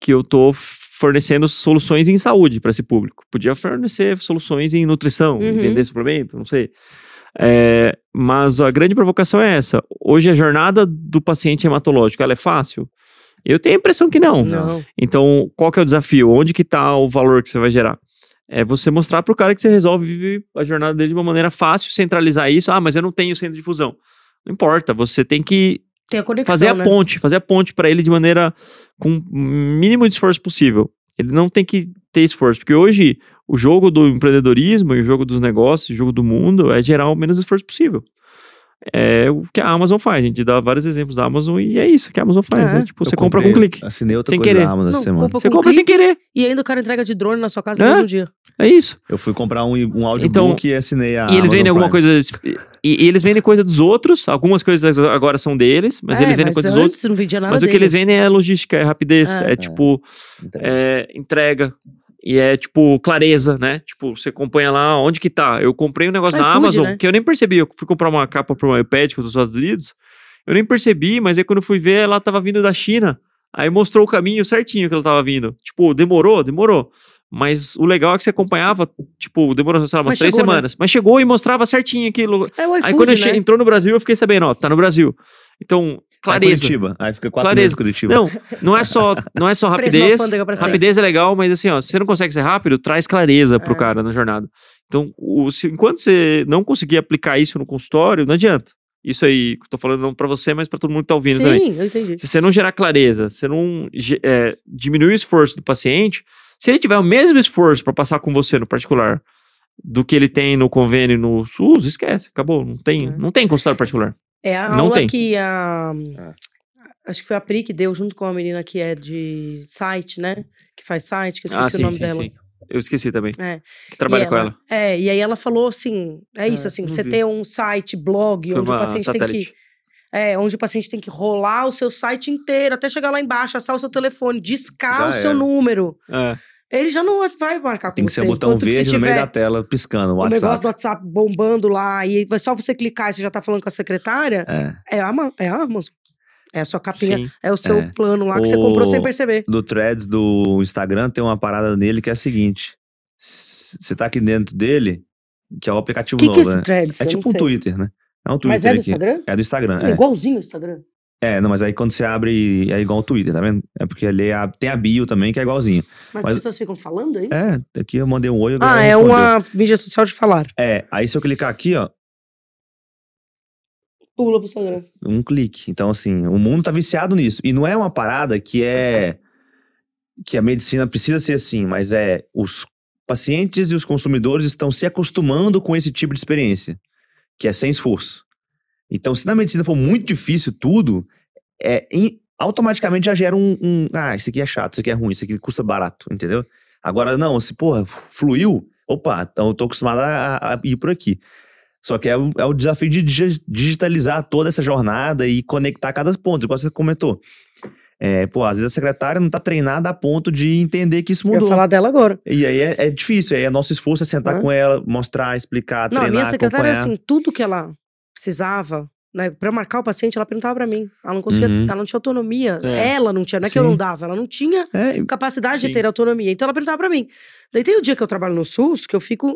Que eu estou fornecendo soluções em saúde para esse público. Podia fornecer soluções em nutrição, em
Uhum.
vender suplemento, não sei. É, mas a grande provocação é essa. Hoje a jornada do paciente hematológico, ela é fácil? Eu tenho a impressão que não.
Não.
Então, qual que é o desafio? Onde que tá o valor que você vai gerar? É você mostrar pro cara que você resolve viver a jornada dele de uma maneira fácil, centralizar isso. Ah, mas eu não tenho centro de fusão. Não importa, você tem que
Tem a conexão,
fazer a
né?
ponte, fazer a ponte para ele de maneira com o mínimo de esforço possível. Ele não tem que ter esforço, porque hoje o jogo do empreendedorismo e o jogo dos negócios, o jogo do mundo é gerar o menos esforço possível. É o que a Amazon faz, a gente dá vários exemplos da Amazon e é isso que a Amazon faz.
É.
né? Tipo, você
Eu
compra com um
comprei-
clique.
Assinei outra
Sem
coisa
querer.
na Amazon essa
Não,
semana.
compra
Você
com
compra sem
clique
querer.
E ainda o cara entrega de drone na sua casa
É?
no mesmo dia.
É isso.
Eu fui comprar um, um audiobook
Então,
e assinei a
e eles
Ah, Amazon
vendem alguma
Prime.
coisa. E, e eles vendem coisa dos outros. Algumas coisas agora são deles, mas
É,
eles vendem coisa dos outros.
antes não vendia nada
Mas o que
dele.
eles vendem é logística, é rapidez,
É.
é, tipo
Então,
é, entrega e é tipo clareza, né? Tipo, você acompanha lá onde que tá. Eu comprei um negócio na
iFood,
Amazon
né?
que eu nem percebi. Eu fui comprar uma capa para um iPad que eu dos Estados Unidos. Eu nem percebi, mas aí quando eu fui ver, ela tava vindo da China. Aí mostrou o caminho certinho que ela tava vindo. Tipo, demorou, demorou. Mas o legal é que você acompanhava, tipo, demorou, sei lá, umas
Mas
três
chegou, né?
semanas. Mas chegou e mostrava certinho aquilo.
É o iFood,
aí quando eu che-
né?
entrou no Brasil, eu fiquei sabendo, ó, tá no Brasil. Então,
Aí
clareza.
Curitiba. Aí fica quatro
Clareza.
meses em Curitiba.
Não, não é só, não é só
Preço na
rapidez.
alfândega pra sempre.
Rapidez é legal, mas assim, ó, se você não consegue ser rápido, traz clareza pro
É.
cara na jornada. Então, o- se- enquanto você não conseguir aplicar isso no consultório, não adianta. Isso aí, que eu tô falando não pra você, mas pra todo mundo que tá ouvindo também.
Sim, eu entendi.
Se você não gerar clareza, se você não ge- é, diminuir o esforço do paciente, se ele tiver o mesmo esforço para passar com você no particular do que ele tem no convênio no SUS, esquece, acabou, não tem,
É.
não tem consultório particular.
É a
Não
aula
tem.
que a.
É.
Acho que foi a Pri que deu junto com a menina que é de site, né? Que faz site,
Ah,
que eu esqueci o nome dela.
Eu esqueci também.
É.
Que trabalha
E
com ela.
É, e aí ela falou assim: é isso, assim,
não
você
vi.
ter um site, blog,
Foi
onde o
uma
paciente tem
satélite.
que. É, onde o paciente tem que rolar o seu site inteiro, até chegar lá embaixo, achar o seu telefone, discar
Já
o seu
era.
número.
É.
Ele já não vai marcar com
Tem que
você.
ser um botão
enquanto que se
verde no meio
tiver-
da tela, piscando,
o
WhatsApp.
negócio do WhatsApp bombando lá, e é só você clicar e você já tá falando com a secretária,
É.
é a, Ma- é a Amazon. É a sua capinha,
Sim.
é o seu
É.
plano lá que você comprou sem
O-
perceber.
do Threads do Instagram tem uma parada nele que é a seguinte. S- Você tá aqui dentro dele, que é o aplicativo
O que,
novo,
que é esse
né?
threads?
É
Eu não
tipo um
sei.
Twitter, né? É um Twitter
Mas é do
aqui.
Instagram?
É do Instagram, é.
É igualzinho o Instagram.
É, não, mas aí quando você abre, é igual o Twitter, tá vendo? É porque ali é a- tem a bio também, que é igualzinho.
Mas, as
Mas-
pessoas ficam falando aí?
É, aqui eu mandei um oi e a galera
Ah, é
respondeu.
uma mídia social de falar.
É, aí se eu clicar aqui, ó,
Pula pro Instagram.
um clique. Então, assim, o mundo tá viciado nisso. E não é uma parada que é. que a medicina precisa ser assim, mas é. Os pacientes e os consumidores estão se acostumando com esse tipo de experiência, que é sem esforço. Então, se na medicina for muito difícil tudo, é, em- automaticamente já gera um, um. Ah, isso aqui é chato, isso aqui é ruim, isso aqui custa barato, entendeu? Agora, não, se, porra, fluiu, opa, então eu tô acostumado a- a- a ir por aqui. Só que é o, é o desafio de digi- digitalizar toda essa jornada e conectar cada ponto, igual você comentou. É, pô, às vezes a secretária não tá treinada a ponto de entender que isso
Eu ia
mudou.
falar dela agora.
E aí é, é difícil, aí é nosso esforço é sentar
Hã?
com ela, mostrar, explicar,
Não, a
treinar,
minha secretária,
acompanhar.
assim, tudo que ela precisava, né, pra marcar o paciente, ela perguntava pra mim. Ela não conseguia,
Uhum.
ela não tinha autonomia.
É.
Ela não tinha, não é que eu
Sim.
não dava, ela não tinha
É,
capacidade
Sim.
de ter autonomia. Então ela perguntava pra mim. Daí tem o dia que eu trabalho no SUS que eu fico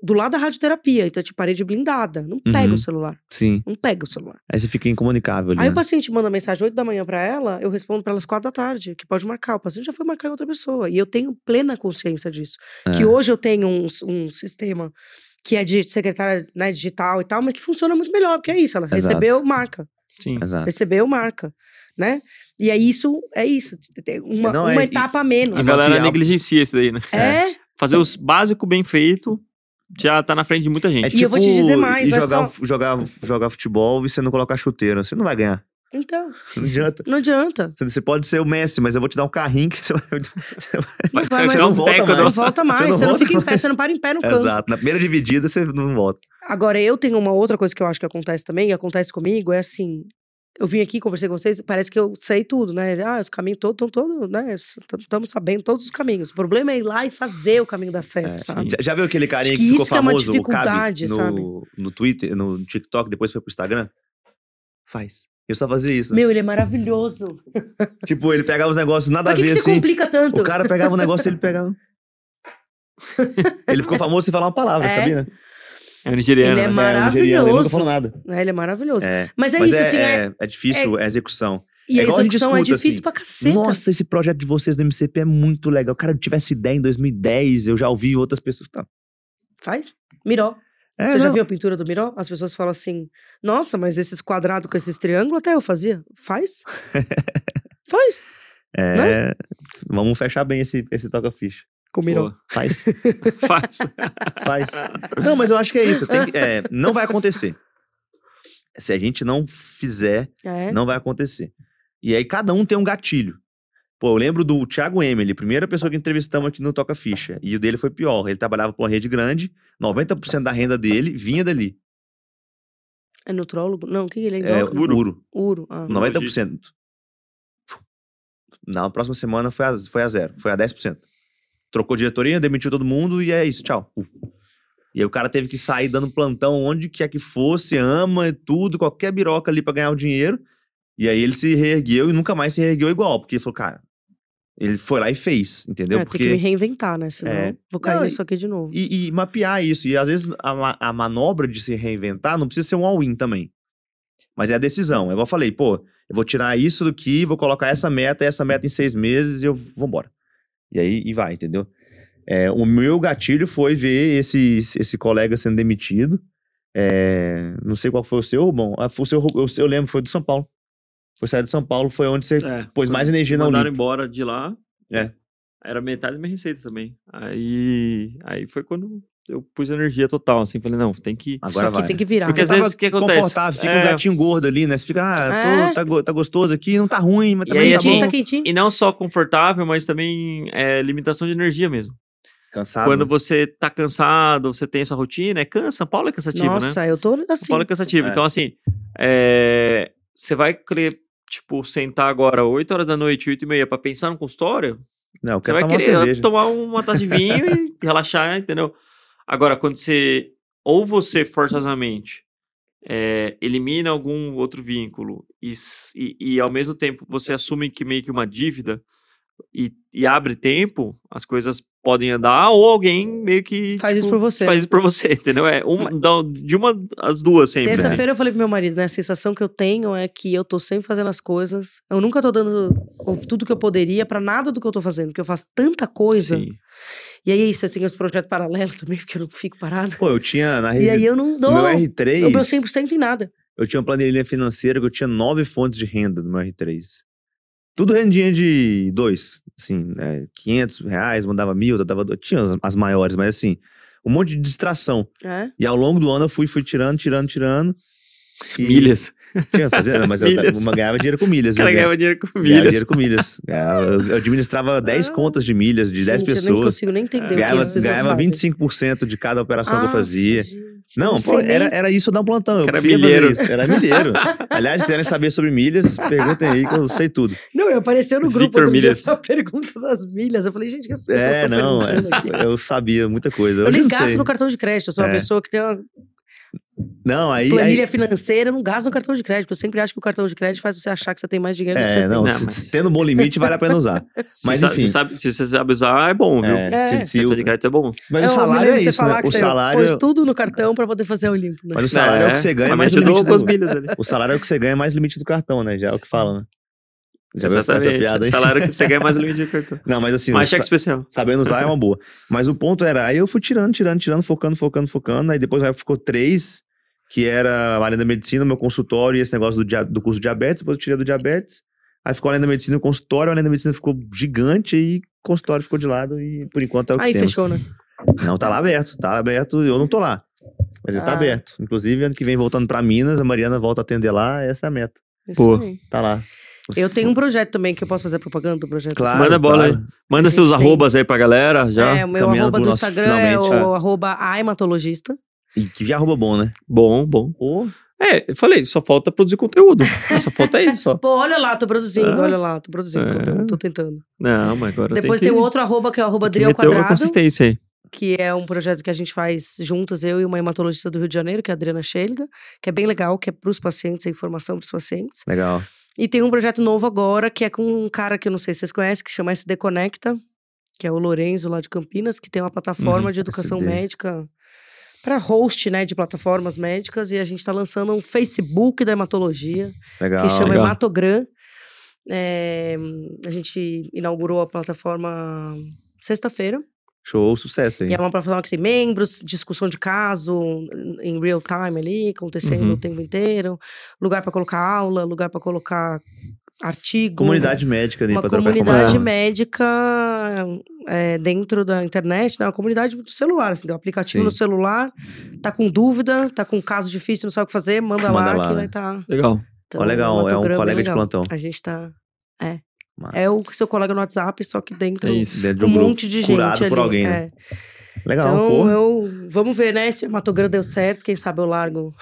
do lado da radioterapia, então é de parede blindada. Não pega
Uhum.
o celular,
sim.
não pega o celular.
Aí você fica incomunicável ali.
Aí o
né?
paciente manda mensagem 8 da manhã pra ela, eu respondo pra ela às 4 da tarde, que pode marcar. O paciente já foi marcar em outra pessoa. E eu tenho plena consciência disso.
É.
Que hoje eu tenho um, s- um sistema que é de secretária né, digital e tal, mas que funciona muito melhor, porque é isso, ela
Exato.
recebeu, marca.
Sim.
Exato.
Recebeu, marca. Né? E aí isso, é isso. Tem Uma,
Não,
uma
é-
etapa a menos.
A
Mas
galera
piada-
negligencia isso daí, né?
é
Fazer os básico bem feito já tá na frente de muita gente.
E eu vou te dizer mais,
tipo, e
vai
jogar,
só-
fu- jogar, jogar futebol e você não colocar chuteira. Você não vai ganhar.
Então,
(laughs) Não adianta.
não adianta.
Você- Você pode ser o Messi, mas eu vou te dar um carrinho que você
(laughs)
vai. (laughs)
Não vai
chegar
mais.
um volta
teco
mais.
Não
do-
volta mais,
não
você não
volta
fica em pé,
mais.
você não para em pé no canto.
Exato. Na primeira dividida você não volta.
Agora, eu tenho uma outra coisa que eu acho que acontece também, e acontece comigo, é assim. eu vim aqui, conversei com vocês, parece que eu sei tudo, né? Ah, os caminhos todos estão todos, né? Estamos sabendo todos os caminhos. O problema é ir lá e fazer o caminho dar certo,
É,
sabe?
já, já viu aquele carinha
Acho
que,
que
ficou
isso que é uma
famoso, o
dificuldade,
Cabe, no,
sabe?
no Twitter, no TikTok, depois foi pro Instagram? Faz. Eu só fazia isso. né?
Meu, ele é maravilhoso.
Tipo, ele pegava os negócios nada
Por
a
que,
ver
que você
assim.
complica tanto?
O cara pegava um negócio e ele
(laughs)
pegava. ele ficou famoso sem falar uma palavra,
É.
sabia? né?
É nigeriano.
Ele é (laughs)
né?
ma-
É, o nigeriano, ele nunca falou
Maravilhoso.
nada.
É, ele é maravilhoso.
É.
Mas é
Mas
isso,
é,
assim, é...
é, é difícil a execução.
E
é
a
igual a gente
execução é
escuta,
difícil
assim,
pra caceta.
Nossa, esse projeto de vocês do MCP é muito legal. Cara, eu tivesse ideia em 2010, eu já ouvi outras pessoas. Tá.
Faz. Miró.
É,
Você já
não.
viu a pintura do Miró? As pessoas falam assim: nossa, mas esses quadrados com esses triângulos até eu fazia.
(laughs)
Faz? Faz.
É,
né?
Vamos fechar bem esse, esse toca-ficha.
Com o Miró.
Boa.
(laughs)
Faz,
Faz.
(laughs) faz. Não, mas eu acho que é isso. tem que- é, não vai acontecer. Se a gente não fizer,
É.
não vai acontecer. E aí cada um tem um gatilho. Pô, eu lembro do Thiago Emily, primeira pessoa que entrevistamos aqui no Toca Ficha. E o dele foi pior. Ele trabalhava pra uma rede grande, 90% da renda dele vinha dali.
É nutrólogo? Não, o que que ele é?
É,
Endócrino?
Uro. Uro.
Uro. Ah.
90%. Na próxima semana foi a, foi a zero, foi a 10%. Trocou diretoria, demitiu todo mundo e é isso, tchau. Uf. E aí o cara teve que sair dando plantão onde quer que fosse, ama e tudo, qualquer biroca ali pra ganhar o dinheiro. E aí ele se reergueu e nunca mais se reergueu igual, porque ele falou, cara, ele foi lá e fez, entendeu?
É,
porque
Tem que me reinventar, né? Senão
É.
eu vou cair
Não, e-
nisso aqui de novo.
e, e mapear isso. E às vezes a, ma- a manobra de se reinventar não precisa ser um all-in também. Mas é a decisão. É igual eu falei, pô, eu vou tirar isso do que, vou colocar essa meta, essa meta em seis meses e eu vou embora. E aí e vai, entendeu? É, o meu gatilho foi ver esse, esse colega sendo demitido. É, não sei qual foi o seu, bom. ah, foi o seu, eu, eu lembro, foi do São Paulo. Foi sair do São Paulo, foi onde você.
É,
Pôs mais
quando
energia na
Mandaram
Olímpia.
embora de lá.
É.
Era metade da minha receita também. Aí, aí foi quando eu pus energia total, assim, falei, não, tem que...
Agora
Só que
vai.
tem que virar.
Porque
né?
às vezes o que acontece?
Confortável, fica um
É.
gatinho gordo ali, né? Você fica, ah, tô-
É.
tá, go- tá gostoso aqui, não tá ruim, mas
E
Tá
também
aí,
tá
assim,
bom.
quentinho, tá quentinho.
E não só confortável, mas também é, limitação de energia mesmo.
Cansado.
Quando você tá cansado, você tem a sua rotina, é cansa. São Paulo é cansativo, né?
Nossa, eu tô
São
assim.
Paulo é cansativo.
É.
Então, assim, é, você vai querer, tipo, sentar agora 8 horas da noite, 8 e meia, pra pensar no consultório,
Não, eu
você
quero
vai
tomar uma
querer
cerveja.
tomar uma taça de
(laughs)
vinho e relaxar, entendeu? Agora, quando você. Ou você forçosamente é, elimina algum outro vínculo e, s- e, e, ao mesmo tempo você assume que meio que uma dívida e, e abre tempo, as coisas podem andar, ou alguém meio que.
Faz isso
tipo,
por você.
Faz isso pra você, (laughs) entendeu? É uma, da- de uma as duas
né?
sempre. assim.
Terça-feira eu falei pro meu marido, né? A sensação que eu tenho é que eu tô sempre fazendo as coisas. Eu nunca tô dando o- tudo que eu poderia pra nada do que eu tô fazendo, porque eu faço tanta coisa.
Sim.
E aí é isso, eu tenho os projetos paralelos também, (laughs) porque eu não fico parada.
Pô, eu tinha na
E aí
resi...
eu não
no
dou.
meu é
Eu
R3,
meu 100% em nada.
eu tinha uma planilha financeira que eu tinha nove fontes de renda no meu R3. Tudo rendinha de dois, assim, né? 500 reais, mandava mil, dava... eu tinha as, as maiores, mas assim, um monte de distração.
É.
E ao longo do ano eu fui, fui tirando, tirando, tirando. E
Milhas.
Tinha fazendo, mas eu,
(laughs) Milhas.
eu ganhava dinheiro com milhas.
O
eu
cara
ganhava-
ganhava dinheiro
(laughs)
com
ganhava
milhas.
dinheiro com milhas. Ganhava- Eu eu administrava 10
Ah.
contas de milhas de 10
Gente, Eu nem
pessoas.
consigo nem entender o que
Ganhava,
as pessoas
ganhava
fazem.
25% de cada operação que eu
Ah,
fazia.
gente.
Não,
Não
pô,
sei
era,
nem.
era isso dar um plantão. Eu
Cara,
preferia fazer
milheiro.
isso, Era
(laughs)
milheiro. Aliás, se quiserem saber sobre milhas, perguntem aí que eu sei tudo.
Não, eu apareceu no grupo
Victor
outro dia
Milhas.
essa (laughs) pergunta das milhas. Eu falei, gente, o que as pessoas
É,
estão
não, é,
perguntando aqui?
(laughs) eu sabia muita coisa.
Eu
Hoje
nem
não sei.
gasto no cartão de crédito, eu sou uma
É.
pessoa que tem uma
Não, aí.
planilha
aí
financeira, eu não gasto no cartão de crédito. porque Eu sempre acho que o cartão de crédito faz você achar que você tem mais dinheiro do que você
é,
tem.
não,
Não,
se-
mas-
tendo um bom limite, vale a pena
(laughs)
usar. Mas
se, sa-
enfim.
se sabe, se você sabe usar, é bom, viu?
É,
É.
se- se
Cartão
o-
de crédito é bom.
mas
É,
o
eu me
salário
lembro
é
de você
isso, né?
falar que
O
você
salário,
Pôs tudo no cartão pra poder fazer o Olimpo, né?
mas o salário é, o que você ganha,
mas
mais
me
o limite
ajudou com as
do,
milhas ali.
o salário é o que você ganha mais o limite do cartão, né? Já é o que falam, né? Já viu essa essa
Exatamente.
piada aí?
Salário é que você ganha mais limite de cartão.
Não, mas assim,
Mais
o sa-
cheque especial.
Sabendo usar é uma boa. Mas o ponto era, aí eu fui tirando, tirando, tirando, focando, focando, focando. Aí depois aí ficou três, que era a área da medicina, meu consultório e esse negócio do, dia- do curso de diabetes. Depois eu tirei do diabetes. Aí ficou a área da medicina e o consultório. A área da medicina ficou gigante e o consultório ficou de lado. E por enquanto é o que
Aí
temos.
fechou, né?
Não, tá lá aberto, tá aberto. Eu não tô lá. Mas ele tá
Ah.
aberto. Inclusive, ano que vem voltando pra Minas, a Mariana volta a atender lá. Essa é a meta.
Isso
Pô.
aí.
Tá lá.
Eu tenho um projeto também que eu posso fazer propaganda do projeto.
Claro.
Manda bola aí. Manda
A gente
seus
tem-
arrobas aí pra galera já.
é, o meu
caminhando
arroba
pro
do
nosso
Instagram é
finalmente,
o arroba aimatologista.
E que arroba bom, né?
Bom, bom.
Ô,
É, eu falei, só falta produzir conteúdo. Só falta isso, só.
Pô, olha lá, tô produzindo,
Ah.
É.
olha lá, tô produzindo,
É.
conteúdo, tô tentando.
(laughs) Não, mas agora
Depois
tem,
tem
que,
o outro arroba, que é o arroba
tem que
Adriel
meter uma
Quadrado,
consistência aí.
que é um projeto que a gente faz juntas, eu e uma hematologista do Rio de Janeiro, que é a Adriana Schelga, que é bem legal, que é pros pacientes, é informação pros pacientes.
Legal.
E tem um projeto novo agora, que é com um cara que eu não sei se vocês conhecem, que chama SD Conecta, que é o Lorenzo lá de Campinas, que tem uma plataforma
Uhum,
de educação
SD.
médica para host, né, de plataformas médicas. E a gente está lançando um Facebook da hematologia,
Legal.
que chama
legal.
Hematogram. É, a gente inaugurou a plataforma sexta-feira.
Show, sucesso aí.
E é uma plataforma que tem membros, discussão de caso em real time ali, acontecendo
Uhum.
o tempo inteiro, lugar para colocar aula, lugar para colocar artigo.
Comunidade médica ali
Uma
pra trocar
comunidade
informação.
médica é, dentro da internet, né? Uma comunidade do celular, assim, do aplicativo
Sim.
no celular. Tá com dúvida, tá com um caso difícil, não sabe o que fazer, manda,
Manda
lá,
lá,
que
né?
vai tá. Então, estar.
Legal.
Ó, legal, é um colega de plantão.
A gente tá.
Massa.
É o seu colega no WhatsApp, só que dentro.
É isso.
Dentro de
com Um
um grupo.
monte de gente.
curado por
ali,
alguém,
é.
né? Legal,
Então,
porra.
eu. Vamos ver, né? Se o Matogrão deu certo, quem sabe eu largo,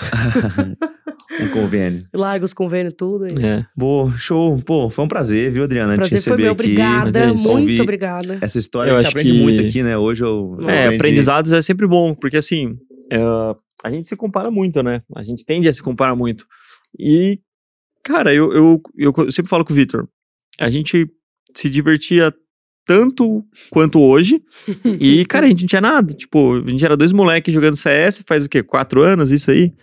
Um convênio.
largo os convênios tudo. E...
É.
Boa, show. Pô, foi um prazer, viu, Adriana? te
Prazer foi
receber
meu.
aqui.
Obrigada,
mas é isso.
muito
Ouvi-
obrigada.
Essa história
Eu
a gente
acho
aprende
que-
muito aqui, né? Hoje eu. eu
Nossa.
É,
aprendi-
aprendizados é sempre bom, porque assim, é, a gente se compara muito, né? A gente tende a se comparar muito. E, cara, eu, eu, eu co- sempre falo com o Vitor, a gente se divertia tanto quanto hoje, e,
(laughs)
cara, a gente não tinha nada. Tipo, a gente era dois moleques jogando CS faz o quê? Quatro anos, isso aí?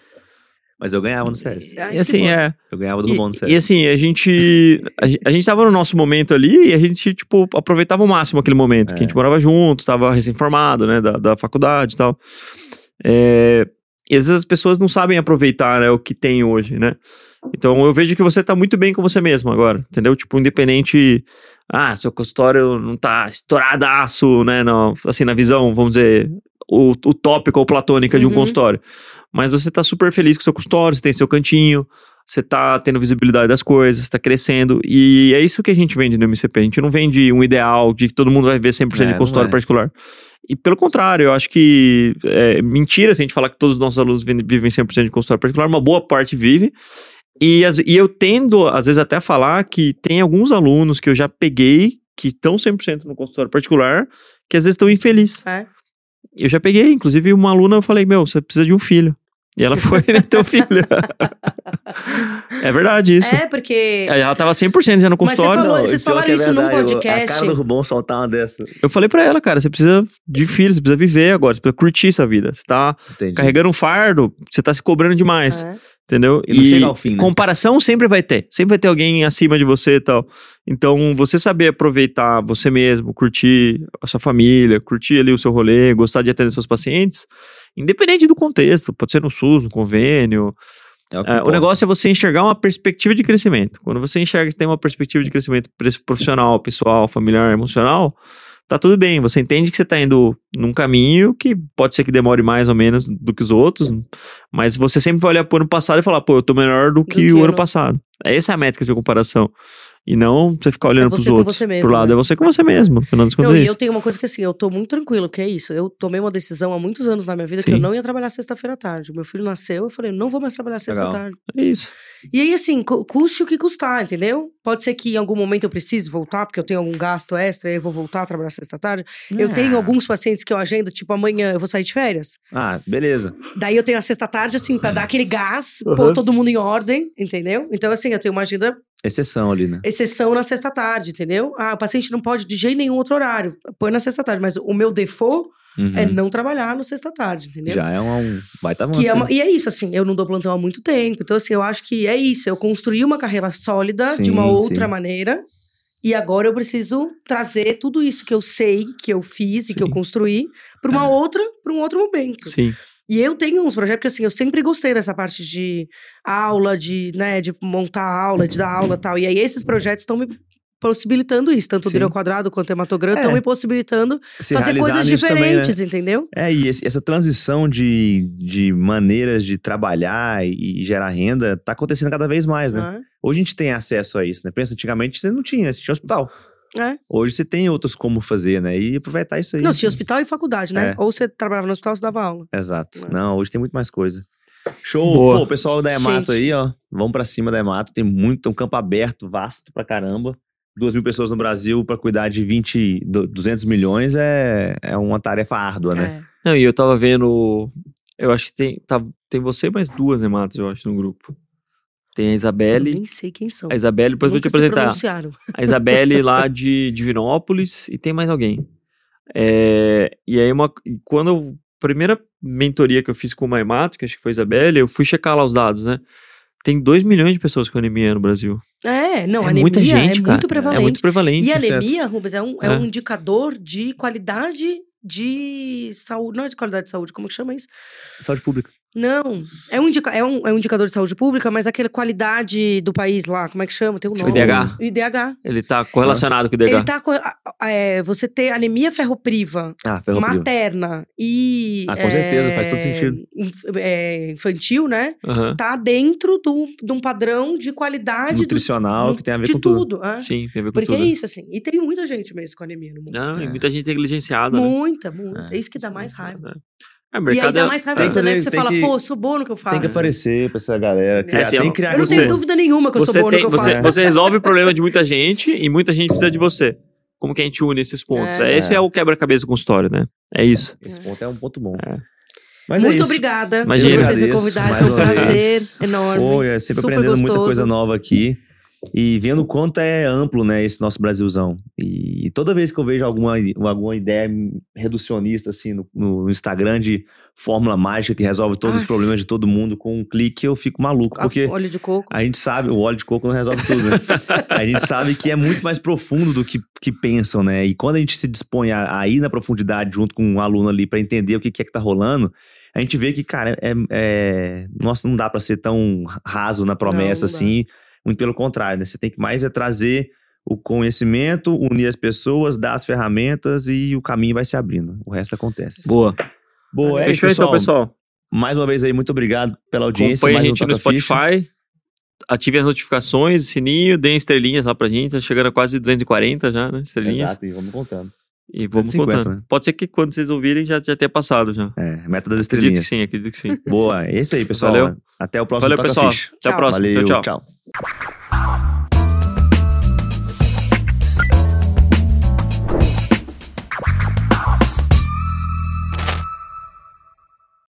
Mas eu ganhava no CS.
Ah,
E
isso que
assim,
importa.
é.
Eu ganhava do Romão no
E,
CS.
e assim, a gente, a, gen- a gente tava no nosso momento ali e a gente, tipo, aproveitava o máximo aquele momento, que a gente morava junto, tava recém-formado, né, da, da faculdade e tal. É, e às vezes as pessoas não sabem aproveitar, né, o que tem hoje, né? Então eu vejo que você tá muito bem com você mesmo agora, entendeu? Tipo, independente, ah, seu consultório não tá estouradaço, né, não, assim, na visão, vamos dizer, o- utópica ou platônica de um
Uhum.
consultório. Mas você tá super feliz com seu consultório, você tem seu cantinho, você tá tendo visibilidade das coisas, tá crescendo. E é isso que a gente vende no MCP. A gente não vende um ideal de que todo mundo vai ver
É,
100% de
não
consultório
é.
particular. E pelo contrário, eu acho que é mentira se a gente falar que todos os nossos alunos vivem vivem 100% de consultório particular. Uma boa parte vive. E, as- e eu tendo, às vezes, até falar que tem alguns alunos que eu já peguei que estão 100% no consultório particular, que às vezes estão infelizes.
É.
Eu já peguei, inclusive, uma aluna, eu falei, meu, você precisa de um filho. E ela foi (laughs) ter um filho. é verdade isso.
É, porque.
Aí Ela tava 100% já no
Mas você
consultório.
falou-
Não,
vocês
e pior
falaram
que é
isso num
verdade, eu- A
podcast.
cara do Rubão soltar uma dessa.
Eu falei pra ela, cara, você precisa de filho, você precisa viver agora, você precisa curtir essa vida. Você tá
Entendi.
carregando um fardo, você tá se cobrando demais,
É.
entendeu?
E não chega ao fim, né?
comparação sempre vai ter. Sempre vai ter alguém acima de você e tal. Então, você saber aproveitar você mesmo, curtir a sua família, curtir ali o seu rolê, gostar de atender seus pacientes, independente do contexto, pode ser no SUS, no convênio,
É que
é, o
importa.
negócio é você enxergar uma perspectiva de crescimento. Quando você enxerga que tem uma perspectiva de crescimento pres- profissional, pessoal, familiar, emocional, tá tudo bem. Você entende que você tá indo num caminho que pode ser que demore mais ou menos do que os outros, mas você sempre vai olhar pro ano passado e falar, pô, eu tô melhor do que,
que
o
eu
ano
não.
passado. Essa é a métrica de comparação. E não você ficar olhando
É
pros
você com
outros.
você mesmo,
pro lado
né?
é você com você mesmo. No final das contas,
Não,
é
e
isso.
eu tenho uma coisa que assim, eu tô muito tranquila, porque é isso. Eu tomei uma decisão há muitos anos na minha vida que
Sim.
eu não ia trabalhar sexta-feira à tarde. Meu filho nasceu, eu falei, não vou mais trabalhar sexta à
Legal.
tarde.
É isso.
E aí, assim, cu- custe o que custar, entendeu? Pode ser que em algum momento eu precise voltar, porque eu tenho algum gasto extra, aí eu vou voltar a trabalhar sexta à tarde. Eu tenho alguns pacientes que eu agendo, tipo, amanhã eu vou sair de férias.
Ah, beleza.
Daí eu tenho a sexta à tarde, assim, pra dar aquele gás,
Uhum.
pôr todo mundo em ordem, entendeu? Então, assim, eu tenho uma agenda
Exceção ali, né?
exceção na sexta-tarde, entendeu? Ah, o paciente não pode de jeito nenhum outro horário. Põe na sexta-tarde, mas o meu default
Uhum.
é não trabalhar no sexta-tarde, entendeu?
Já é um, um baita avanço.
Que é uma-
né?
e é isso, assim, eu não dou plantão há muito tempo. Então, assim, eu acho que é isso. Eu construí uma carreira sólida de uma
Sim,
outra
sim.
maneira. E agora eu preciso trazer tudo isso que eu sei, que eu fiz e que eu
Sim.
construí para uma
É.
outra, para um outro momento.
Sim.
E eu tenho uns projetos, porque assim, eu sempre gostei dessa parte de aula, de, né, de montar aula, de dar aula e tal. E aí esses projetos estão me possibilitando isso. Tanto o
Sim.
Drill Quadrado quanto o Hematograma estão
É.
me possibilitando
Se
fazer
realizar
coisas
nisso também, né?
diferentes, entendeu?
É, e esse- essa transição de, de maneiras de trabalhar e gerar renda tá acontecendo cada vez mais, né?
Ah,
Hoje a gente tem acesso a isso, né? Pensa, antigamente você não tinha, você tinha hospital.
É.
Hoje você tem outros como fazer, né? E aproveitar isso aí.
Não, tinha hospital e faculdade, né?
É.
Ou você trabalhava no hospital ou você dava aula.
Exato.
É.
Não, hoje tem muito mais coisa. Show.
Boa.
Pô, o pessoal da Emato
Gente.
aí, ó. Vamos pra cima da Emato. Tem muito, tem um campo aberto, vasto pra caramba. Duas mil pessoas no Brasil pra cuidar de 20, du- 200 milhões é, é uma tarefa árdua, né?
É.
Não, e eu tava vendo. Eu acho que tem, tá, tem você e mais duas, né, Matos, eu acho, no grupo. Tem a
Eu
Isabelle.
É, nem sei quem são.
A Isabelle, É depois eu vou te
Nunca se
apresentar.
pronunciaram.
A Isabelle lá de Divinópolis e tem mais alguém. É, e aí, uma, e quando eu, primeira mentoria que eu fiz com o Maimato, que acho que foi a Isabelle, eu fui checar lá os dados, né? Tem 2 milhões de pessoas com anemia no Brasil.
É, não,
é
anemia
muita gente,
é
cara.
muito prevalente.
É muito prevalente.
E a anemia, Rubens, é um, é
É.
um indicador de qualidade de saúde. Não é de qualidade de saúde, como que chama isso?
Saúde pública.
Não. É um, indica, é, um, é um indicador de saúde pública, mas aquela qualidade do país lá, como é que chama? Tem um
O
nome.
IDH.
IDH.
Ele tá correlacionado com o
Ele
DH.
tá. co- a- a- é, você ter anemia ferropriva
Ah, ferropriva.
materna e. é,
Ah, com certeza, faz todo sentido.
inf- é, infantil, né?
Aham.
Tá dentro do, de um padrão É de qualidade do,
Nutricional,
no-
que tem a ver
de
com tudo.
tudo. é.
Sim, tem a ver com
Porque
tudo.
é isso, assim. E tem muita gente mesmo com anemia no mundo.
Não, e
É.
muita gente negligenciada, né?
Muita, muita. É, isso que dá mais raiva.
É, o
E aí
mercado
dá
é-
mais raiva
tem
ainda,
que
né?
fazer-
Que você
tem
fala,
que-
pô, sou boa no que eu faço.
Tem que aparecer pra essa galera. Criar,
É, assim,
tem
ó,
que criar
Eu não
grupo.
tenho dúvida nenhuma que eu sou
Você,
boa
tem-
no que eu
você,
faço.
você
(laughs)
resolve o problema de muita gente e muita gente precisa de você. Como que a gente une esses pontos?
É.
Esse é o quebra-cabeça com história, né? É isso.
Esse ponto é um ponto bom.
É.
Mas é
Muito
isso.
obrigada
Imagina.
por vocês me
Agradeço,
convidarem.
mais
Foi um
uma
prazer
vez.
enorme.
Pô, é sempre
Super
aprendendo muita
gostoso.
coisa nova aqui. E vendo o quanto é amplo, né, esse nosso Brasilzão. E toda vez que eu vejo alguma, alguma ideia reducionista, assim, no, no Instagram de fórmula mágica que resolve todos os
Ai.
problemas de todo mundo com um clique, eu fico maluco.
Ah,
Porque
Óleo de coco.
a gente sabe, o óleo de coco não resolve tudo, né?
(laughs)
a gente sabe que é muito mais profundo do que, que pensam, né? E quando a gente se dispõe a, a ir na profundidade junto com um aluno ali pra entender o que, que é que tá rolando, a gente vê que, cara, é. é- nossa, não dá pra ser tão raso na promessa
Não, não dá.
assim. Muito pelo contrário, né? Você tem que mais é trazer o conhecimento, unir as pessoas, dar as ferramentas e o caminho vai se abrindo. O resto acontece.
Boa.
Boa, é isso,
Fechou então, pessoal.
Mais uma vez aí, muito obrigado pela audiência.
Acompanhe a
mais um
gente no
Toca Ficha.
Spotify. Ativem as notificações, sininho, deem estrelinhas lá pra gente. Tá chegando a quase 240 já, né? Estrelinhas.
Exato, e vamos contando.
E vamos
250,
contando.
né?
Pode ser que quando vocês ouvirem já, já tenha passado já.
É, meta das estrelinhas.
Acredito que sim,
(laughs)
acredito que sim.
Boa, é isso aí, pessoal.
Valeu.
Até o próximo
Valeu,
Toca
pessoal.
Ficha.
Até a
Tchau.
próxima.
Valeu,
tchau. tchau.
tchau.